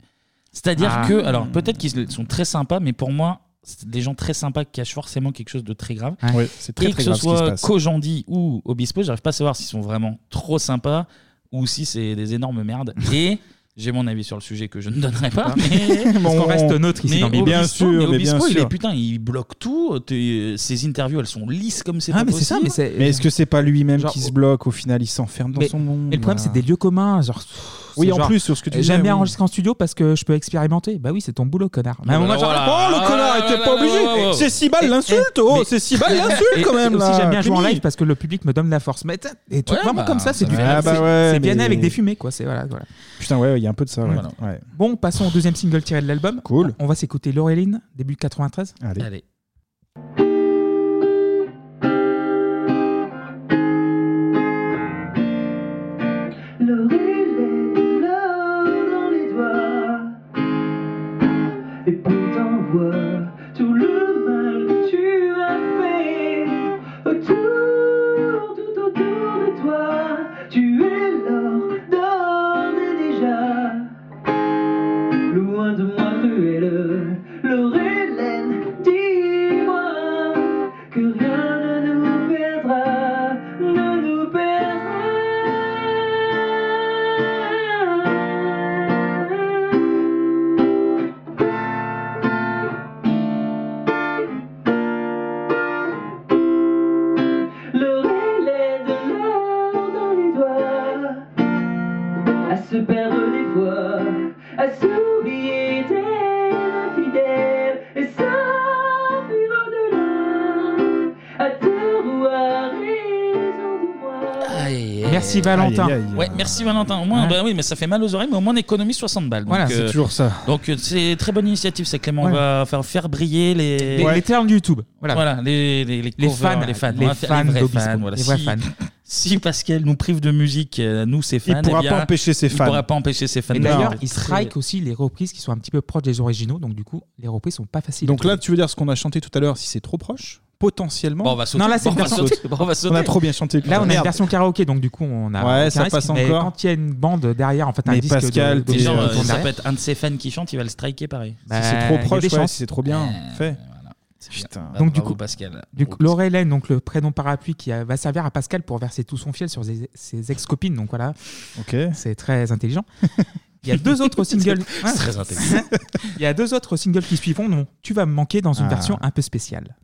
C'est-à-dire Ah. que, alors peut-être qu'ils sont très sympas, mais pour moi, c'est des gens très sympas qui cachent forcément quelque chose de très grave. Ouais. Ouais, c'est très, Et très que grave ce ce qui se soit passe. Kojandi ou Obispo, j'arrive pas à savoir s'ils sont vraiment trop sympas ou si c'est des énormes merdes. Et j'ai mon avis sur le sujet que je ne donnerai pas, mais Parce qu'on reste neutre ici Mais dans Bibi. Obispo- Bien sûr, mais mais bien Obispo, il sûr. est putain, il bloque tout. euh, t'es- Ses interviews, elles sont lisses comme c'est Ah, pas mais c'est ça, possible. mais c'est- Mais est-ce que c'est pas lui-même Genre- qui se bloque au final Il s'enferme dans Mais- son monde. mais le problème, c'est des lieux communs. Genre, pff, Oui, c'est en genre, plus, sur ce que tu J'aime disais, bien oui. enregistrer en studio parce que je peux expérimenter. Bah oui, c'est ton boulot, Ah, connard. Mais à un bah moment, genre, Oh le connard, il était pas obligé C'est 6 balles l'insulte Oh, c'est 6 balles Et- l'insulte quand même et aussi, là j'aime bien jouer en Rémi. live parce que le public me donne la force. Mais t'as- et tout Ouais, vraiment bah, comme ça, c'est ça du va. bien. Ah, bah c'est ouais, c'est bien mais- avec des fumées, quoi. C'est voilà, voilà. Putain, ouais, il y a un peu de ça, ouais. Voilà. Ouais. Bon, passons au deuxième single tiré de l'album. Cool. On va s'écouter Laureline, début 93. Allez. Le rulet l'or dans les doigts Et pourtant vois tout le mal que tu as fait Autour, tout autour de toi Tu es l'or d'or et déjà Loin de moi cruelle Laurelène, dis-moi Que rien ne nous perdra Ne nous perdra Le relais de l'or dans les doigts, à se perdre des fois, à s'oublier d'être infidèle et s'enfuir au-delà, à tort ou à raison de moi. Aïe, Merci aïe, Valentin. aïe, aïe, aïe. Ouais, merci Valentin. Au moins, Ouais. bah oui, mais ça fait mal aux oreilles, mais au moins on économise 60 balles. Donc, Voilà, c'est toujours ça. Donc euh, c'est très bonne initiative, c'est Clément. Ouais. On va faire, faire briller les, Les, les termes YouTube. Voilà. Voilà, les, les, les, Les covers, fans, les fans, les On va faire- fans les vrais d'Obispo, fans, voilà. les vrais si, fans. si Pascal nous prive de musique, euh, nous ses fans, Il pourra eh bien, pas empêcher ses fans. Il pourra pas empêcher ses fans. Et de d'ailleurs, nous il empêcher. strike aussi les reprises qui sont un petit peu proches des originaux, donc du coup, les reprises sont pas faciles. à Donc là, trouver. tu veux dire ce qu'on a chanté tout à l'heure, si c'est trop proche Potentiellement. Bon, on va sauter. Non, là, c'est Bon, une on va version- sauter. Bon, on va On a sauter. trop bien chanté. Là, on a une Merde. version karaoké, donc du coup, on a. Ouais, aucun ça passe mais encore. Quand il y a une bande derrière, en fait, un Mais disque Pascal, de, de- Les gens, de- euh, tourne ça derrière. peut être un de ses fans qui chante, il va le striker pareil. Bah, Si Ben, c'est trop il y a proche, des ouais, chances. si c'est trop bien fait. Eh, Putain. Donc du Bravo, coup, Pascal. du coup, Laurelaine, donc le prénom parapluie qui euh, va servir à Pascal pour verser tout son fiel sur ses, ses ex-copines. Donc voilà, c'est très intelligent. Il y a deux autres singles. Hein C'est très intelligent. Il y a deux autres singles qui suivront. dont tu vas me manquer dans une Ah. version un peu spéciale.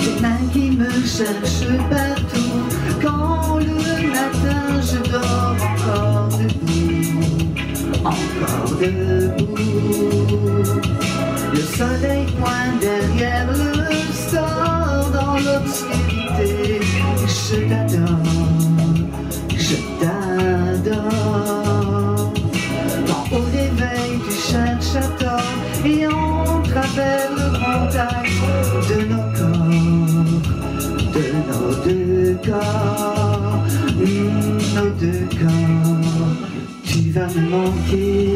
Les mains qui me cherchent partout Quand le matin je dors encore debout Encore debout Le soleil pointe derrière le sort Dans l'obscurité Je t'adore Je t'adore Quand au réveil tu cherches à tort Et on travers le contact de nos corps De nos deux corps Mm, Nos deux corps Tu vas me manquer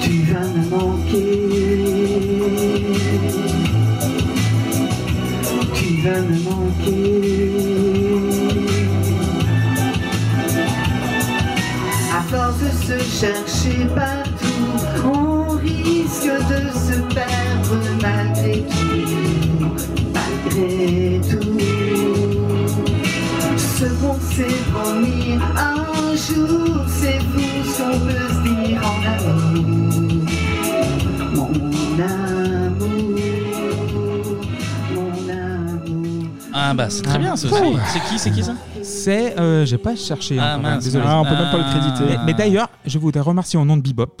Tu vas me manquer tu vas me manquer. À force de se chercher partout, on risque de se perdre malgré tout, malgré tout. Ce qu'on s'est promis un jour, c'est vous ce qu'on peut se dire en amour. Mon amour, mon amour. Ah bah c'est très bien, ça, c'est- c'est qui, c'est qui ça C'est, euh, j'ai pas cherché. Ah, encore, hein, mince. désolé. Ah, on peut même pas le créditer. Ah. Mais, mais d'ailleurs, je voudrais remercier au nom de Bebop,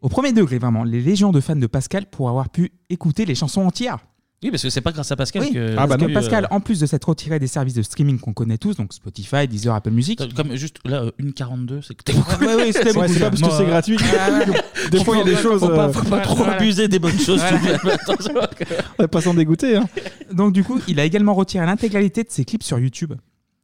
au premier degré vraiment, les légions de fans de Pascal pour avoir pu écouter les chansons entières. Oui, parce que c'est pas grâce à Pascal Oui, que. Ah, bah parce que que, euh, Pascal, en plus de s'être retiré des services de streaming qu'on connaît tous, donc Spotify, Deezer, Apple Music. Comme juste là, euh, une 42, c'est que Ouais, ouais, c'était beaucoup. Moi, euh, Des fois, il y a des choses, Faut pas, euh, faut pas trop voilà. abuser des bonnes choses. Voilà. tout de même. Attention. On va pas s'en dégoûter. hein. Donc du coup, il a également retiré l'intégralité de ses clips sur YouTube.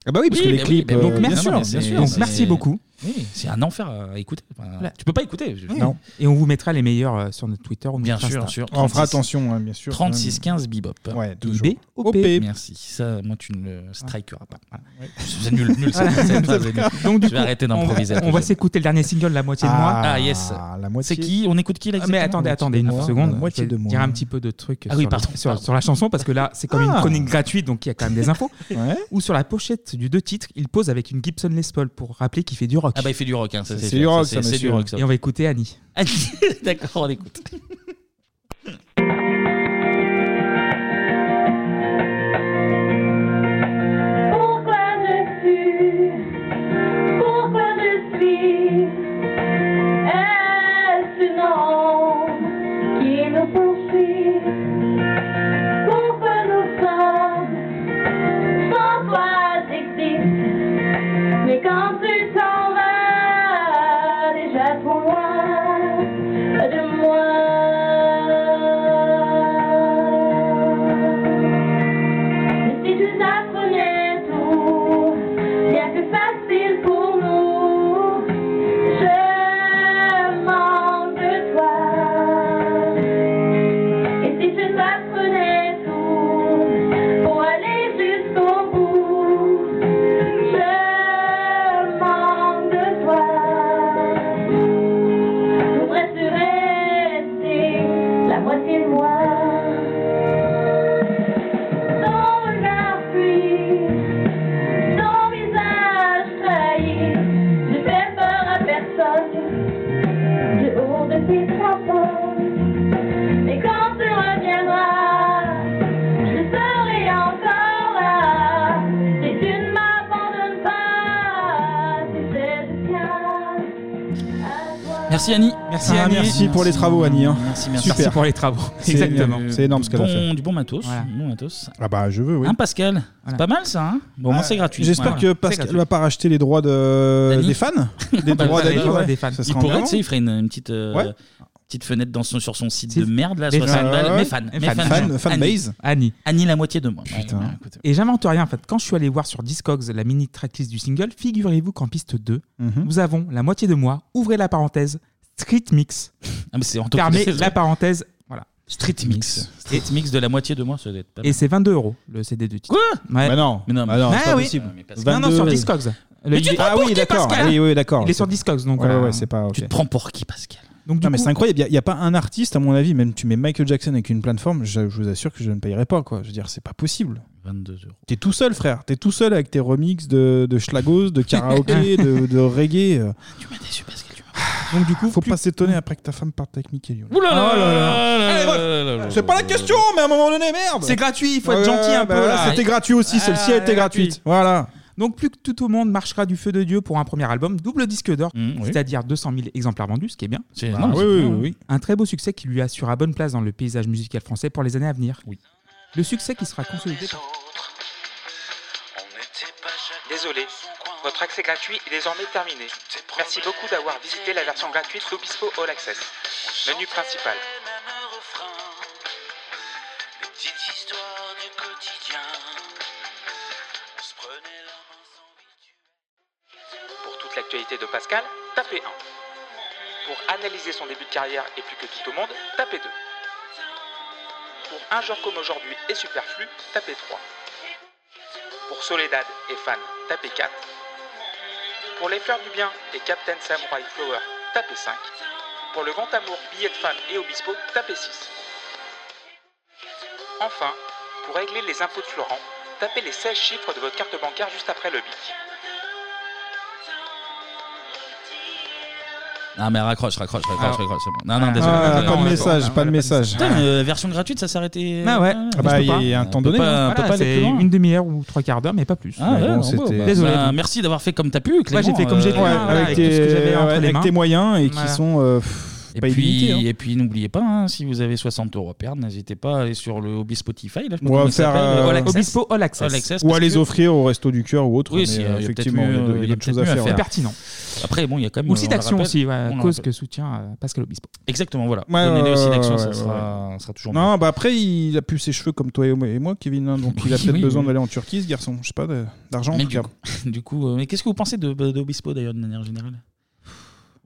Ah bah oui, parce que les bah clips, bah euh, donc bien merci, sûr, donc bien sûr, donc c'est- merci beaucoup. Oui, c'est un enfer à écouter. Enfin, Voilà. Tu peux pas écouter. Non. Et on vous mettra les meilleurs euh, sur notre Twitter ou notre Bien sûr, Insta. bien sûr. On fera 36, attention, hein, bien sûr, quand même. 36-15 Bebop. Ouais, toujours. IB, OP. Merci. Ça, moi, tu ne Ah. le strikeras pas. Voilà. C'est nul, nul, cette- Voilà. cette phrase est nulle. Donc, du Je vais coup, arrêter on va- d'improviser. On va s'écouter le dernier single, La moitié de moi. Ah, yes. C'est qui On écoute qui là Ah, Mais exactement attendez, attendez une Moitié de seconde. moi, moitié je vais de moi. dire un petit peu de trucs Ah sur, oui, la- pardon, sur- pardon. sur la chanson parce que là, c'est comme Ah. une chronique gratuite, donc il y a quand même des infos. Ouais. Ou sur la pochette du deux titres, il pose avec une Gibson Les Paul pour rappeler qu'il fait du rock. Ah bah, il fait du rock, hein, ça, c'est sûr, ça, c'est- c'est du rock, ça. Et on va écouter Annie. D'accord, on écoute. Pourquoi je suis Pourquoi je suis Est-ce une ombre qui nous poursuit Pourquoi nous sommes Sans toi j'existe Mais quand tu t'en vas Déjà trop loin de moi si tu apprenais tout, bien que facile pour nous, je manque de toi. Et si tu apprenais tout, pour aller jusqu'au bout, je manque de toi. Je voudrais-tu rester la moitié de moi? Ton regard fuit, ton visage trahit, je fais peur à personne, du haut de tes propos. Et quand tu reviendras, je serai encore là. Si tu ne m'abandonnes pas, tu sais, je tiens. Merci Annie. Merci, Annie. Merci pour les travaux, Annie, hein. Merci, merci. Super. Merci pour les travaux. C'est Exactement. énorme. C'est énorme ce qu'elle a Bon- fait. Du bon matos. Voilà. du bon matos. Ah bah je veux, oui. Hein, Pascal C'est pas mal ça. Hein bon, au Ah, moins, c'est gratuit. J'espère Ouais, que ouais. Pascal C'est va pas racheter les droits de... Dany des fans. Des Bah, droits bah, d'Annie, bah, ouais. des fans. Ça Il serait pourrait, engagement. tu sais, il ferait une, une petite, euh, Ouais. petite fenêtre dans son, sur son site de merde, là, Des 60 fans. balles. Ouais. Mes fans. Des mes fans. Fan- genre. fanbase. Annie. Annie, la moitié de moi. Ouais, ouais. Et j'invente rien en fait. Quand je suis allé voir sur Discogs la mini tracklist du single, figurez-vous qu'en piste 2, nous avons la moitié de moi, ouvrez la parenthèse, Street Mix. Ah, Fermez la parenthèse, voilà. Street Mix. Street Mix de la moitié de moi, ça doit être pas mal. Et c'est 22 euros le CD de titre. Quoi Ouais. Mais non. Mais non, mais non, Ah c'est pas oui. possible. Mais parce- 22, Non, non, sur mais- Discogs. Mais Le- tu te il- prends pour qui, Pascal Ah Oui, oui, d'accord. Il est sur Discogs, donc. Ouais, voilà. ouais, c'est pas. Tu te prends pour qui, Pascal Donc, du non, mais coup- c'est incroyable. Il n'y a, pas un artiste, à mon avis, même tu mets Michael Jackson avec une plateforme, je, je vous assure que je ne payerai pas. Quoi. Je veux dire, c'est pas possible. 22 euros. T'es tout seul, frère. T'es tout seul avec tes remixes de, de schlagos, de karaoké, de, de reggae. euh, Tu m'as déçu, Pascal. Tu Donc, du coup, faut pas s'étonner après que ta femme parte avec Mickey Lyon. Ouh là là Oh là Allez, là voilà. là là là C'est pas la question, mais à un moment donné, merde C'est gratuit, il faut être gentil un peu, là. Euh, bah, C'était gratuit aussi, celle-ci, Ah, elle était gratuite. Voilà. Donc plus que tout au monde marchera du feu de Dieu pour un premier album, double disque d'or, Mmh, c'est-à-dire 200 000 exemplaires vendus, ce qui est bien. Bah, énorme, oui, c'est oui, bien. hein. oui, oui. Un très beau succès qui lui assurera bonne place dans le paysage musical français pour les années à venir. Le succès qui sera consolidé. Désolé, votre accès gratuit est désormais terminé. Merci beaucoup d'avoir visité la version gratuite d'Obispo All Access. Menu principal. Petites histoires du quotidien. On se prenait la main Pour toute l'actualité de Pascal, tapez 1. Pour analyser son début de carrière et plus que tout au monde, tapez 2. Pour un genre comme aujourd'hui et superflu, tapez 3. Pour Soledad et fan, tapez 4. Pour les fleurs du bien et Captain Samurai Flower, tapez 5. Pour le grand amour, billet de fan et obispo, tapez 6. Enfin, pour régler les impôts de Florent, tapez les 16 chiffres de votre carte bancaire juste après le bic. Non, mais raccroche, raccroche, raccroche, Ah. raccroche. c'est bon. Non, non, désolé. Ah, désolé, pas on de va- message, on va- pas de message. Putain, euh, version gratuite, ça s'est arrêté. Ah ouais. Ah bah, il y a un temps donné, hein. On peut Voilà, pas c'est aller plus loin. Une demi-heure ou trois quarts d'heure, mais pas plus. Ah ouais, non, bon, bah, Désolé. bah, merci d'avoir fait comme t'as pu. Ouais, j'ai fait comme j'ai pu, Ouais, voilà, avec avec tes- tout ce que j'avais entre ouais, les avec mains. tes moyens et qui sont, euh, pff, et, pas puis, illimités, hein. et puis n'oubliez pas, hein, si vous avez 60 euros à perdre, n'hésitez pas à aller sur le Hobby Spotify. Là, je sais pas Ou comment à il faire s'appelle, euh, All Access. Ou parce à les que- offrir au resto du cœur ou autre. Oui, mais, euh, si, il y a peut-être effectivement, mieux, il y a de- il y a peut-être d'autres choses à mieux faire. faire. ouais. Après, bon, il y a quand même. Ou on le site le d'action rappelle, aussi, ouais, on le cause que rappelle. soutient euh, Pascal Obispo. Exactement, voilà. Ouais, Donnez-les ouais, aussi ouais, d'action, ça, ouais, sera, ça sera toujours mieux. Non, bah après, il a plus ses cheveux comme toi et moi, et moi, Kevin. hein, donc, il a Oui, peut-être oui, besoin oui. d'aller en Turquie, ce garçon. Je sais pas, de- d'argent. en Mais tout du cas. coup, du coup, euh, mais qu'est-ce que vous pensez de, de Obispo d'ailleurs, de manière générale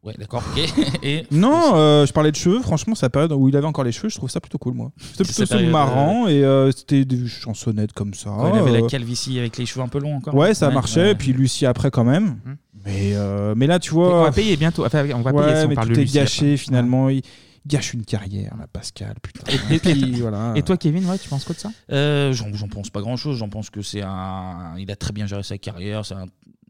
Ouais, d'accord, ok. Et Non, euh, je parlais de cheveux. Franchement, sa période où il avait encore les cheveux, je trouve ça plutôt cool, moi. C'était Sa plutôt période, marrant et euh, c'était des chansonnettes comme ça. quand il avait la euh, calvitie avec les cheveux un peu longs encore. Ouais, ça marchait. ouais. Hum. Et puis Lucie après quand même. Mais, euh, mais là, tu vois. Et on va payer bientôt. Enfin, on va payer Ouais, si on mais parle tout de est Lucie gâché finalement. Il gâche une carrière, là, Pascal. Putain. Et, puis, voilà. et toi, Kevin, ouais, tu penses quoi de ça Euh, j'en, j'en pense pas grand chose. J'en pense que c'est un. Il a très bien géré sa carrière. C'est un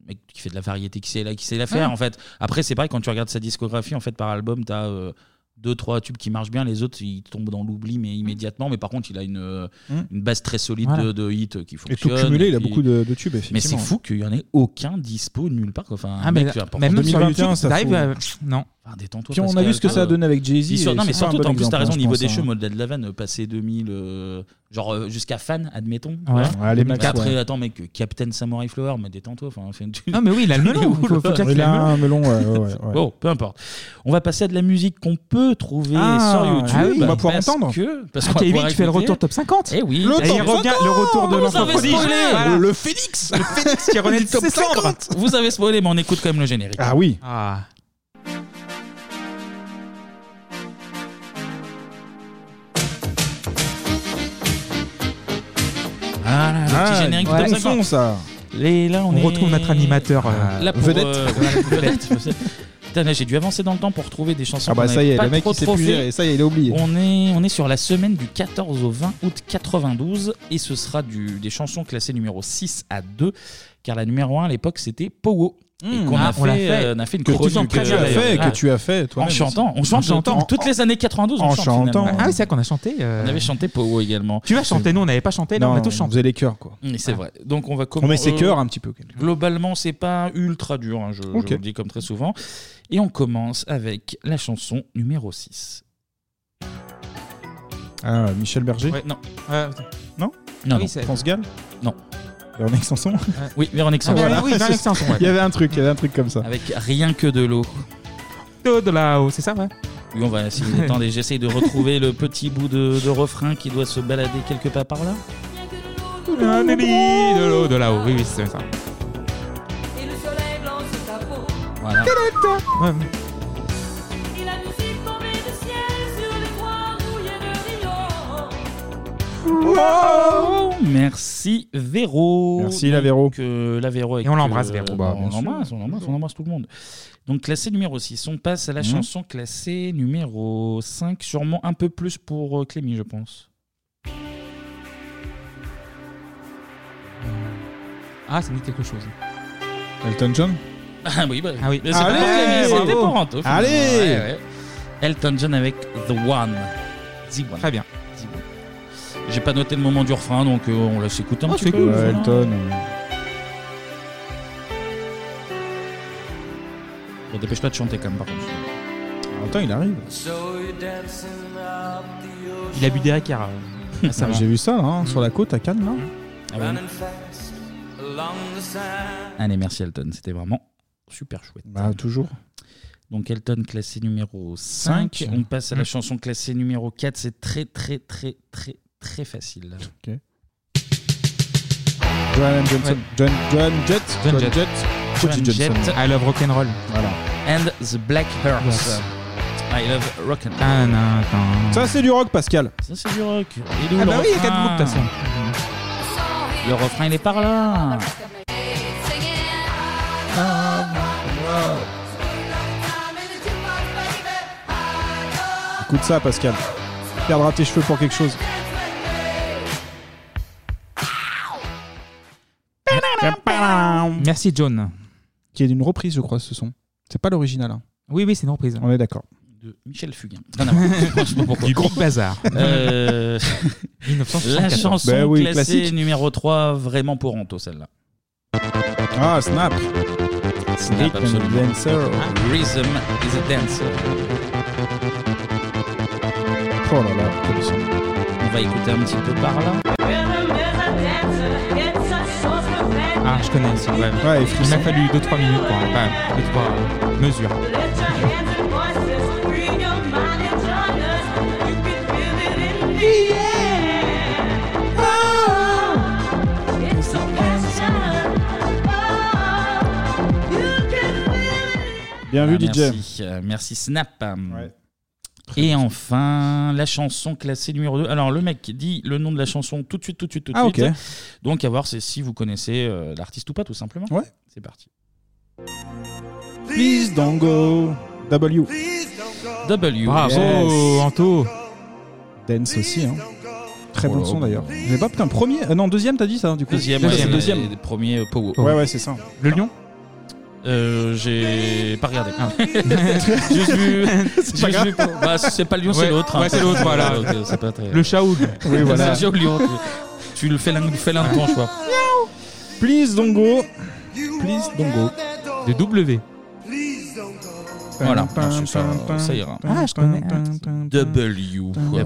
mec qui fait de la variété, qui sait la, qui sait la faire Ouais. en fait. Après, c'est pareil quand tu regardes sa discographie en fait par album, t'as euh, deux trois tubes qui marchent bien. Les autres, ils tombent dans l'oubli mais immédiatement. Mais par contre, il a une, euh, Mhm. une base très solide Voilà. de, de hits euh, qui Et fonctionne. tout cumulé, il a puis- beaucoup de, de tubes, Mais effectivement. c'est fou qu'il y en ait aucun dispo nulle part. quoi. Enfin, Ah, mec, mais- tu vois, par mais contre, même sur 2021, YouTube, ça t'arrives fout. à- euh, Non. Enfin, détends-toi. Puis on a Pascal. vu ce que ça a donné avec Jay-Z, Puis sur- et Non, mais c'est pas un surtout, bon en plus, exemple, t'as raison, au je niveau pense, des hein. cheveux, Modèle de la vanne, passer 2000, euh, genre euh, jusqu'à fan, admettons. Ouais. voilà. Ouais, les Max, Après, ouais. attends, mec, euh, Captain Samurai Flower, mais détends-toi. enfin, fais- tu- Ah, mais oui, il a le melon, Il est où, faut- faut le- dire qu'il a le Un melon, ouais, ouais, ouais, ouais. Bon, peu importe. On va passer à de la musique qu'on peut trouver Ah, sur YouTube. ah oui, on va pouvoir parce entendre. Que, parce Ah, qu'on va Kevin, pouvoir tu fais le écouter. retour top 50. Eh oui, Le top 50, vous avez spoilé. Voilà. Le phénix Le phénix qui renaît de ses cendres. Vous avez spoilé, mais on écoute quand même le générique. Ah oui. Ah. Ah là, le petit générique ouais. du bon top 50. son, ça. Et là, on, On retrouve est- notre animateur, euh, Là, pour, vedette. euh, voilà, vedette. Putain, là, j'ai dû avancer dans le temps pour trouver des chansons. Ah bah qu'on ça y avait est, pas le mec trop, il s'est trop plus fait. géré, ça y est, il est oublié. On est, on est sur la semaine du 14 au 20 août 92 et ce sera du, des chansons classées numéro 6 à 2 car la numéro 1 à l'époque c'était Powo. Et qu'on Ah, a, fait, on l'a fait. euh, on a fait une Que tu chronique. sens très euh, bien. Que tu as d'ailleurs. fait, Ah. que tu as fait toi-même En chantant, on chante, En chantant. Toutes les années 92, on En chante. chantant. finalement. Ah oui, c'est vrai qu'on a chanté. euh, On avait chanté Powo également. Tu as chanté, nous on n'avait pas chanté, là on a tous chanté. faisait les chœurs quoi. Mais c'est Ah. vrai. Donc on va On met ses euh, cœurs un petit peu. Globalement, c'est pas ultra dur, hein, je, je Ok. vous le dis comme très souvent. Et on commence avec la chanson numéro 6. Ah, Michel Berger Non. Non Non, non. France Gall Non. Véronique Sanson Oui, Véronique Ah, Sanson. bah Voilà. oui, Véronique Sanson, ouais. Il y avait un truc, euh, il y avait un truc comme ça. Avec rien que de l'eau. de là-haut, c'est ça, ouais Oui, on va essayer. Attendez, j'essaye de retrouver le petit bout de, de refrain qui doit se balader quelque part par là. Ah, baby, De l'eau, de là-haut, oui, oui, c'est ça. Et le soleil blanc sur ta peau. Voilà. Ouais. Et la musique tombée du ciel sur les toits rouillés de Rio. Oh, Merci Véro. Merci, la Véro. Donc, euh, la Véro avec, Et on l'embrasse, euh, Véro. Bah, bien on sûr. l'embrasse, on l'embrasse, on embrasse tout le monde. Donc classé numéro 6, on passe à la Mhm. chanson classée numéro 5, sûrement un peu plus pour euh, Clémy, je pense. Euh, Ah, ça me dit quelque chose. Elton John Ah oui, bah, Ah oui. mais c'est Allez, pour Clémy, bravo. c'était pour Anto, finalement. Allez. Ouais, ouais. Elton John avec The One. The One. Très bien. The One. J'ai pas noté le moment du refrain, donc euh, on laisse écouter un Oh, petit c'est peu. cool, voilà. Ouais, Elton. euh, Bon, Dépêche-toi de chanter quand même, par contre. Attends, il arrive. Il a bu des hackards. euh, Ah, récemment. J'ai vu ça là, hein, Mm. sur la côte à Cannes là. Running fast along the sand. Allez, merci Elton, c'était vraiment super chouette. Bah, toujours. Donc Elton classé numéro 5. Cinq. On passe à la Mm. chanson classée numéro 4. C'est très très très très très facile. Ok. Joan Johnson. Ouais. Joan, Joan Jett. Joan Joan Jett. Jett. Cody Joan Jett. Johnson. I love rock'n'roll. Voilà. And the Black Hearts. Yes. I love rock and Ah, non, attends. Ça c'est du rock Pascal. Ça c'est du rock. Il est où, Ah, le bah oui, il y a refrain quatre groupes, de toute façon. Le refrain il est par là. Ah Écoute ça Pascal. Tu Perdras tes cheveux pour quelque chose. Merci John. Qui est d'une reprise je crois ce son. C'est pas l'original. hein. Oui, oui, c'est une reprise. On est d'accord. de Michel Fugain. Rien à voir. Je sais pas pourquoi. Du Big Bazar. Euh, 1974. La chanson Ben oui, classée classique. numéro 3, vraiment pour Anto, celle-là. Ah, Snap Snap, and absolument. Hein? Dancer. Rhythm is a dancer. Oh là là, quel son. On va écouter un petit peu par là. Ah, je connais aussi. Ouais, Il m'a fallu 2-3 minutes pour. Enfin, 2-3 euh, mesures. Oh, Bien vu, DJ. Merci, euh, merci Snap. Et enfin, la chanson classée numéro 2. Alors, le mec dit le nom de la chanson tout de suite, tout de suite, tout de Ah, suite. ok. Donc, à voir c'est si vous connaissez euh, l'artiste ou pas, tout simplement. Ouais. C'est parti. Please don't go. W. W. Bravo, Yes. Anto. Dance aussi, hein. Très bon Oh là. son d'ailleurs. J'ai pas putain, premier. euh, non, deuxième, t'as dit ça, du coup Deuxième, Ouais, ouais, c'est deuxième. les- les premiers, euh, Pogo. Ouais, ouais, c'est ça. Le lion Euh, j'ai pas regardé. Juste vu. Ah. C'est pas juste grave. vu pour- bah, c'est pas Lyon, c'est Ouais. l'autre. hein. Ouais, c'est l'autre, voilà. Ok, c'est pas très- Le Shaoul. Oui, Oui, voilà. voilà. Le Shaoul Lyon. Tu, tu le fais l'un fais l'un de ton choix. Please don't go. Please don't go. De W. Voilà, non, ça, ça- ça ira. Ah, je connais. W. quoi.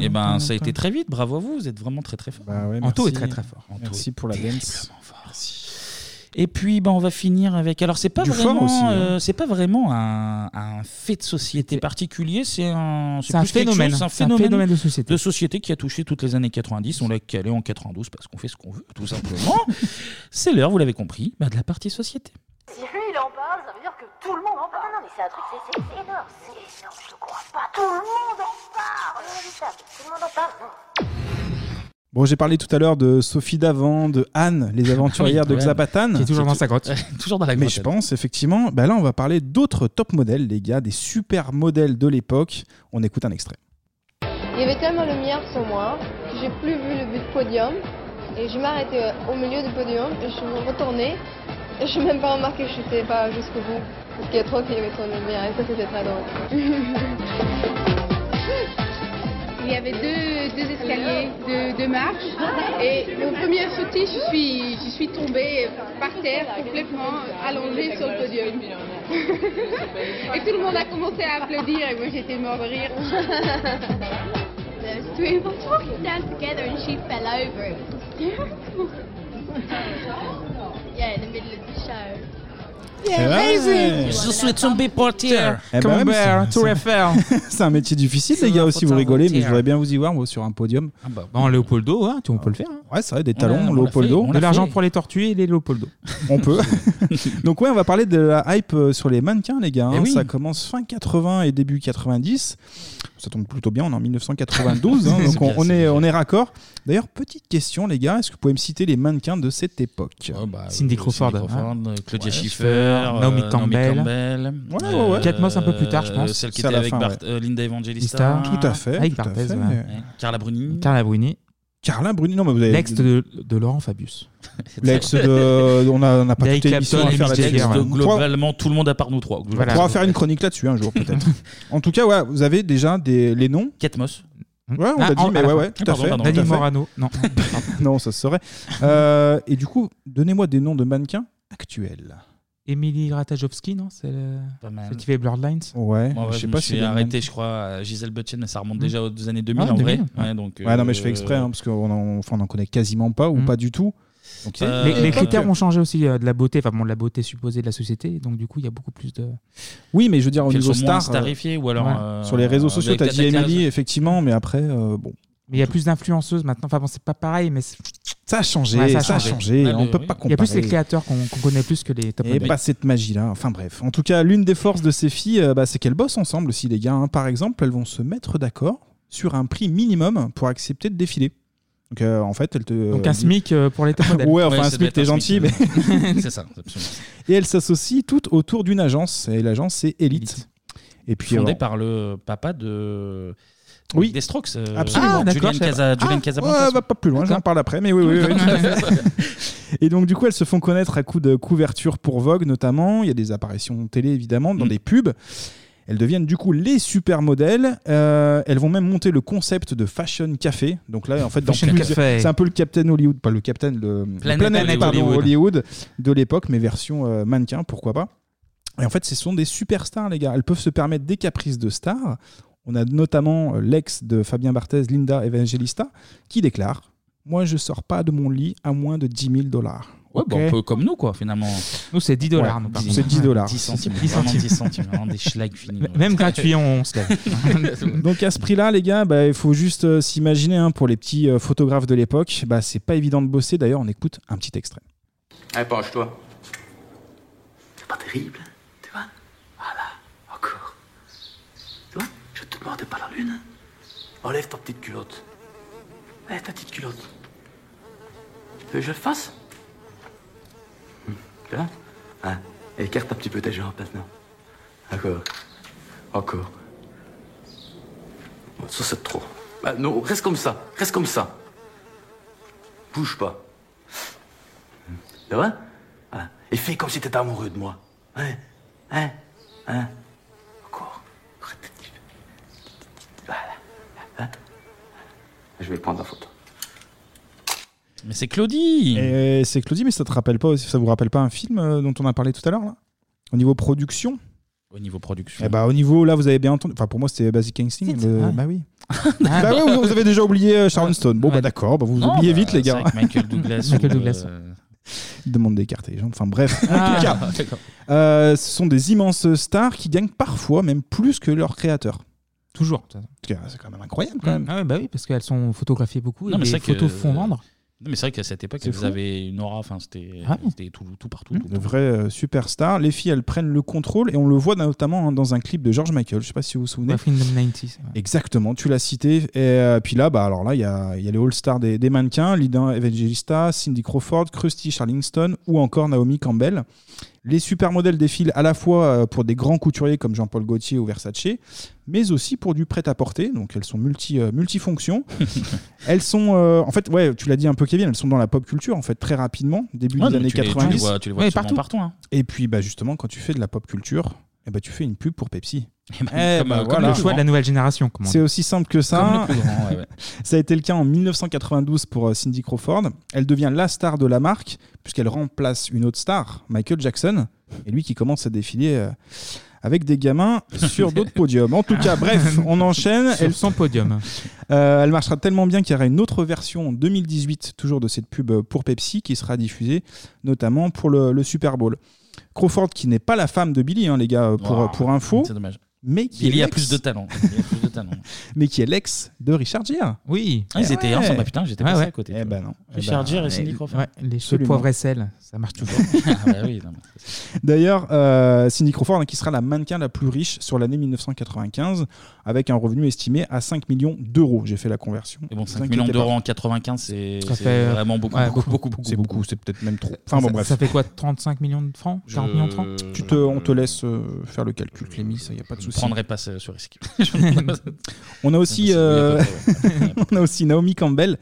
Eh ben, ça a été très vite. Bravo à vous. Vous êtes vraiment très très fort. Anto est très très fort. Merci pour la dance. Et puis, ben, on va finir avec. Alors, c'est pas Du fort vraiment, aussi, hein. euh, c'est pas vraiment un, un fait de société particulier. C'est un, C'est un plus quelque phénomène. chose, c'est un C'est un phénomène de société. de société qui a touché toutes les années 90. On l'a calé en 92 parce qu'on fait ce qu'on veut, tout simplement. c'est l'heure, vous l'avez compris, bah, de la partie société. Si lui il en parle, ça veut dire que tout le monde en parle. Ah, Non, non, mais c'est un truc, c'est c'est énorme, c'est énorme, je te crois pas. Tout le monde en parle. C'est inhabitable, Tout le monde en parle. non. Bon, j'ai parlé tout à l'ure de Sophie Davant, de Anne, les aventurières Oui, de ouais. Xapatan. Qui est toujours dans sa grotte. toujours dans la Mais je pense, effectivement, bah là, on va parler d'autres top modèles, les gars, des super modèles de l'époque. On écoute un extrait. Il y avait tellement de lumière sur moi que j'ai plus vu le but- podium. Et je m'arrêtais au milieu du podium et je me retournais. Et je n'ai même pas remarqué que je n'étais pas jusqu'au bout. Parce qu'il y a trop qu'il y avait trop de lumière et ça c'était très drôle. Il y avait deux, deux escaliers, deux, deux marches. Et au premier sauté, je suis, je suis tombée par terre, complètement allongée sur le podium. Et tout le monde a commencé à applaudir et moi j'étais mort de rire. The three of us walking down together and she fell over. It was hysterical. yeah, in the middle of the show. C'est vrai. Je suis tombé par terre. Eh ben ouais, mais c'est- c'est- C'est un métier difficile, les gars, aussi, vous rigolez, hein. mais je voudrais bien vous y voir, moi, sur un podium. bah, En Léopoldo, hein, tu- on peut le faire. hein. Ouais, c'est vrai, des On talons, l'a- on l'a fait, Léopoldo. on De l'a l'argent fait. pour les tortues et les Léopoldo. On peut. Donc, ouais, on va parler de la hype euh, sur les mannequins, les gars. Eh hein. oui. Ça commence fin 80 et début 90. Ça tombe plutôt bien, on est en 1992, hein, C'est donc on, bien, on c'est est, on est raccord. D'ailleurs, petite question, les gars, est-ce que vous pouvez me citer les mannequins de cette époque Oh, Cindy Crawford. hein. bah, euh, Crawford, Claudia Schiffer, euh, Naomi Naomi Campbell. Campbell. Euh, Ouais, ouais, ouais. Kate Moss un peu plus tard, je pense. Celle qui C'est à était la avec fin, Bart- ouais. euh, Linda Evangelista. Lista. Tout à fait, Avec tout à Barthez, fait. ouais. Ouais. Carla Bruni. Carla Bruni. Carla Bruni, non, mais vous avez. L'ex de, de Laurent Fabius. L'ex de. On n'a on n'a pas Dave toute l'émission Clapton à et faire Mick là-dessus. Jagger, Donc, ouais. trois- Globalement, tout le monde à part nous trois. On pourra faire une chronique là-dessus un jour, peut-être. en tout cas, ouais, vous avez déjà des, les noms Kate Moss. Ouais, on Ah, l'a dit, en- mais à la ouais, fin. ouais, tout Pardon, à fait. pardon. tout à Nadine fait. Morano, non. non, ça se saurait. Euh, et du coup, donnez-moi des noms de mannequins actuels. Émilie Ratajowski, non C'est le... Pas mal. celle qui fait Bloodlines. Ouais, Moi, ouais, je sais me pas suis si. les arrêté, je crois, à Gisèle Butchen, mais ça Hein remonte Hmm. déjà aux années 2000 Ah, en vrai. 2000, ouais. Ouais, donc, Ouais, non, mais je euh, fais exprès, hein, parce qu'on en, enfin, on en connaît quasiment pas ou Mhm. pas du tout. Donc, c'est- Euh, les, les donc, critères euh, ont changé aussi euh, de la beauté, enfin bon, de la beauté supposée de la société, donc du coup il y a beaucoup plus de. Oui, mais je veux dire, au Qu'elles niveau sont moins star. euh, starifiées, ou alors, euh, sur les réseaux avec sociaux, t'as la dit classe. Emily, effectivement, mais après, euh, bon. Mais il y a plus d'influenceuses maintenant. Enfin bon, c'est pas pareil, mais c'est- Ça a changé, Ouais, ça a changé, on peut pas Il y a plus comparer. les créateurs qu'on qu'on connaît plus que les top Et models. pas cette magie-là. Enfin bref. En tout cas, l'une des forces de ces filles, euh, bah, c'est qu'elles bossent ensemble aussi, les gars. hein. Par exemple, elles vont se mettre d'accord sur un prix minimum pour accepter de défiler. Donc euh, en fait, elles te. Donc un SMIC euh, pour les top models. Ouais, enfin un SMIC, t'es gentil, mais. c'est ça, absolument. Et elles s'associent toutes autour d'une agence. Et l'agence, c'est Elite. Et puis. fondée euh, par le papa de Oui. Des Strokes. euh, Absolument. Julian, Casa, Julian Ah, Casablancas. ouais, bah, pas plus loin, j'en parle après, mais oui, oui, oui, tout à fait. Et donc, du coup, elles se font connaître à coups de couverture pour Vogue, notamment. Il y a des apparitions télé, évidemment, Mm. dans des pubs. Elles deviennent du coup les supermodèles. Euh, elles vont même monter le concept de Fashion Café. Donc là, en fait, dans Fashion plusieurs- Café. c'est un peu le Captain Hollywood, pas le Captain, le Planet le Planet, Hollywood. pardon, Hollywood. Hollywood de l'époque, mais version euh, mannequin, pourquoi pas. Et en fait, ce sont des superstars, les gars. Elles peuvent se permettre des caprices de stars. On a notamment euh, l'ex de Fabien Barthez, Linda Evangelista, qui déclare Moi, je sors pas de mon lit à moins de 10 000 dollars. Ouais, bah, un peu comme nous, quoi, finalement. Nous, c'est 10 dollars, Ouais, nous, par 10 contre. c'est 10 dollars. 10 centimes. 10 vraiment centimes. 10 centimes. Vraiment des schlags finis. Même gratuit, on, on se lève. Donc à ce prix-là, les gars, bah, il faut juste euh, s'imaginer, hein, pour les petits euh, photographes de l'époque, bah, c'est pas évident de bosser. D'ailleurs, on écoute un petit extrait. Allez, penche-toi. C'est pas terrible, tu vois Voilà, encore. Tu vois Je te demande pas la lune. Enlève ta petite culotte. Enlève ta petite culotte. Tu veux que je le fasse Hum, Tu vois Hein Écarte un petit peu tes jambes maintenant. Encore. Encore. Bon, Ça, c'est trop. Ah, non, reste comme ça. Reste comme ça. Bouge pas. Hum, Tu vois voilà. Hein? Et fais comme si t'étais amoureux de moi. Hein Hein Hein Encore. Encore un tout petit peu. Voilà. Hein Je vais prendre la photo. Mais c'est Claudie Et C'est Claudie, mais ça te rappelle pas, ça vous rappelle pas un film euh, dont on a parlé tout à l'heure là Au niveau production Au niveau production. Eh bah, au niveau là, vous avez bien entendu. Enfin, pour moi, c'était Basic Instinct. mais- Ah. bah oui. bah ouais, vous, vous avez déjà oublié euh, Sharon Stone. Bon, bah d'accord, bah, vous Non, oubliez bah, vite, les c'est gars. vrai que Michael Douglas Michael ou, Douglas. euh, Il demande des cartes à les gens. Enfin, bref. en Ah, tout cas, d'accord. euh, ce sont des immenses stars qui gagnent parfois même plus que leurs créateurs. Toujours. C'est quand même incroyable, quand même. Ah ouais, bah oui, parce qu'elles sont photographiées beaucoup et Non, mais les c'est vrai que- photos font vendre. Non, mais c'est vrai qu'à cette époque, C'est vous fou. avez une aura. Enfin, c'était Ah. c'était tout, tout partout. tout le De temps. vraies euh, superstars. Les filles, elles prennent le contrôle et on le voit notamment hein, dans un clip de George Michael. Je sais pas si vous vous souvenez. Ouais, film de 90, ouais. Exactement, tu l'as cité. Et euh, puis là, bah, alors là, il y a, il y a les All-Stars des, des mannequins Lina Evangelista, Cindy Crawford, Krusty Charlingston ou encore Naomi Campbell. Les supermodèles défilent à la fois euh, pour des grands couturiers comme Jean-Paul Gaultier ou Versace, mais aussi pour du prêt-à-porter. Donc elles sont multi, euh, multifonctions. elles sont, euh, en fait, ouais, tu l'as dit un peu, Kevin, elles sont dans la pop culture en fait très rapidement, début Ouais, des mais années tu les- tu les 90. vois- tu les vois Ouais, absolument partout. partout, hein. Et puis bah, justement, quand tu fais de la pop culture, eh ben, tu fais une pub pour Pepsi. Eh ben, Eh comme, ben, euh, comme voilà. le choix de la nouvelle génération. comme on dit. C'est aussi simple que ça. Comme le plus grand, ouais, ouais. ça a été le cas en 1992 pour euh, Cindy Crawford. Elle devient la star de la marque puisqu'elle remplace une autre star, Michael Jackson, et lui qui commence à défiler. euh, avec des gamins sur d'autres podiums. En tout cas, bref, on enchaîne. Sur son podium. Euh, elle marchera tellement bien qu'il y aura une autre version en 2018, toujours de cette pub euh, pour Pepsi, qui sera diffusée notamment pour le, le Super Bowl. Crawford, qui n'est pas la femme de Billy, hein, les gars, pour, Oh, pour info. c'est dommage. Mais qui Billy est a l'ex- plus de talent. Il a plus de talent. Mais qui est l'ex de Richard Gere. Oui. Ah, ils étaient ensemble. Ah, putain, j'étais pas passé à côté. Eh ben non. Richard Gere et Cindy Crawford. Ouais, les cheveux Absolument. poivre et sel, ça marche toujours. Ah, bah oui, non, mais- D'ailleurs, euh, Cindy Crawford, hein, qui sera la mannequin la plus riche sur l'année 1995, avec un revenu estimé à 5 millions d'euros. J'ai fait la conversion. Mais bon, Vous 5 inquiétez millions pas. d'euros en 95, c'est Ça c'est fait, euh, vraiment beaucoup, ouais, beaucoup, beaucoup. beaucoup, beaucoup. C'est beaucoup, c'est peut-être même trop. Enfin, ça, bon, bref. Ça fait quoi 35 millions de francs 40 millions de francs Tu te, on te laisse euh, faire le calcul, Clémy, ça y a pas de Je ne souci. prendrai pas ce, ce risque. on a aussi, Il y a pas de- euh, on a aussi Naomi Campbell.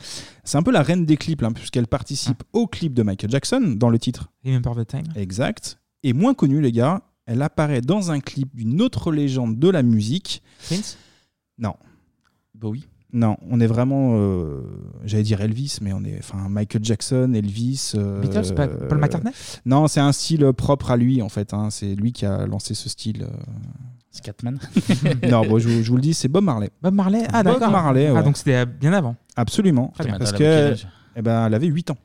C'est un peu la reine des clips, hein, puisqu'elle participe Ah. au clip de Michael Jackson dans le titre. Remember the Time. Exact. Et moins connue, les gars, elle apparaît dans un clip d'une autre légende de la musique. Prince Non. Bowie Non, on est vraiment, euh, j'allais dire Elvis, mais on est, enfin Michael Jackson, Elvis. euh, Beatles, pas- Paul McCartney Non, c'est un style propre à lui en fait. hein. C'est lui qui a lancé ce style. euh. Scatman non, bon, je, vous- je vous le dis, c'est Bob Marley. Bob Marley Ah, Bob d'accord. Marley, Ah, ouais. donc c'était euh, bien avant. Absolument. Très bien. Parce Attends, elle avait que, quel âge eh ben, elle avait 8 ans.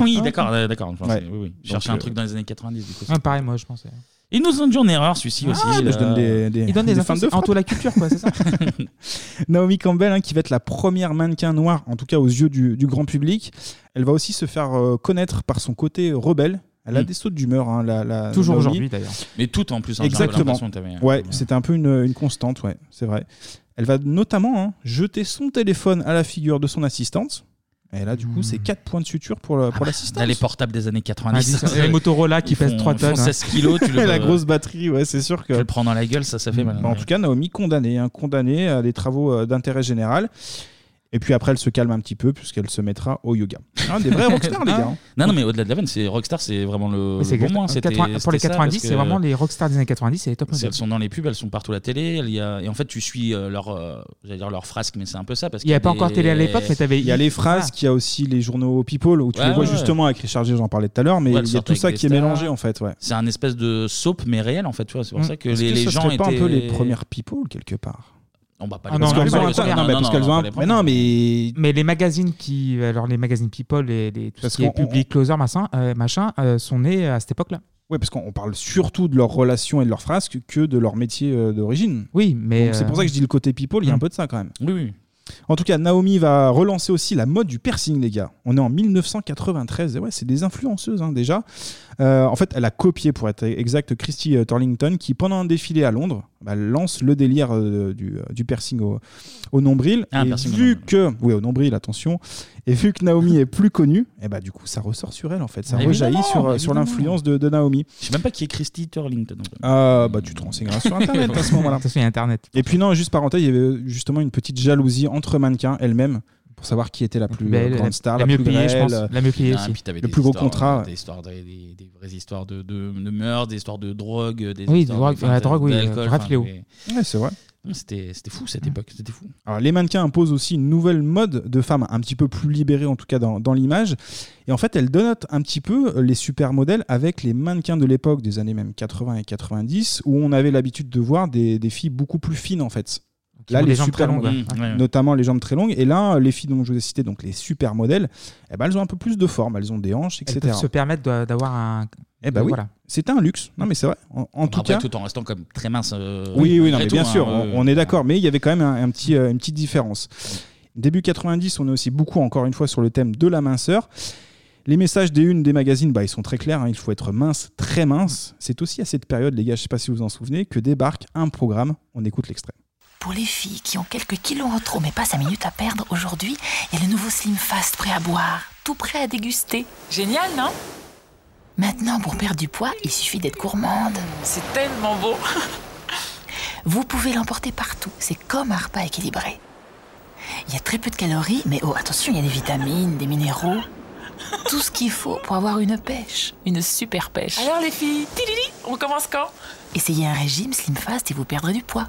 oui, Ah, d'accord, ok. euh, d'accord. je pensais- Ouais. Oui, oui. Je Donc, cherchais un euh, truc dans les années 90, du coup. Ouais, pareil, moi, je pensais. Ils nous ont dit en erreur, celui-ci aussi. Ah, mais je là. donne des- des- euh, Il donne des, des infos fans de c'est en frappe. tout la culture, quoi, c'est ça Naomi Campbell, hein, qui va être la première mannequin noire, en tout cas aux yeux du, du grand public. Elle va aussi se faire euh, connaître par son côté rebelle. Elle a Mm. des sauts d'humeur. hein, la- la Hmm. Toujours Naomi. aujourd'hui, d'ailleurs. Mais tout en plus. hein, j'ai un peu Exactement. l'impression que t'avais- Ouais, c'était un peu une, une constante, ouais, c'est vrai. Elle va notamment hein, jeter son téléphone à la figure de son assistante. Et là, du Hmm. coup, c'est 4 points de suture pour le- pour l'assistance. Là, les portables des années 90. Ah, dis- les Motorola qui ils pèsent font- 3 tonnes, font hein. 16 kilos, tu le La grosse batterie, ouais, c'est sûr que. Tu le prends dans la gueule, ça, ça fait mal. Bah, en tout cas, Naomi condamnée, hein, condamnée à des travaux euh, d'intérêt général. Et puis après, elle se calme un petit peu puisqu'elle se mettra au yoga. Hein, des vrais rockstars, les gars. hein. Non, non, mais au-delà de la vanne, c'est Rockstar, c'est vraiment le, Mais Euh, le c'est bon exact- moment. C'était- 80 pour les c'était ça, 90, parce c'est que- vraiment les rockstars des années 90, c'est les top C'est- modèles. Elles sont dans les pubs, elles sont partout à la télé. Il y a, et en fait, tu suis euh, leur, euh, j'allais dire leur frasque, mais c'est un peu ça. Parce Il y qu'il avait pas encore des- télé à l'époque, mais t'avais- Il y a les phrases, qu'il y a aussi les journaux People où tu Ouais, les vois ouais, ouais. justement avec Richard Gere, j'en parlais tout à l'heure, mais Ouais, elles il y a sortent tout avec ça des qui est stars. mélangé en fait. Ouais. C'est un espèce de soap, mais réel, en fait. Tu vois, Mm. c'est pour ça que Est-ce les, que les ça gens serait étaient. pas un peu les premières People quelque part On va pas Ah les non, non, prendre, on va non, pas les non, prendre. non, Non, parce non, qu'elles on ont va un- pas les mais prendre. non, mais mais les magazines qui alors les magazines People les, les tout Parce ce qui est qu'on- public closer machin euh, machin euh, sont nés à cette époque-là. Ouais, parce qu'on on parle surtout de leurs relations et de leurs frasques que de leur métier euh, d'origine. Oui, mais, Donc, c'est pour euh, ça que je dis le côté people, il y a un Mm. peu de ça quand même. Oui, oui. En tout cas, Naomi va relancer aussi la mode du piercing, les gars. On est en 1993, et ouais, c'est des influenceuses hein, déjà. Euh, en fait, elle a copié, pour être exact, Christy euh, Turlington, qui pendant un défilé à Londres, bah, lance le délire euh, du, euh, du piercing au, au nombril. Ah, un et piercing au vu que, oui, au nombril, attention. Et vu que Naomi est plus connue, et bah du coup, ça ressort sur elle en fait, ça Évidemment, rejaillit sur, euh, sur évidemment. l'influence de, de Naomi. Je sais même pas qui est Christy Turlington. donc. Ah bah tu te renseigneras sur internet à ce moment-là. De toute façon, il y a internet. Et puis non, juste parenthèse, il y avait euh, justement une petite jalousie entre mannequins elles-mêmes pour savoir qui était la plus belle, euh, grande Bah, la- star, la la, mieux plus payée, je grêle, pense. euh, La mieux payée Ah, aussi. et puis t'avais le des plus gros histoires, contrat. euh, Des, histoires de- des, des vraies histoires de, de, de meurtre, des histoires de drogue. Des Oui, histoires drogue, enfin, la drogue, oui, d'alcool, vrai enfin, fléau. mais- Ouais, c'est vrai. Non, C'était c'était fou cette époque, c'était fou. Alors, les mannequins imposent aussi une nouvelle mode de femmes un petit peu plus libérées en tout cas dans, dans l'image. Et en fait, elles dénotent un petit peu euh, les supermodèles avec les mannequins de l'époque des années même 80 et 90 où on avait l'habitude de voir des, des filles beaucoup plus fines en fait. Qui ont des jambes très longues, supermodèles, mmh. ouais. Ouais, ouais. notamment les jambes très longues. Et là, euh, les filles dont je vous ai cité, donc les supermodèles, eh ben, elles ont un peu plus de forme, elles ont des hanches, Elles etc. peuvent se permettre d'a- d'avoir un. Eh ben oui, Voilà. c'était un luxe. Non mais c'est vrai. En, en tout Après, cas, tout en restant comme très mince. euh, oui, oui, non, malgré mais tout, bien hein, sûr, euh, on, on est d'accord, mais il y avait quand même un, un petit, euh, une petite différence. Début 90, on est aussi beaucoup, encore une fois, sur le thème de la minceur. Les messages des unes des magazines, bah, ils sont très clairs, hein, il faut être mince, très mince. C'est aussi à cette période, les gars, je sais pas si vous en souvenez, que débarque un programme, on écoute l'extrait. Pour les filles qui ont quelques kilos en trop mais pas sa minute à perdre, aujourd'hui, il y a le nouveau Slim Fast prêt à boire, tout prêt à déguster. Génial, non Maintenant, pour perdre du poids, il suffit d'être gourmande. C'est tellement beau Vous pouvez l'emporter partout, c'est comme un repas équilibré. Il y a très peu de calories, mais oh, attention, il y a des vitamines, des minéraux. Tout ce qu'il faut pour avoir une pêche, une super pêche. Alors les filles, tilili, on commence quand Essayez un régime Slim Fast et vous perdrez du poids.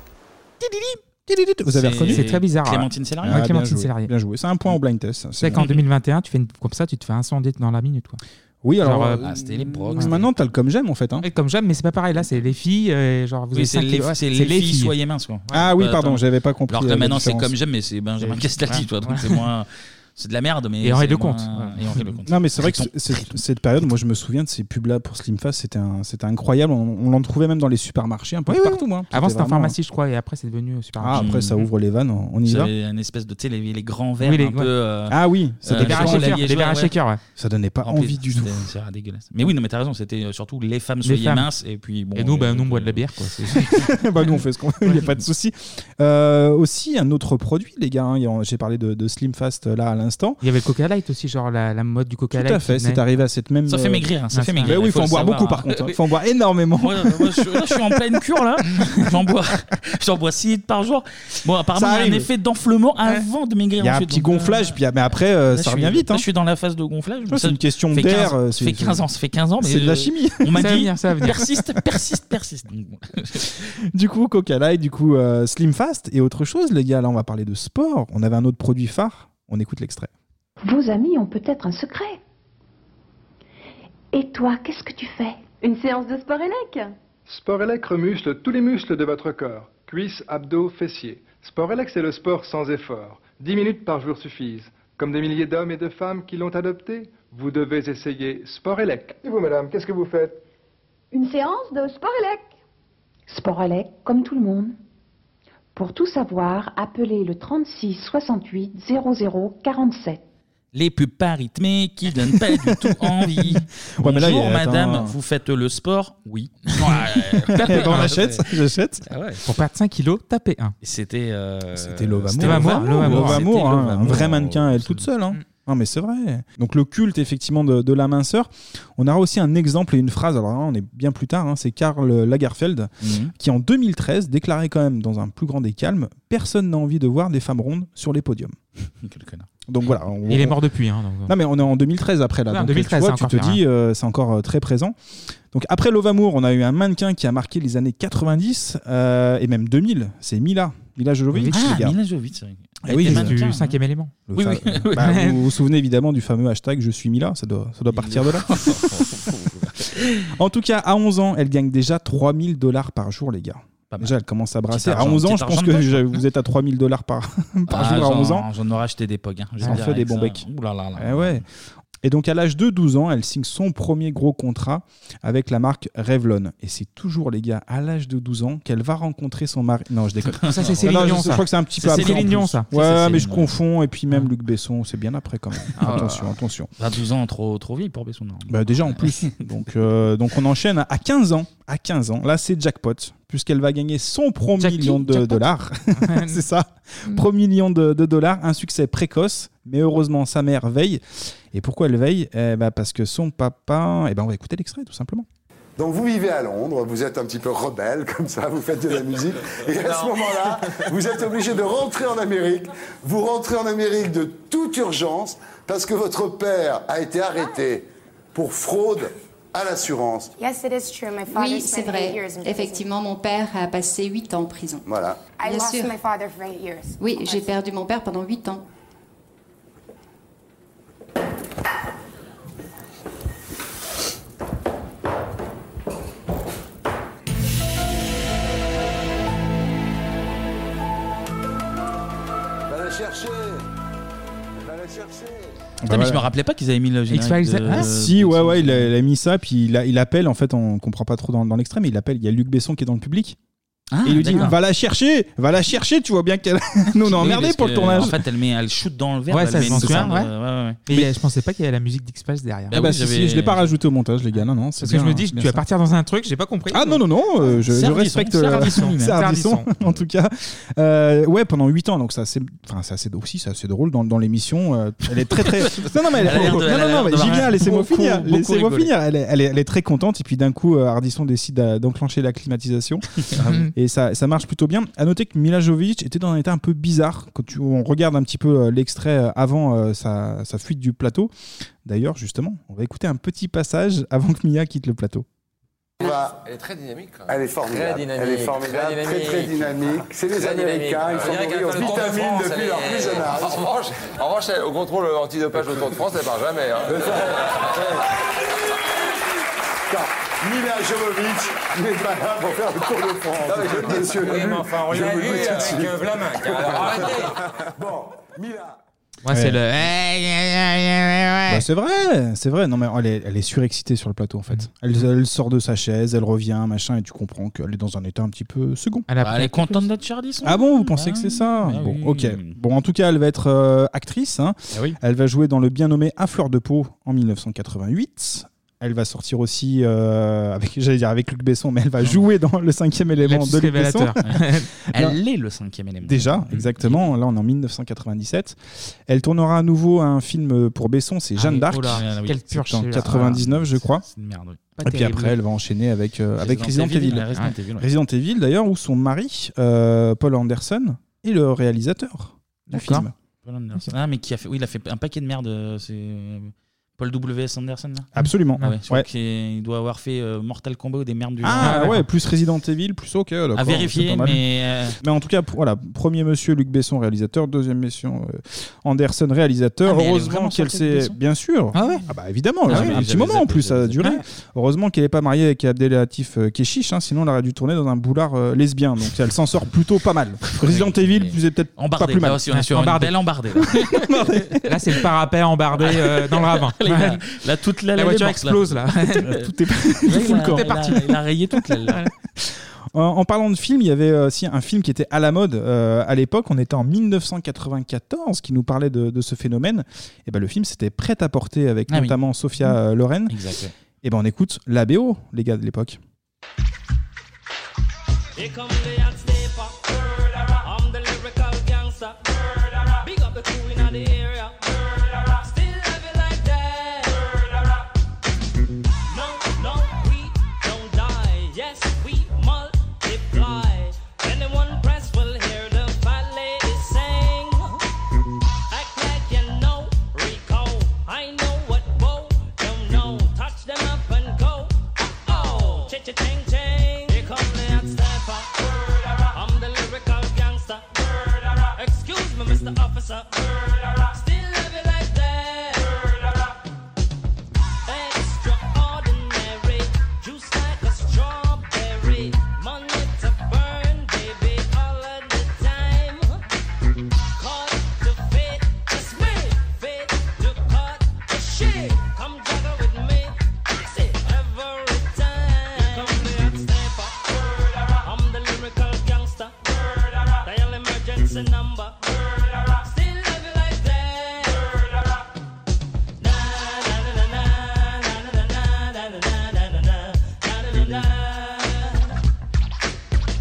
Vous avez C'est- reconnu c'est très bizarre, Clémentine ouais. Célarié. Ouais, Clémentine hein. Ah, bien joué, Célarié. Bien joué, c'est un point au blind test. ça, C'est vrai bon. qu'en 2021, tu fais une... comme ça, tu te fais incendier dans la minute. Quoi. Oui, alors. Genre, euh, euh, Ah, maintenant, t'as le comme j'aime en fait. hein. Et comme j'aime, mais c'est pas pareil. Là, c'est les filles. euh, genre, vous Oui, avez c'est cinq les, kilos. Ouais, c'est les filles, soyez minces. Quoi. Ah oui, Bah, pardon, attends. j'avais pas compris, Alors euh, que la maintenant, c'est différence. comme j'aime, mais c'est Benjamin Ouais. Castaldi, toi. Donc Ouais. c'est moins. C'est de la merde, mais. Et Henri c'est Lecomte. moins- Ouais. Et Henri Lecomte. Non, mais c'est vrai que c'est- c'est- cette période, moi je me souviens de ces pubs-là pour Slim Fast, c'était un- c'était incroyable. On, on l'en trouvait même dans les supermarchés, un peu Oui, oui. partout. hein. Avant, c'était en vraiment- pharmacie, je crois, et après, c'est devenu au Ah, supermarché. après ça Mhm. ouvre les vannes, on on y va. J'avais un espèce de, tu sais, les, les grands verres Oui, les- un ouais. peu. euh, Ah oui, ça euh, donnait pas genre envie. la Des liégeoise, verres à shaker, ouais. Ça donnait pas En plus, envie du tout. c'était- C'est dégueulasse. Mais oui, non, mais t'as raison, c'était euh, surtout les femmes Les soyez femmes. minces. Et puis bon. euh, Et nous, les- bah, nous, on boit de la bière. Quoi. C'est- bah nous on fait ce qu'on veut, il n'y a pas de souci. Euh, aussi un autre produit, les gars. hein, y a- J'ai parlé de, de Slim Fast euh, là à l'instant. Il y avait le Coca Light aussi, genre la, la mode du Coca Tout Light. à fait, qui c'est venait. arrivé à cette même. Ça fait euh, maigrir, hein, ça fait Ah maigrir, oui, il il faut faut en le boire savoir, beaucoup hein. par contre. Il faut en boire énormément. bah, Moi, je, là, je suis en pleine cure là. J'en bois, j'en bois 6 litres par jour. Bon, apparemment, Ça il y a un arrive. effet d'enflement avant de maigrir. Il y a un ensuite, petit donc, euh, gonflage, puis, ah, mais après euh, là, je ça suis- revient vite. là, hein. je suis dans la phase de gonflage. Ouais, c'est une question fait d'air, 15 euh, Ça c'est- fait 15 ans, ça fait 15 ans. mais C'est de la euh, chimie. On m'a Ça va dit, venir, ça va venir. persiste, persiste, persiste. Donc, bon. hein. Du coup, Coca Light, du coup, euh, Slim Fast. Et autre chose, les gars, là, on va parler de sport. On avait un autre produit phare. On écoute l'extrait. Vos amis ont peut-être un secret. Et toi, qu'est-ce que tu fais Une séance de Sporelec Sporelec remuscle tous les muscles de votre corps, cuisses, abdos, fessiers. Sporelec, c'est le sport sans effort. 10 minutes par jour suffisent. Comme des milliers d'hommes et de femmes qui l'ont adopté, vous devez essayer Sporelec. Et vous, madame, qu'est-ce que vous faites Une séance de Sporelec Sporelec, comme tout le monde. Pour tout savoir, appelez le 36 68 00 47. Les pubs pas rythmées qui donnent pas du tout envie. Ouais, mais là, il y a- Bonjour madame, attends. vous faites le sport Oui. Ah Eh ben, on achète, ça, j'achète. Ah, Pour perdre 5 kilos, tapez un. C'était. euh, C'était Love Amour. C'était Love Amour, Love Amour. Love Amour, C'était hein, Love un vrai Amour. Mm. mannequin, elle toute seule. hein. Non, mais c'est vrai. Donc, le culte, effectivement, de, de la minceur. On aura aussi un exemple et une phrase. Alors, là, on est bien plus tard. hein, c'est Karl Lagerfeld Mhm. qui, en 2013, déclarait quand même dans un plus grand des calmes Personne n'a envie de voir des femmes rondes sur les podiums. Quel connard. Donc voilà. on- Il est on- mort depuis, hein, donc, euh. Non, mais on est en 2013 après là. Ah, Ouais, en donc, tu 2013, vois, c'est tu, encore te pire, dis, euh, c'est encore euh, très présent. Donc après Love Amour, on a eu un mannequin qui a marqué les années 90 euh, et même 2000. C'est Mila. Mila Jovovich. Ah, les gars. Mila Jovovich, c'est vrai. Eh Elle oui, était je- mannequin, Du cinquième hein. élément. Le Oui, fa- oui. bah, vous vous souvenez évidemment du fameux hashtag Je suis Mila. Ça doit, ça doit partir de là. en tout cas, à 11 ans, elle gagne déjà 3000 dollars par jour, les gars. Déjà, elle commence à brasser. À argent, 11 ans, petit je pense argent de que poche. je- vous êtes à 3000 dollars par, par Ah, jour à j'en- 11 ans. J'en aurais acheté des pogs. Hein. je Ça en dirais fait des que bons ça- becs. Ouh là là là. Eh ouais. Et donc à l'âge de 12 ans, elle signe son premier gros contrat avec la marque Revlon. Et c'est toujours, les gars, à l'âge de 12 ans qu'elle va rencontrer son mari. Non, je déconne. Ça, c'est Céline Non, non, je- Dion, je, ça. crois que c'est un petit C'est peu après. Céline en plus. Dion, ça. Ouais, Ça, c'est mais je Céline Dion. Ah. confonds. Et puis même Luc Besson, c'est bien après quand même. Ah, attention, attention. Bah, 12 ans, trop, trop vieille pour Besson. non. Bah, déjà en plus. donc, euh, donc on enchaîne à 15 ans. À 15 ans, là c'est jackpot, puisqu'elle va gagner son premier million de dollars. c'est ça. Premier million de, de dollars, un succès précoce. Mais heureusement, sa mère veille. Et pourquoi elle veille eh ben, Parce que son papa. Eh ben, on va écouter l'extrait tout simplement. Donc vous vivez à Londres, vous êtes un petit peu rebelle comme ça, vous faites de la musique. Et à ce Non. moment-là, vous êtes obligé de rentrer en Amérique. Vous rentrez en Amérique de toute urgence parce que votre père a été arrêté pour fraude à l'assurance. Oui, c'est vrai. Effectivement, mon père a passé 8 ans en prison. Voilà. Bien sûr. Oui, j'ai perdu mon père pendant 8 ans. Va la chercher Va la chercher Putain, mais je me rappelais pas qu'ils avaient mis le générique. X-Files, de- ah, si, ouais, ouais, il a, il a mis ça, puis il, a- il appelle, en fait, on comprend pas trop dans, dans l'extrait, mais il appelle, il y a Luc Besson qui est dans le public. Ah, et il lui dit, d'accord. va la chercher, va la chercher, tu vois bien qu'elle nous on a Oui, emmerdé parce pour le que, tournage. En fait, elle, met, elle shoot dans le verre. Ouais, elle ça met je m'en une souviens, scène, ouais. euh, ouais, ouais. Mais je pensais pas qu'il y avait la musique d'X-Files derrière. Ah bah si, si, je l'ai pas rajouté au montage, les gars, non, non. c'est Parce que je bien, me dis, c'est tu bien vas ça. partir dans un truc, j'ai pas compris. Ah non, non, non, euh, je, C'est je Ardisson, respecte c'est le- Ardisson, même. c'est C'est Ardisson, en tout cas. Euh, ouais, pendant 8 ans, donc ça c'est enfin, c'est assez, aussi c'est assez drôle dans, dans l'émission. euh, elle est très très. Non, non, mais, elle, Elle a l'air de- elle non, a non, l'air mais d'avoir Julien, laissez-moi beaucoup- finir. beaucoup Laissez-moi rigolé. finir. Elle est, elle, est, elle est très contente, et puis d'un coup, euh, Ardisson décide d'a- d'enclencher la climatisation. Ah et ça, ça marche plutôt bien. À noter que Mila Jovovich était dans un état un peu bizarre. Quand tu, on regarde un petit peu euh, l'extrait euh, avant euh, sa, sa fuite du plateau. D'ailleurs, justement, on va écouter un petit passage avant que Mia quitte le plateau. Bah, Elle est très dynamique. hein. Elle est formidable. Très dynamique, Elle est formidable, très très dynamique. très, dynamique. C'est les Très Américains, ils dynamique. sont On dirait nourris qu'elle aux fait le Tour de vitamines France, depuis elle leur est- plus jeune âge. En revanche, en revanche, elle- au contrôle antidopage au Tour de France, elle part jamais. hein. Mila Jovovich n'est pas là pour faire le tour de France. Non, mais je le dis. Monsieur Oui, Lulu, mais enfin, on je l'a vous vu le dis tout de avec, suite. euh, Vlaminck, alors arrêtez. Bon, Mila. Moi, c'est Ouais. le. Bah, c'est vrai, c'est vrai. Non, mais elle est, elle est surexcitée sur le plateau, en fait. Mm. Elle, elle sort de sa chaise, elle revient, machin, et tu comprends qu'elle est dans un état un petit peu second. Elle, Bah, elle est contente d'être Chardisson. Ah bon, vous pensez que c'est ça Bah Bon, ok. Bon, en tout cas, elle va être euh, actrice. hein. Ah oui. Elle va jouer dans le bien nommé À fleur de peau en 1988. Elle va sortir aussi euh, avec, j'allais dire avec Luc Besson, mais elle va jouer dans le cinquième élément Lapsus de Luc Besson. révélateur. Elle Non. est le cinquième élément. Déjà, exactement. Là, on est en 1997. Elle tournera à nouveau un film euh, pour Besson, c'est Ah Jeanne oui, d'Arc. oh là, oui. Quelle C'est purge, en celui-là. 99, je crois. C'est une merde, oui. Pas Et puis terrible. après, elle va enchaîner avec, euh, Resident avec Resident Evil, Evil. ouais, Resident Evil, ouais. Resident Evil, d'ailleurs, où son mari, euh, Paul Anderson, est le réalisateur du D'accord. film. Paul Anderson. Ah, mais qui a fait. Oui, il a fait un paquet de merde. euh, C'est euh, Paul W.S. Anderson, là Absolument. Ah ouais, je crois Ouais. qu'il- Il doit avoir fait euh, Mortal Kombat ou des merdes du Ah, genre. ouais, plus Resident Evil, plus OK. d'accord, À vérifier, c'est pas mal. mais, euh, Mais en tout cas, pour- voilà, premier monsieur Luc Besson, réalisateur, deuxième monsieur euh, Anderson, Ah, réalisateur. mais elle est Heureusement vraiment qu'elle sortie avec s'est. Besson Bien sûr. Ah, bah évidemment, Ah ça ouais, fait un j'avais petit moment en zappé, Ah plus, ça a duré. Ouais. Heureusement qu'elle n'est pas mariée avec Abdelatif euh, Keshish, hein, sinon elle aurait dû tourner dans un boulard euh, lesbien. Donc elle s'en sort plutôt pas mal. Resident Evil, c'est peut-être pas Embardé. plus mal. Là, aussi, on est sur une Embardé. belle embardée. là. Là, c'est le parapet embardé euh, dans le ravin. Les gars, là, toute l'aile, La elle est voiture morte, là. explose, là. Tout Euh, est il a- camp. il a- Il a rayé toute l'aile. là. En, en parlant de film, il y avait aussi un film qui était à la mode euh, à l'époque. On était en 1994 qui nous parlait de, de ce phénomène. Et ben le film c'était Prêt à porter avec Ah oui. notamment Sophia euh, Loren. Exact, ouais. Et ben on écoute la BO, les gars de l'époque. Here come the hot sniper. I'm the lyrical gangster. Big up the crew in the area. Stay get your ting ting. Here come the hot stepper. I'm the lyrical gangster. Excuse me, Mr. Officer. Still love you like that. Extraordinary, juice like a strawberry. Money to burn, baby, all of the time. Caught the fate, it's me. Fate to cut the shit. Come juggle with me. Sexy every time. Here come the hot stepper. I'm the lyrical gangster. Dial emergency number. Still love you like that.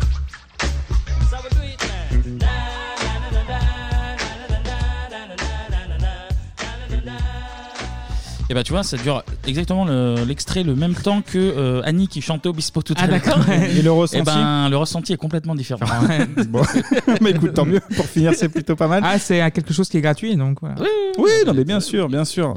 So we do it, man. Na, na, na, na, Et bah tu vois, ça dure exactement le- l'extrait le, même temps que euh, Annie qui chantait Obispo tout à Ah, l'heure. d'accord. Et le ressenti Eh ben, le ressenti est complètement différent. Bon. mais écoute, tant mieux. Pour finir, c'est plutôt pas mal. Ah, c'est euh, quelque chose qui est gratuit, donc voilà. Oui, non, mais bien sûr, bien sûr.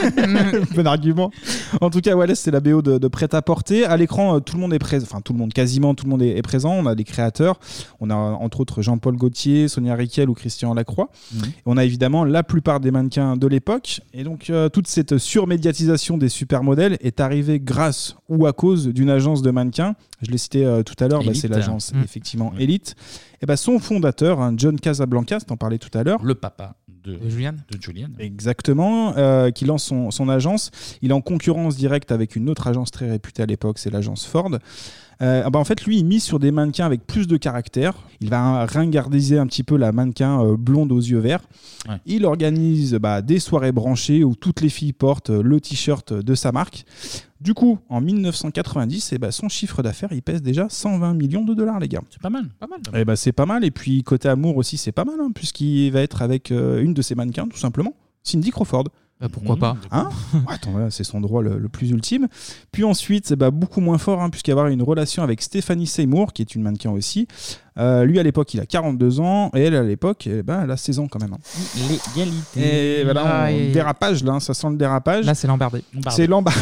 bon argument. En tout cas, Wallace, c'est la BO de, de Prêt-à-Porter. À l'écran, euh, tout le monde est présent. Enfin, tout le monde, quasiment tout le monde est, est présent. On a des créateurs. On a entre autres Jean-Paul Gaultier, Sonia Riquel ou Christian Lacroix. Mhm. Et on a évidemment la plupart des mannequins de l'époque. Et donc, euh, toute cette surmédiatisation des supermodèles est arrivée grâce ou à cause d'une agence de mannequins. Je l'ai cité euh, tout à l'heure, bah, Elite. c'est l'agence, Mhm. effectivement, Elite. Et bah, son fondateur, hein, John Casablancas, t'en parlais tout à l'heure. Le papa de, Julian. De Julian. Exactement, euh, qui lance son, son agence. Il est en concurrence directe avec une autre agence très réputée à l'époque, c'est l'agence Ford. Euh, ah bah en fait, lui, il mise sur des mannequins avec plus de caractère. Il va ringardiser un petit peu la mannequin euh, blonde aux yeux verts. Il organise bah, des soirées branchées où toutes les filles portent euh, le t-shirt de sa marque. Du coup, en 1990, eh bah, son chiffre d'affaires, il pèse déjà 120 millions de dollars, les gars. C'est pas mal. Pas mal. Eh ben, c'est pas mal. Et puis côté amour aussi, c'est pas mal, hein, puisqu'il va être avec euh, une de ses mannequins, tout simplement, Cindy Crawford. Bah, pourquoi pas Hein Attends, voilà, c'est son droit le, le plus ultime. Puis ensuite, eh ben, beaucoup moins fort, hein, puisqu'il va avoir une relation avec Stéphanie Seymour, qui est une mannequin aussi. Euh, lui, à l'époque, il a 42 ans, et elle, à l'époque, eh ben, elle a 16 ans quand même. hein. L'égalité. Et voilà, on- dérapage là, hein, ça sent le dérapage. Là, c'est l'embardé. C'est l'embardé.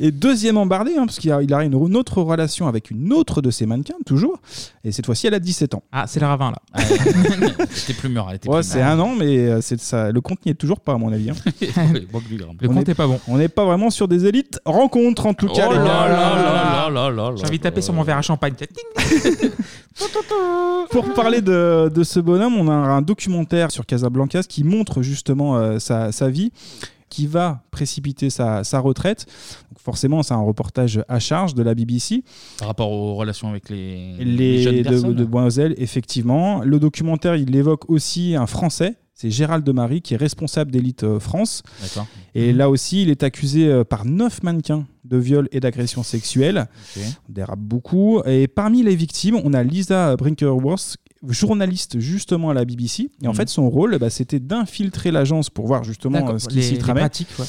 Et deuxième embardé, hein, parce qu'il a, il a une, une autre relation avec une autre de ses mannequins, toujours. Et cette fois-ci, elle a 17 ans. Ah, c'est le ravin, là. C'était plus mûr. Elle était Ouais, plus c'est mûre. un an, mais euh, c'est ça. Le compte n'y est toujours pas, à mon avis. hein. Ouais, boque du gramme. On On n'est pas vraiment sur des élites rencontres, en tout Oh cas, les là gars. là là là là là là. J'ai envie de taper sur mon verre à champagne. Pour parler de, de ce bonhomme, on a un, un documentaire sur Casablancas qui montre justement euh, sa, sa vie qui va précipiter sa, sa retraite. Donc forcément, c'est un reportage à charge de la BBC. Par rapport aux relations avec Mmh, les, Les jeunes de, personnes. de Boisel, effectivement. Le documentaire, il évoque aussi un Français, c'est Gérald de Marie, qui est responsable d'Élite euh, France. D'accord. Mmh. Et là aussi, il est accusé euh, par neuf mannequins de viol et d'agression sexuelle. Ok. On dérape beaucoup. Et parmi les victimes, on a Lisa Brinkerworth, journaliste justement à la BBC. Et en Mhm. fait, son rôle, bah, c'était d'infiltrer l'agence pour voir justement D'accord, euh, ce qui les- s'y les tramait. pratiques, ouais.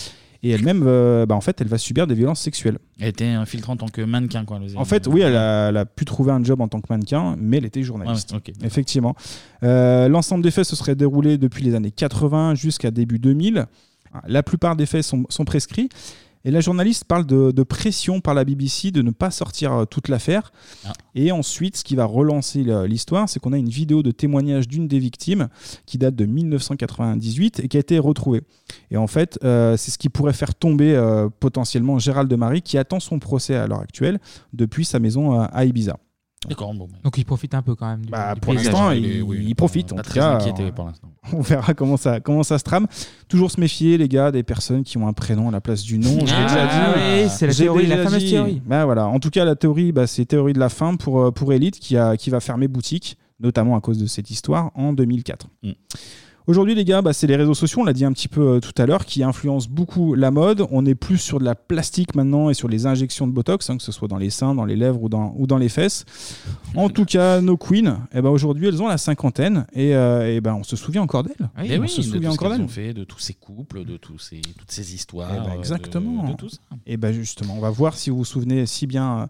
Et elle-même, euh, bah, en fait, elle va subir des violences sexuelles. Elle était infiltrante en tant que mannequin. Quoi, En fait, oui, elle a, elle a pu trouver un job en tant que mannequin, mais elle était journaliste. Ouais, ouais, ok, d'accord. Effectivement. Euh, L'ensemble des faits se serait déroulé depuis les années 80 jusqu'à début 2000. La plupart des faits sont, sont prescrits. Et la journaliste parle de, de pression par la BBC de ne pas sortir euh, toute l'affaire. Et ensuite, ce qui va relancer le- l'histoire, c'est qu'on a une vidéo de témoignage d'une des victimes qui date de 1998 et qui a été retrouvée. Et en fait, euh, c'est ce qui pourrait faire tomber euh, potentiellement Gérald de Marie qui attend son procès à l'heure actuelle depuis sa maison euh, à Ibiza. D'accord, bon. ben. Donc, il profite un peu quand même. Du, du Bah, Pour paysage. l'instant, il, il profite. pas en très tout cas, inquiété, euh, oui, pour l'instant. On verra comment ça, comment ça se trame. Toujours se méfier, les gars, des personnes qui ont un prénom à la place du nom. Je l'ai Ah déjà dit. oui, c'est la J'ai théorie, la déjà fameuse dit. théorie. Bah, voilà. En tout cas, la théorie, bah, c'est théorie de la fin pour, euh, pour Elite qui, a, qui va fermer boutique, notamment à cause de cette histoire, en 2004. Aujourd'hui, les gars, bah, c'est les réseaux sociaux, on l'a dit un petit peu euh, tout à l'heure, qui influencent beaucoup la mode. On est plus sur de la plastique maintenant et sur les injections de Botox, hein, que ce soit dans les seins, dans les lèvres ou dans, ou dans les fesses. En tout cas, nos queens, eh ben, aujourd'hui, elles ont la cinquantaine et, euh, eh ben, on se souvient encore d'elles. Mais Ah on oui, se de souvient tout ce encore qu'ils d'elles. ont fait, de tous ces couples, de tous ces, toutes ces histoires. Eh ben, euh, de- exactement. de tout ça. Et ben justement, on va voir si vous vous souvenez si bien euh,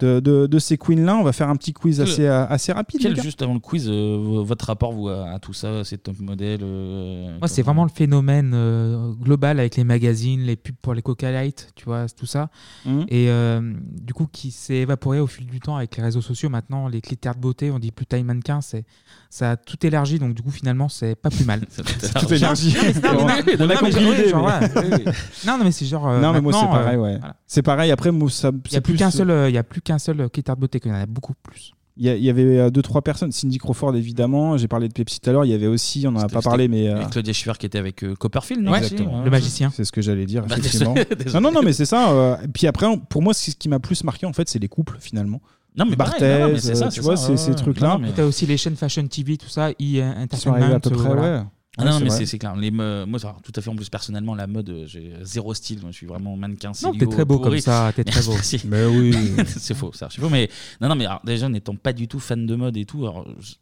de, de- de ces queens-là. On va faire un petit quiz Quel- assez, euh, assez rapide. les Quel, gars. juste avant le quiz, euh, vo- votre rapport vous, à, à tout ça, ces top modèles euh, Moi, c'est vraiment le phénomène euh, global avec les magazines, les pubs pour les Coca Light, tu vois, tout ça. Mhm. Et euh, du coup, qui s'est évaporé au fil du temps avec les réseaux sociaux. Maintenant, les critères de beauté, on dit plus taille mannequin, c'est ça a tout élargi. Donc, du coup, finalement, c'est pas plus mal. C'est tout élargi. Non, mais c'est- non, mais- On a non, mais- non, mais- compris oui, l'idée, genre, mais- voilà. Non, non, mais c'est genre. euh, non, mais moi, c'est maintenant, euh, pareil, ouais. voilà. C'est pareil, après, moi, ça. Il n'y a c'est plus qu'un seul, euh, il y a plus qu'un seul critère de beauté qu'il y en a beaucoup plus. Il y, a- il y avait euh, deux, trois personnes. Cindy Crawford, évidemment. J'ai parlé de Pepsi tout à l'heure. Il y avait aussi, on n'en a pas parlé, mais. euh, Et Claudia Schiffer qui était avec euh, Copperfield, non Exactement. aussi, hein. C'est ce que j'allais dire, Bah, effectivement. désolé, désolé. non, non, non, mais c'est ça. euh, et puis après, on- pour moi, c'est ce qui m'a plus marqué, en fait, c'est les couples, finalement. Non, mais pareil, Barthez, non, non, mais c'est ça, euh, c'est tu vois, ça, c'est ouais, ces ouais. trucs-là. Non, mais- Et t'as aussi les chaînes Fashion TV, tout ça, e arrivés Entertainment. à peu près, ouais. Ah non, c'est mais vrai. c'est c'est clair. Les me- moi, alors, tout à fait. En plus, personnellement, la mode, euh, j'ai zéro style. Moi, je suis vraiment mannequin. Non, Célio, t'es très beau pourri. comme ça, t'es très beau. Merci. Mais oui. c'est faux, c'est archi faux. Mais non, non, mais alors, déjà, n'étant pas du tout fan de mode et tout, alors, je-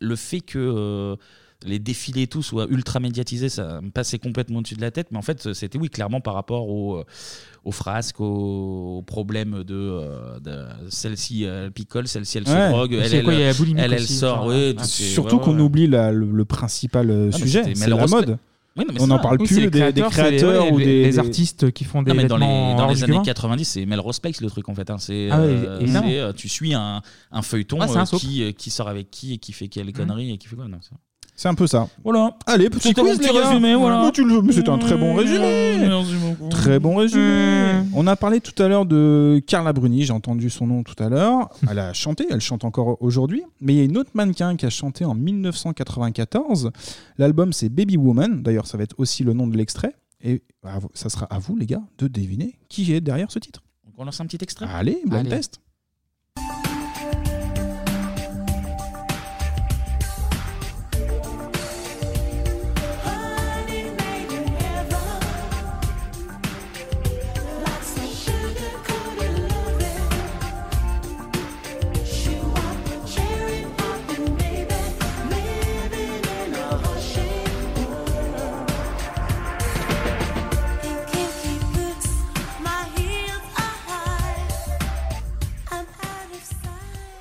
le fait que euh, les défilés et tout soient ultra médiatisés, ça me passait complètement au-dessus de la tête. Mais en fait, c'était oui, clairement par rapport au, euh, aux frasques, aux, aux problèmes de, euh, de- celle-ci euh, elle picole, celle-ci elle Ouais. se drogue, Et elle c'est elle, quoi, il y a la boulimie elle, elle aussi, sort. genre, ouais, hein. tout- c'est- Surtout ouais, ouais, qu'on oublie la- le, le principal euh, euh, Ah, mais sujet, c'était- mais c'est le la respect- mode. Oui, non, mais on c'est n'en ça. parle Oui, plus c'est des les des créateurs, c'est les- créateurs ouais, ou les- des les des- artistes qui font des Non, mais dans vêtements les, dans hors les du années commun. 90, c'est Melrose Place le truc en fait. hein. C'est Ah ouais, euh, évidemment. c'est, euh, tu suis un, un feuilleton Ah, c'est un euh, soap. qui, euh, qui sort avec qui et qui fait Mmh. quelle connerie et qui fait quoi. Non, c'est- C'est un peu ça. Voilà. Allez, petit C'était mon quiz, petit les gars. résumé, voilà. Mmh, Mais tu le- mais C'était un très bon résumé. Merci Mmh. beaucoup. Très bon résumé. On a parlé tout à l'heure de Carla Bruni, j'ai entendu son nom tout à l'heure. Elle a chanté, elle chante encore aujourd'hui. Mais il y a une autre mannequin qui a chanté en 1994. L'album c'est Baby Woman, d'ailleurs ça va être aussi le nom de l'extrait. Et à vous- ça sera à vous les gars de deviner qui est derrière ce titre. Donc on lance un petit extrait. Allez, blind test.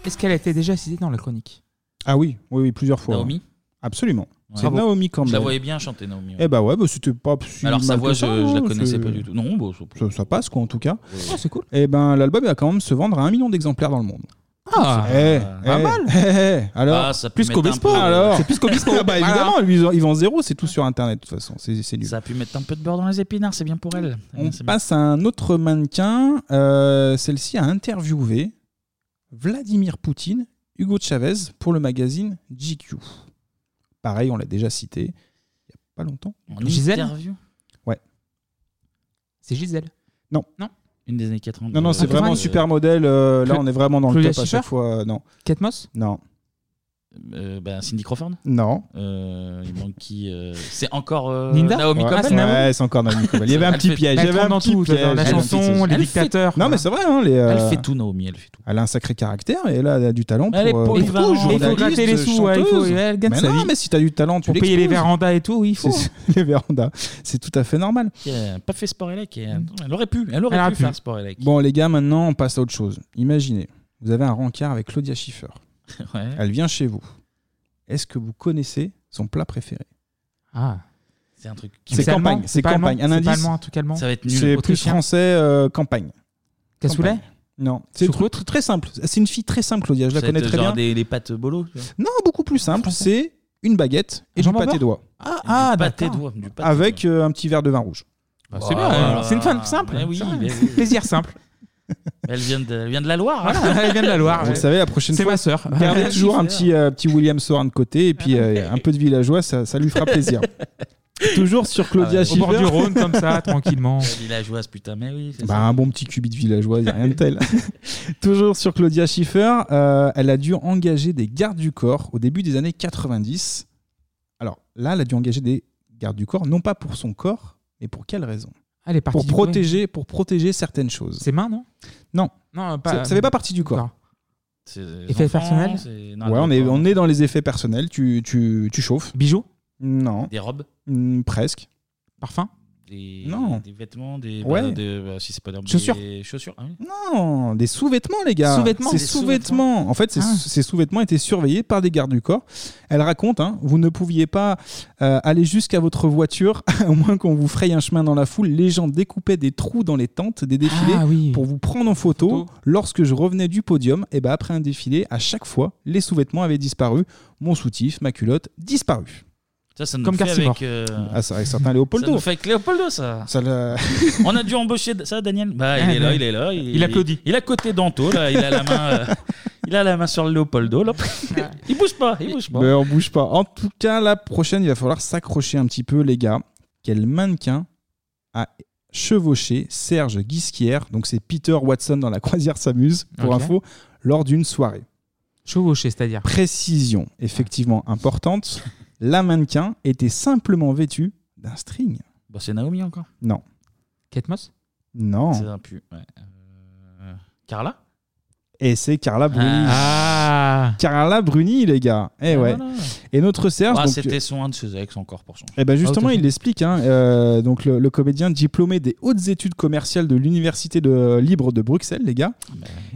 Est-ce qu'elle a été déjà citée dans la chronique Ah oui, oui, oui, plusieurs fois. Naomi Absolument. Ouais. C'est Bravo. Naomi quand Je même. la voyais bien chanter, Naomi, ouais. Eh bah ouais, bah c'était pas si Alors, sa mal que voix, ça, je- je la hein, connaissais c'est- pas du tout. Non, bon, c'est- ça, ça passe quoi en tout cas. Ah, c'est cool. Et ben l'album il va quand même se vendre à un million d'exemplaires dans le monde. Ah, Eh, pas eh, mal. eh, eh, alors, euh, Ah, ça peut mettre un peu- alors. C'est plus qu'Obispo. Ah bah Voilà. évidemment, lui, ils, en- ils vendent zéro, c'est tout sur internet de toute façon, c'est c'est nul. Ça a pu mettre un peu de beurre dans les épinards, c'est bien pour elle. On passe à un autre mannequin. euh, Celle-ci a interviewé Vladimir Poutine, Hugo Chavez pour le magazine GQ. Pareil, on l'a déjà cité. Il n'y a pas longtemps. En Gisèle interview Ouais. C'est Gisèle Non. Non. Une des années 80. Non, non, c'est Euh, vraiment euh, super modèle. euh, là, Cla- on est vraiment dans le Claudia top à chaque Schiffer fois. euh, non. Kate Moss Non. euh, bah, Cindy Crawford Non. Euh, il manque qui euh, C'est encore euh, Linda Naomi Ouais, Campbell c'est- ouais, c'est encore Naomi Campbell. Il y avait un Elle petit fait- piège. Il elle y avait tourne un dans petit tout, piège. dans la Elle fait un chanson, petit piège. les Elle fait- dictateurs, Non, voilà. mais c'est vrai. hein, les, Elle euh, fait tout, Naomi, elle fait tout. Elle a un sacré caractère et elle a, elle a du talent Elle est pour. euh, polyvalente. pour tout, Il faut journaliste, gratter les sous, ouais, il faut- chanteuse. elle gagne mais sa non, vie. mais si t'as du talent, tu Pour payer les l'exposes. vérandas et tout, oui, il faut. C'est- Les vérandas, c'est tout à fait normal. Qui a pas fait sport élec et, euh, elle aurait pu, elle aurait Elle aurait pu, pu. faire sport élec. Mm. Bon, les gars, maintenant, on passe à autre chose. Imaginez, vous avez un rencard avec Claudia Schiffer. Ouais. Elle vient chez vous. Est-ce que vous connaissez son plat préféré Ah. C'est un truc. C'est campagne. C'est campagne. Un indice. C'est plus français euh, campagne. Cassoulet Campagne. Non. C'est tr- tr- très simple. C'est une fille très simple, Claudia. Je la Ça va connais être très genre bien. Des, des pâtes bolo. tu vois. Non, beaucoup plus simple. C'est une baguette et du Jambon pâté beurre d'oie. Ah, du pâté d'oie, du pâté Avec euh, un petit verre de vin rouge. c'est bien, Voilà. alors. C'est une femme simple. Eh oui, c'est vrai. eh oui. Plaisir simple. Elle vient de, elle vient de la Loire. hein. Voilà, elle vient de la Loire. Vous le savez, la prochaine C'est fois, ma sœur. gardez toujours un petit, euh, petit William Sorin de côté et puis euh, un peu de villageois, ça, ça lui fera plaisir. toujours sur Claudia Ah ouais. Schiffer. La villageoise, putain, mais oui. c'est Bah, un bon petit cubit de villageois, il n'y a rien de tel. Toujours sur Claudia Schiffer, euh, elle a dû engager des gardes du corps au début des années 90. Alors là, elle a dû engager des gardes du corps, non pas pour son corps, mais pour quelle raison Ah, Elle est partie pour du protéger, pour protéger certaines choses. Ses mains, non Non. Non, Ça pas. ne fait pas partie du corps. C'est Effet enfants, personnel c'est- non, Ouais, non, on est, pas- on est dans les effets personnels. Tu, tu, tu chauffes. Bijoux Non. Des robes Hmm, Presque. Parfum Des, Non. des vêtements, des. Ouais. bah, des- bah, si c'est pas des Chaussures. Des chaussures. ah oui. Non, des sous-vêtements, les gars. Sous-vêtements, Ces des sous-vêtements. sous-vêtements. En fait, ces, Ah. ces sous-vêtements étaient surveillés par des gardes du corps. Elle raconte hein, vous ne pouviez pas euh, aller jusqu'à votre voiture, au moins qu'on vous fraye un chemin dans la foule. Les gens découpaient des trous dans les tentes des défilés Ah pour vous prendre en photo. Lorsque je revenais du podium, et ben après un défilé, à chaque fois, les sous-vêtements avaient disparu. Mon soutif, ma culotte, disparu. Ça, ça nous Comme fait Carcimore. avec. euh, Ah, ça, avec certains Léopoldo. Ça nous fait avec Léopoldo, ça. Ça le- On a dû embaucher ça, Daniel. Bah, il Ah, est là, ouais. il est là. Il applaudit. Il a côté Danto, là. Il a la main. euh, il a la main sur le Léopoldo, là. il bouge pas, il bouge pas. Mais on bouge pas. En tout cas, la prochaine, il va falloir s'accrocher un petit peu, les gars. Quel mannequin a chevauché Serge Guisquière, donc c'est Peter Watson dans La Croisière s'amuse, pour Ok. info, lors d'une soirée. Chevauché, c'est-à-dire. Précision effectivement importante, la mannequin était simplement vêtue d'un string. Bah, c'est Naomi encore. Non. Kate Moss Non. C'est un pu. ouais. Euh, Carla Et c'est Carla Bruni. Carla Bruni, les gars. Eh ouais. Ah, voilà. Et notre Serge. Ah, donc, euh, C'était son un de ses ex encore pour son. Ah, Eh ben justement, il l'explique. hein, euh, donc le, le comédien diplômé des hautes études commerciales de l'université de, libre de Bruxelles, les gars,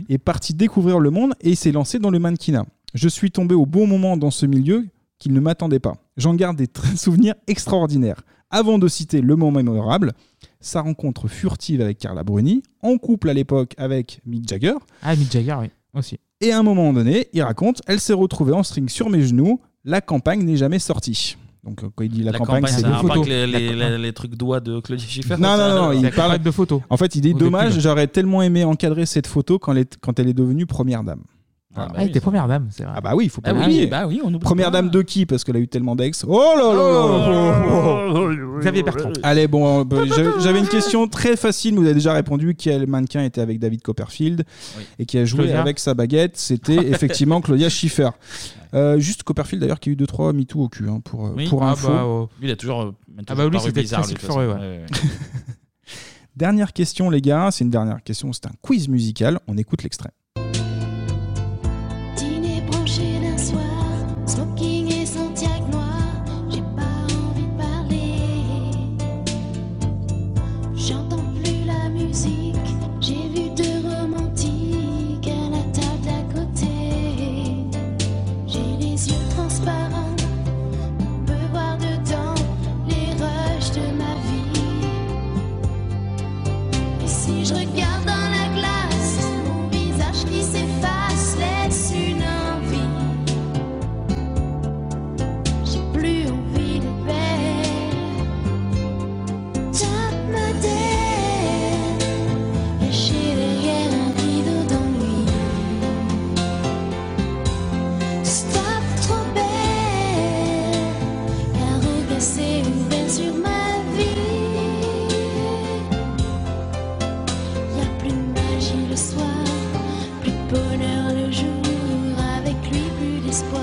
est parti découvrir le monde et il s'est lancé dans le mannequinat. Je suis tombé au bon moment dans ce milieu qu'il ne m'attendait pas. J'en garde des tr- souvenirs extraordinaires. Avant de citer le moment mémorable, sa rencontre furtive avec Carla Bruni, en couple à l'époque avec Mick Jagger. Ah, Mick Jagger, oui, aussi. Et à un moment donné, il raconte, elle s'est retrouvée en string sur mes genoux, la campagne n'est jamais sortie. Donc euh, quand il dit la, La campagne, campagne, c'est ça des a pas photos. que les, les, les- les trucs doigts de Claudia Schiffer. Non, ça, non, non, il parle de photos. euh, En fait, il dit Ou de dommage, pub. j'aurais tellement aimé encadrer cette photo quand elle est, quand elle est devenue première dame. Voilà. Ah, il était première dame, c'est vrai. Ah bah oui, il faut pas Ah oui, oublier. bah oui, on oublie première dame de qui Parce qu'elle a eu tellement d'ex. Oh là là là là là Xavier Bertrand. Allez, bon, euh, bah, j'avais- j'avais une question très facile. Vous avez déjà répondu quel mannequin était avec David Copperfield et qui a joué Claudia. avec sa baguette. C'était effectivement Claudia Schiffer. Euh, juste Copperfield d'ailleurs qui a eu 2-3 mythos au cul hein, pour, euh, Oui. pour Ah info. bah, oh. Lui, il a toujours, euh, toujours Ah bah, lui, paru c'était bizarre, très lui, de toute sulfureux, façon. ouais. Dernière question, les gars. C'est une dernière question. C'est un quiz musical. On écoute l'extrait. Dîner branché d'un soir, smoking et Santiago noir, j'ai pas envie de parler. J'entends plus la musique, j'ai vu deux romantiques à la table d'à côté. J'ai les yeux transparents, on peut voir dedans les rushs de ma vie. Et si je regarde dans la glace, mon visage qui s'efface laisse une envie. J'ai plus envie de belle. Top modèle, caché derrière un rideau d'ennui. Stop trop belle. La route s'est ouverte sur ma vie. Y a plus de magie le soir, plus de bonheur le jour, avec lui plus d'espoir,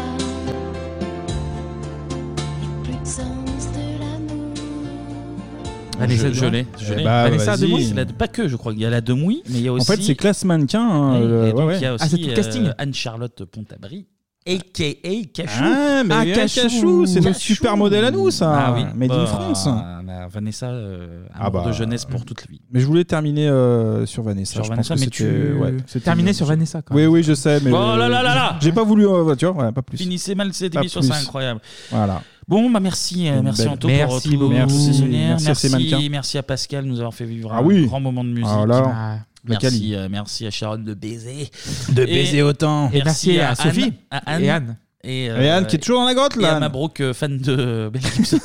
et plus de sens de l'amour. Vanessa je, je Demouy l'ai. je Eh l'ai. bah, Vanessa vas-y. Demouy, c'est la- pas que, je crois. Il y a la Demouy, mais il y a En aussi. fait, c'est classe mannequin. hein, Et le- donc, ouais, Ah, ouais. il y a aussi euh, Anne-Charlotte Pontabry, a.k.a. Cachou. Ah, mais oui, Cachou, c'est notre super modèle à nous, ça. Ah oui. Made in Bah, France. bah, Vanessa, euh, amour bah. de jeunesse pour toute la vie. Mais je voulais terminer euh, sur Vanessa. Sur je Vanessa, pense que mais c'était- tu- ouais, c'était terminer une- sur Vanessa, quand oui, même. oui, je sais. Mais Oh là là là là J'ai pas voulu en voiture, ouais, pas plus. Finissez mal cette Pas émission, plus. c'est incroyable. Voilà. Bon, bah merci, euh, Une merci belle- Anto Merci pour beaucoup. tous Merci. ces souvenirs. Merci à ces mannequins. merci à Pascal de nous avoir fait vivre un Ah oui. grand moment de musique. Ah là, Ah. la merci, quali. euh, merci à Sharon de baiser. De Et- baiser autant. Et Et merci, merci à Sophie. à Anne. Et Anne. Et, euh, Et Anne qui est toujours dans la grotte, là, Et à Anne. Mabrouk, euh, fan de euh, Mel Gibson.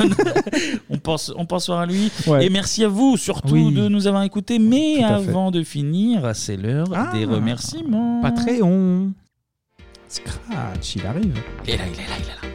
on, pense, on pense à lui. Ouais. Et merci à vous surtout de nous avoir écoutés. Mais Tout à fait. Ah. avant de finir, c'est l'heure des Ah. remerciements. Patreon. Scratch, il arrive. Il est là, il est là, il est là.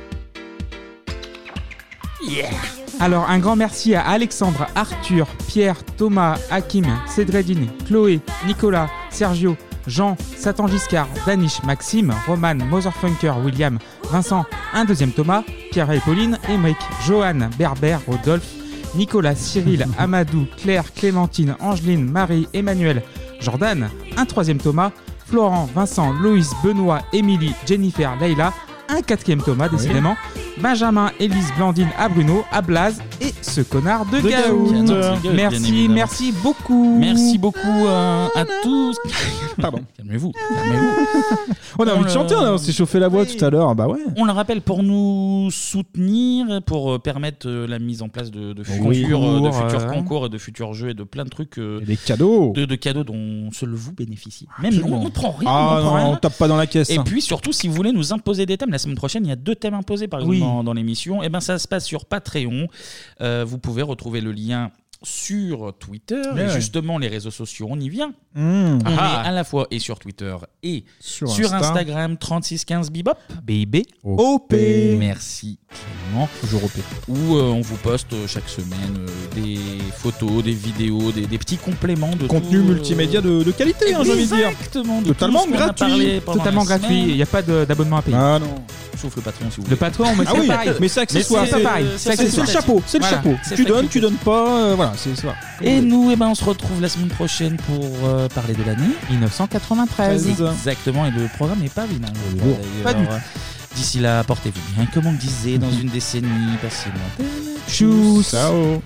Alors, un grand merci à Alexandre, Arthur, Pierre, Thomas, Hakim, Cédredine, Chloé, Nicolas, Sergio, Jean, Satan Giscard, Danish, Maxime, Roman, Motherfunker, William, Vincent, un deuxième Thomas, Pierre et Pauline, Emric, Johan, Berber, Rodolphe, Nicolas, Cyril, Amadou, Claire, Clémentine, Angeline, Marie, Emmanuel, Jordan, un troisième Thomas, Florent, Vincent, Loïs, Benoît, Émilie, Jennifer, Leila, un quatrième Thomas, décidément, Benjamin, Élise, Blandine à Bruno, à Blaze et ce connard de, De Gaout. Gaout. Bien évidemment. Merci, merci beaucoup. Merci beaucoup euh, à tous. Pardon. Calmez-vous. calmez-vous. On a envie de chanter, on a- on s'est chauffé la voix tout à l'heure. Bah ouais. On le rappelle pour nous soutenir, pour euh, permettre euh, la mise en place de, de futurs, euh, de Concours, futurs euh, concours, et de futurs jeux et de plein de trucs. euh, Des cadeaux. de, de cadeaux dont seul vous bénéficiez. Même Absolument. nous, on ne prend rien. Ah on ne prend non, rien. on tape pas dans la caisse. Et puis surtout, si vous voulez nous imposer des thèmes, la semaine prochaine, il y a deux thèmes imposés par exemple Oui. dans, dans l'émission. Et ben ça se passe sur Patreon. Euh, vous pouvez retrouver le lien sur Twitter Ouais, et ouais. justement les réseaux sociaux. On y vient. Mmh. On Ah. est à la fois et sur Twitter et sur, Sur Insta. Instagram 3615 bibop BIB OP. Merci Clément. Toujours OP. Où euh, on vous poste euh, chaque semaine euh, des photos, des vidéos, des, des petits compléments de Contenu tout, euh, multimédia de, de qualité, hein, j'ai envie de dire. Exactement, de Totalement tout ce qu'on a parlé gratuit. pendant la semaine. n'y a pas de- d'abonnement à payer. Ah non. Sauf le patron, si vous Le patron, mais Ah c'est oui, pareil. mais c'est accessoire. Mais c'est pas pareil. C'est c'est le chapeau. C'est le Voilà. chapeau. C'est Tu donnes, facultatif. tu donnes pas. euh, voilà, c'est ça. Et nous, eh ben, on se retrouve la semaine prochaine pour euh, parler de l'année 1993. Exactement, et le programme n'est pas vilain. lourd. D'ailleurs, Oh, Pas du Mhm. euh, D'ici là, portez-vous bien, comme on disait dans une décennie, passez-moi. Tchuss. Ciao.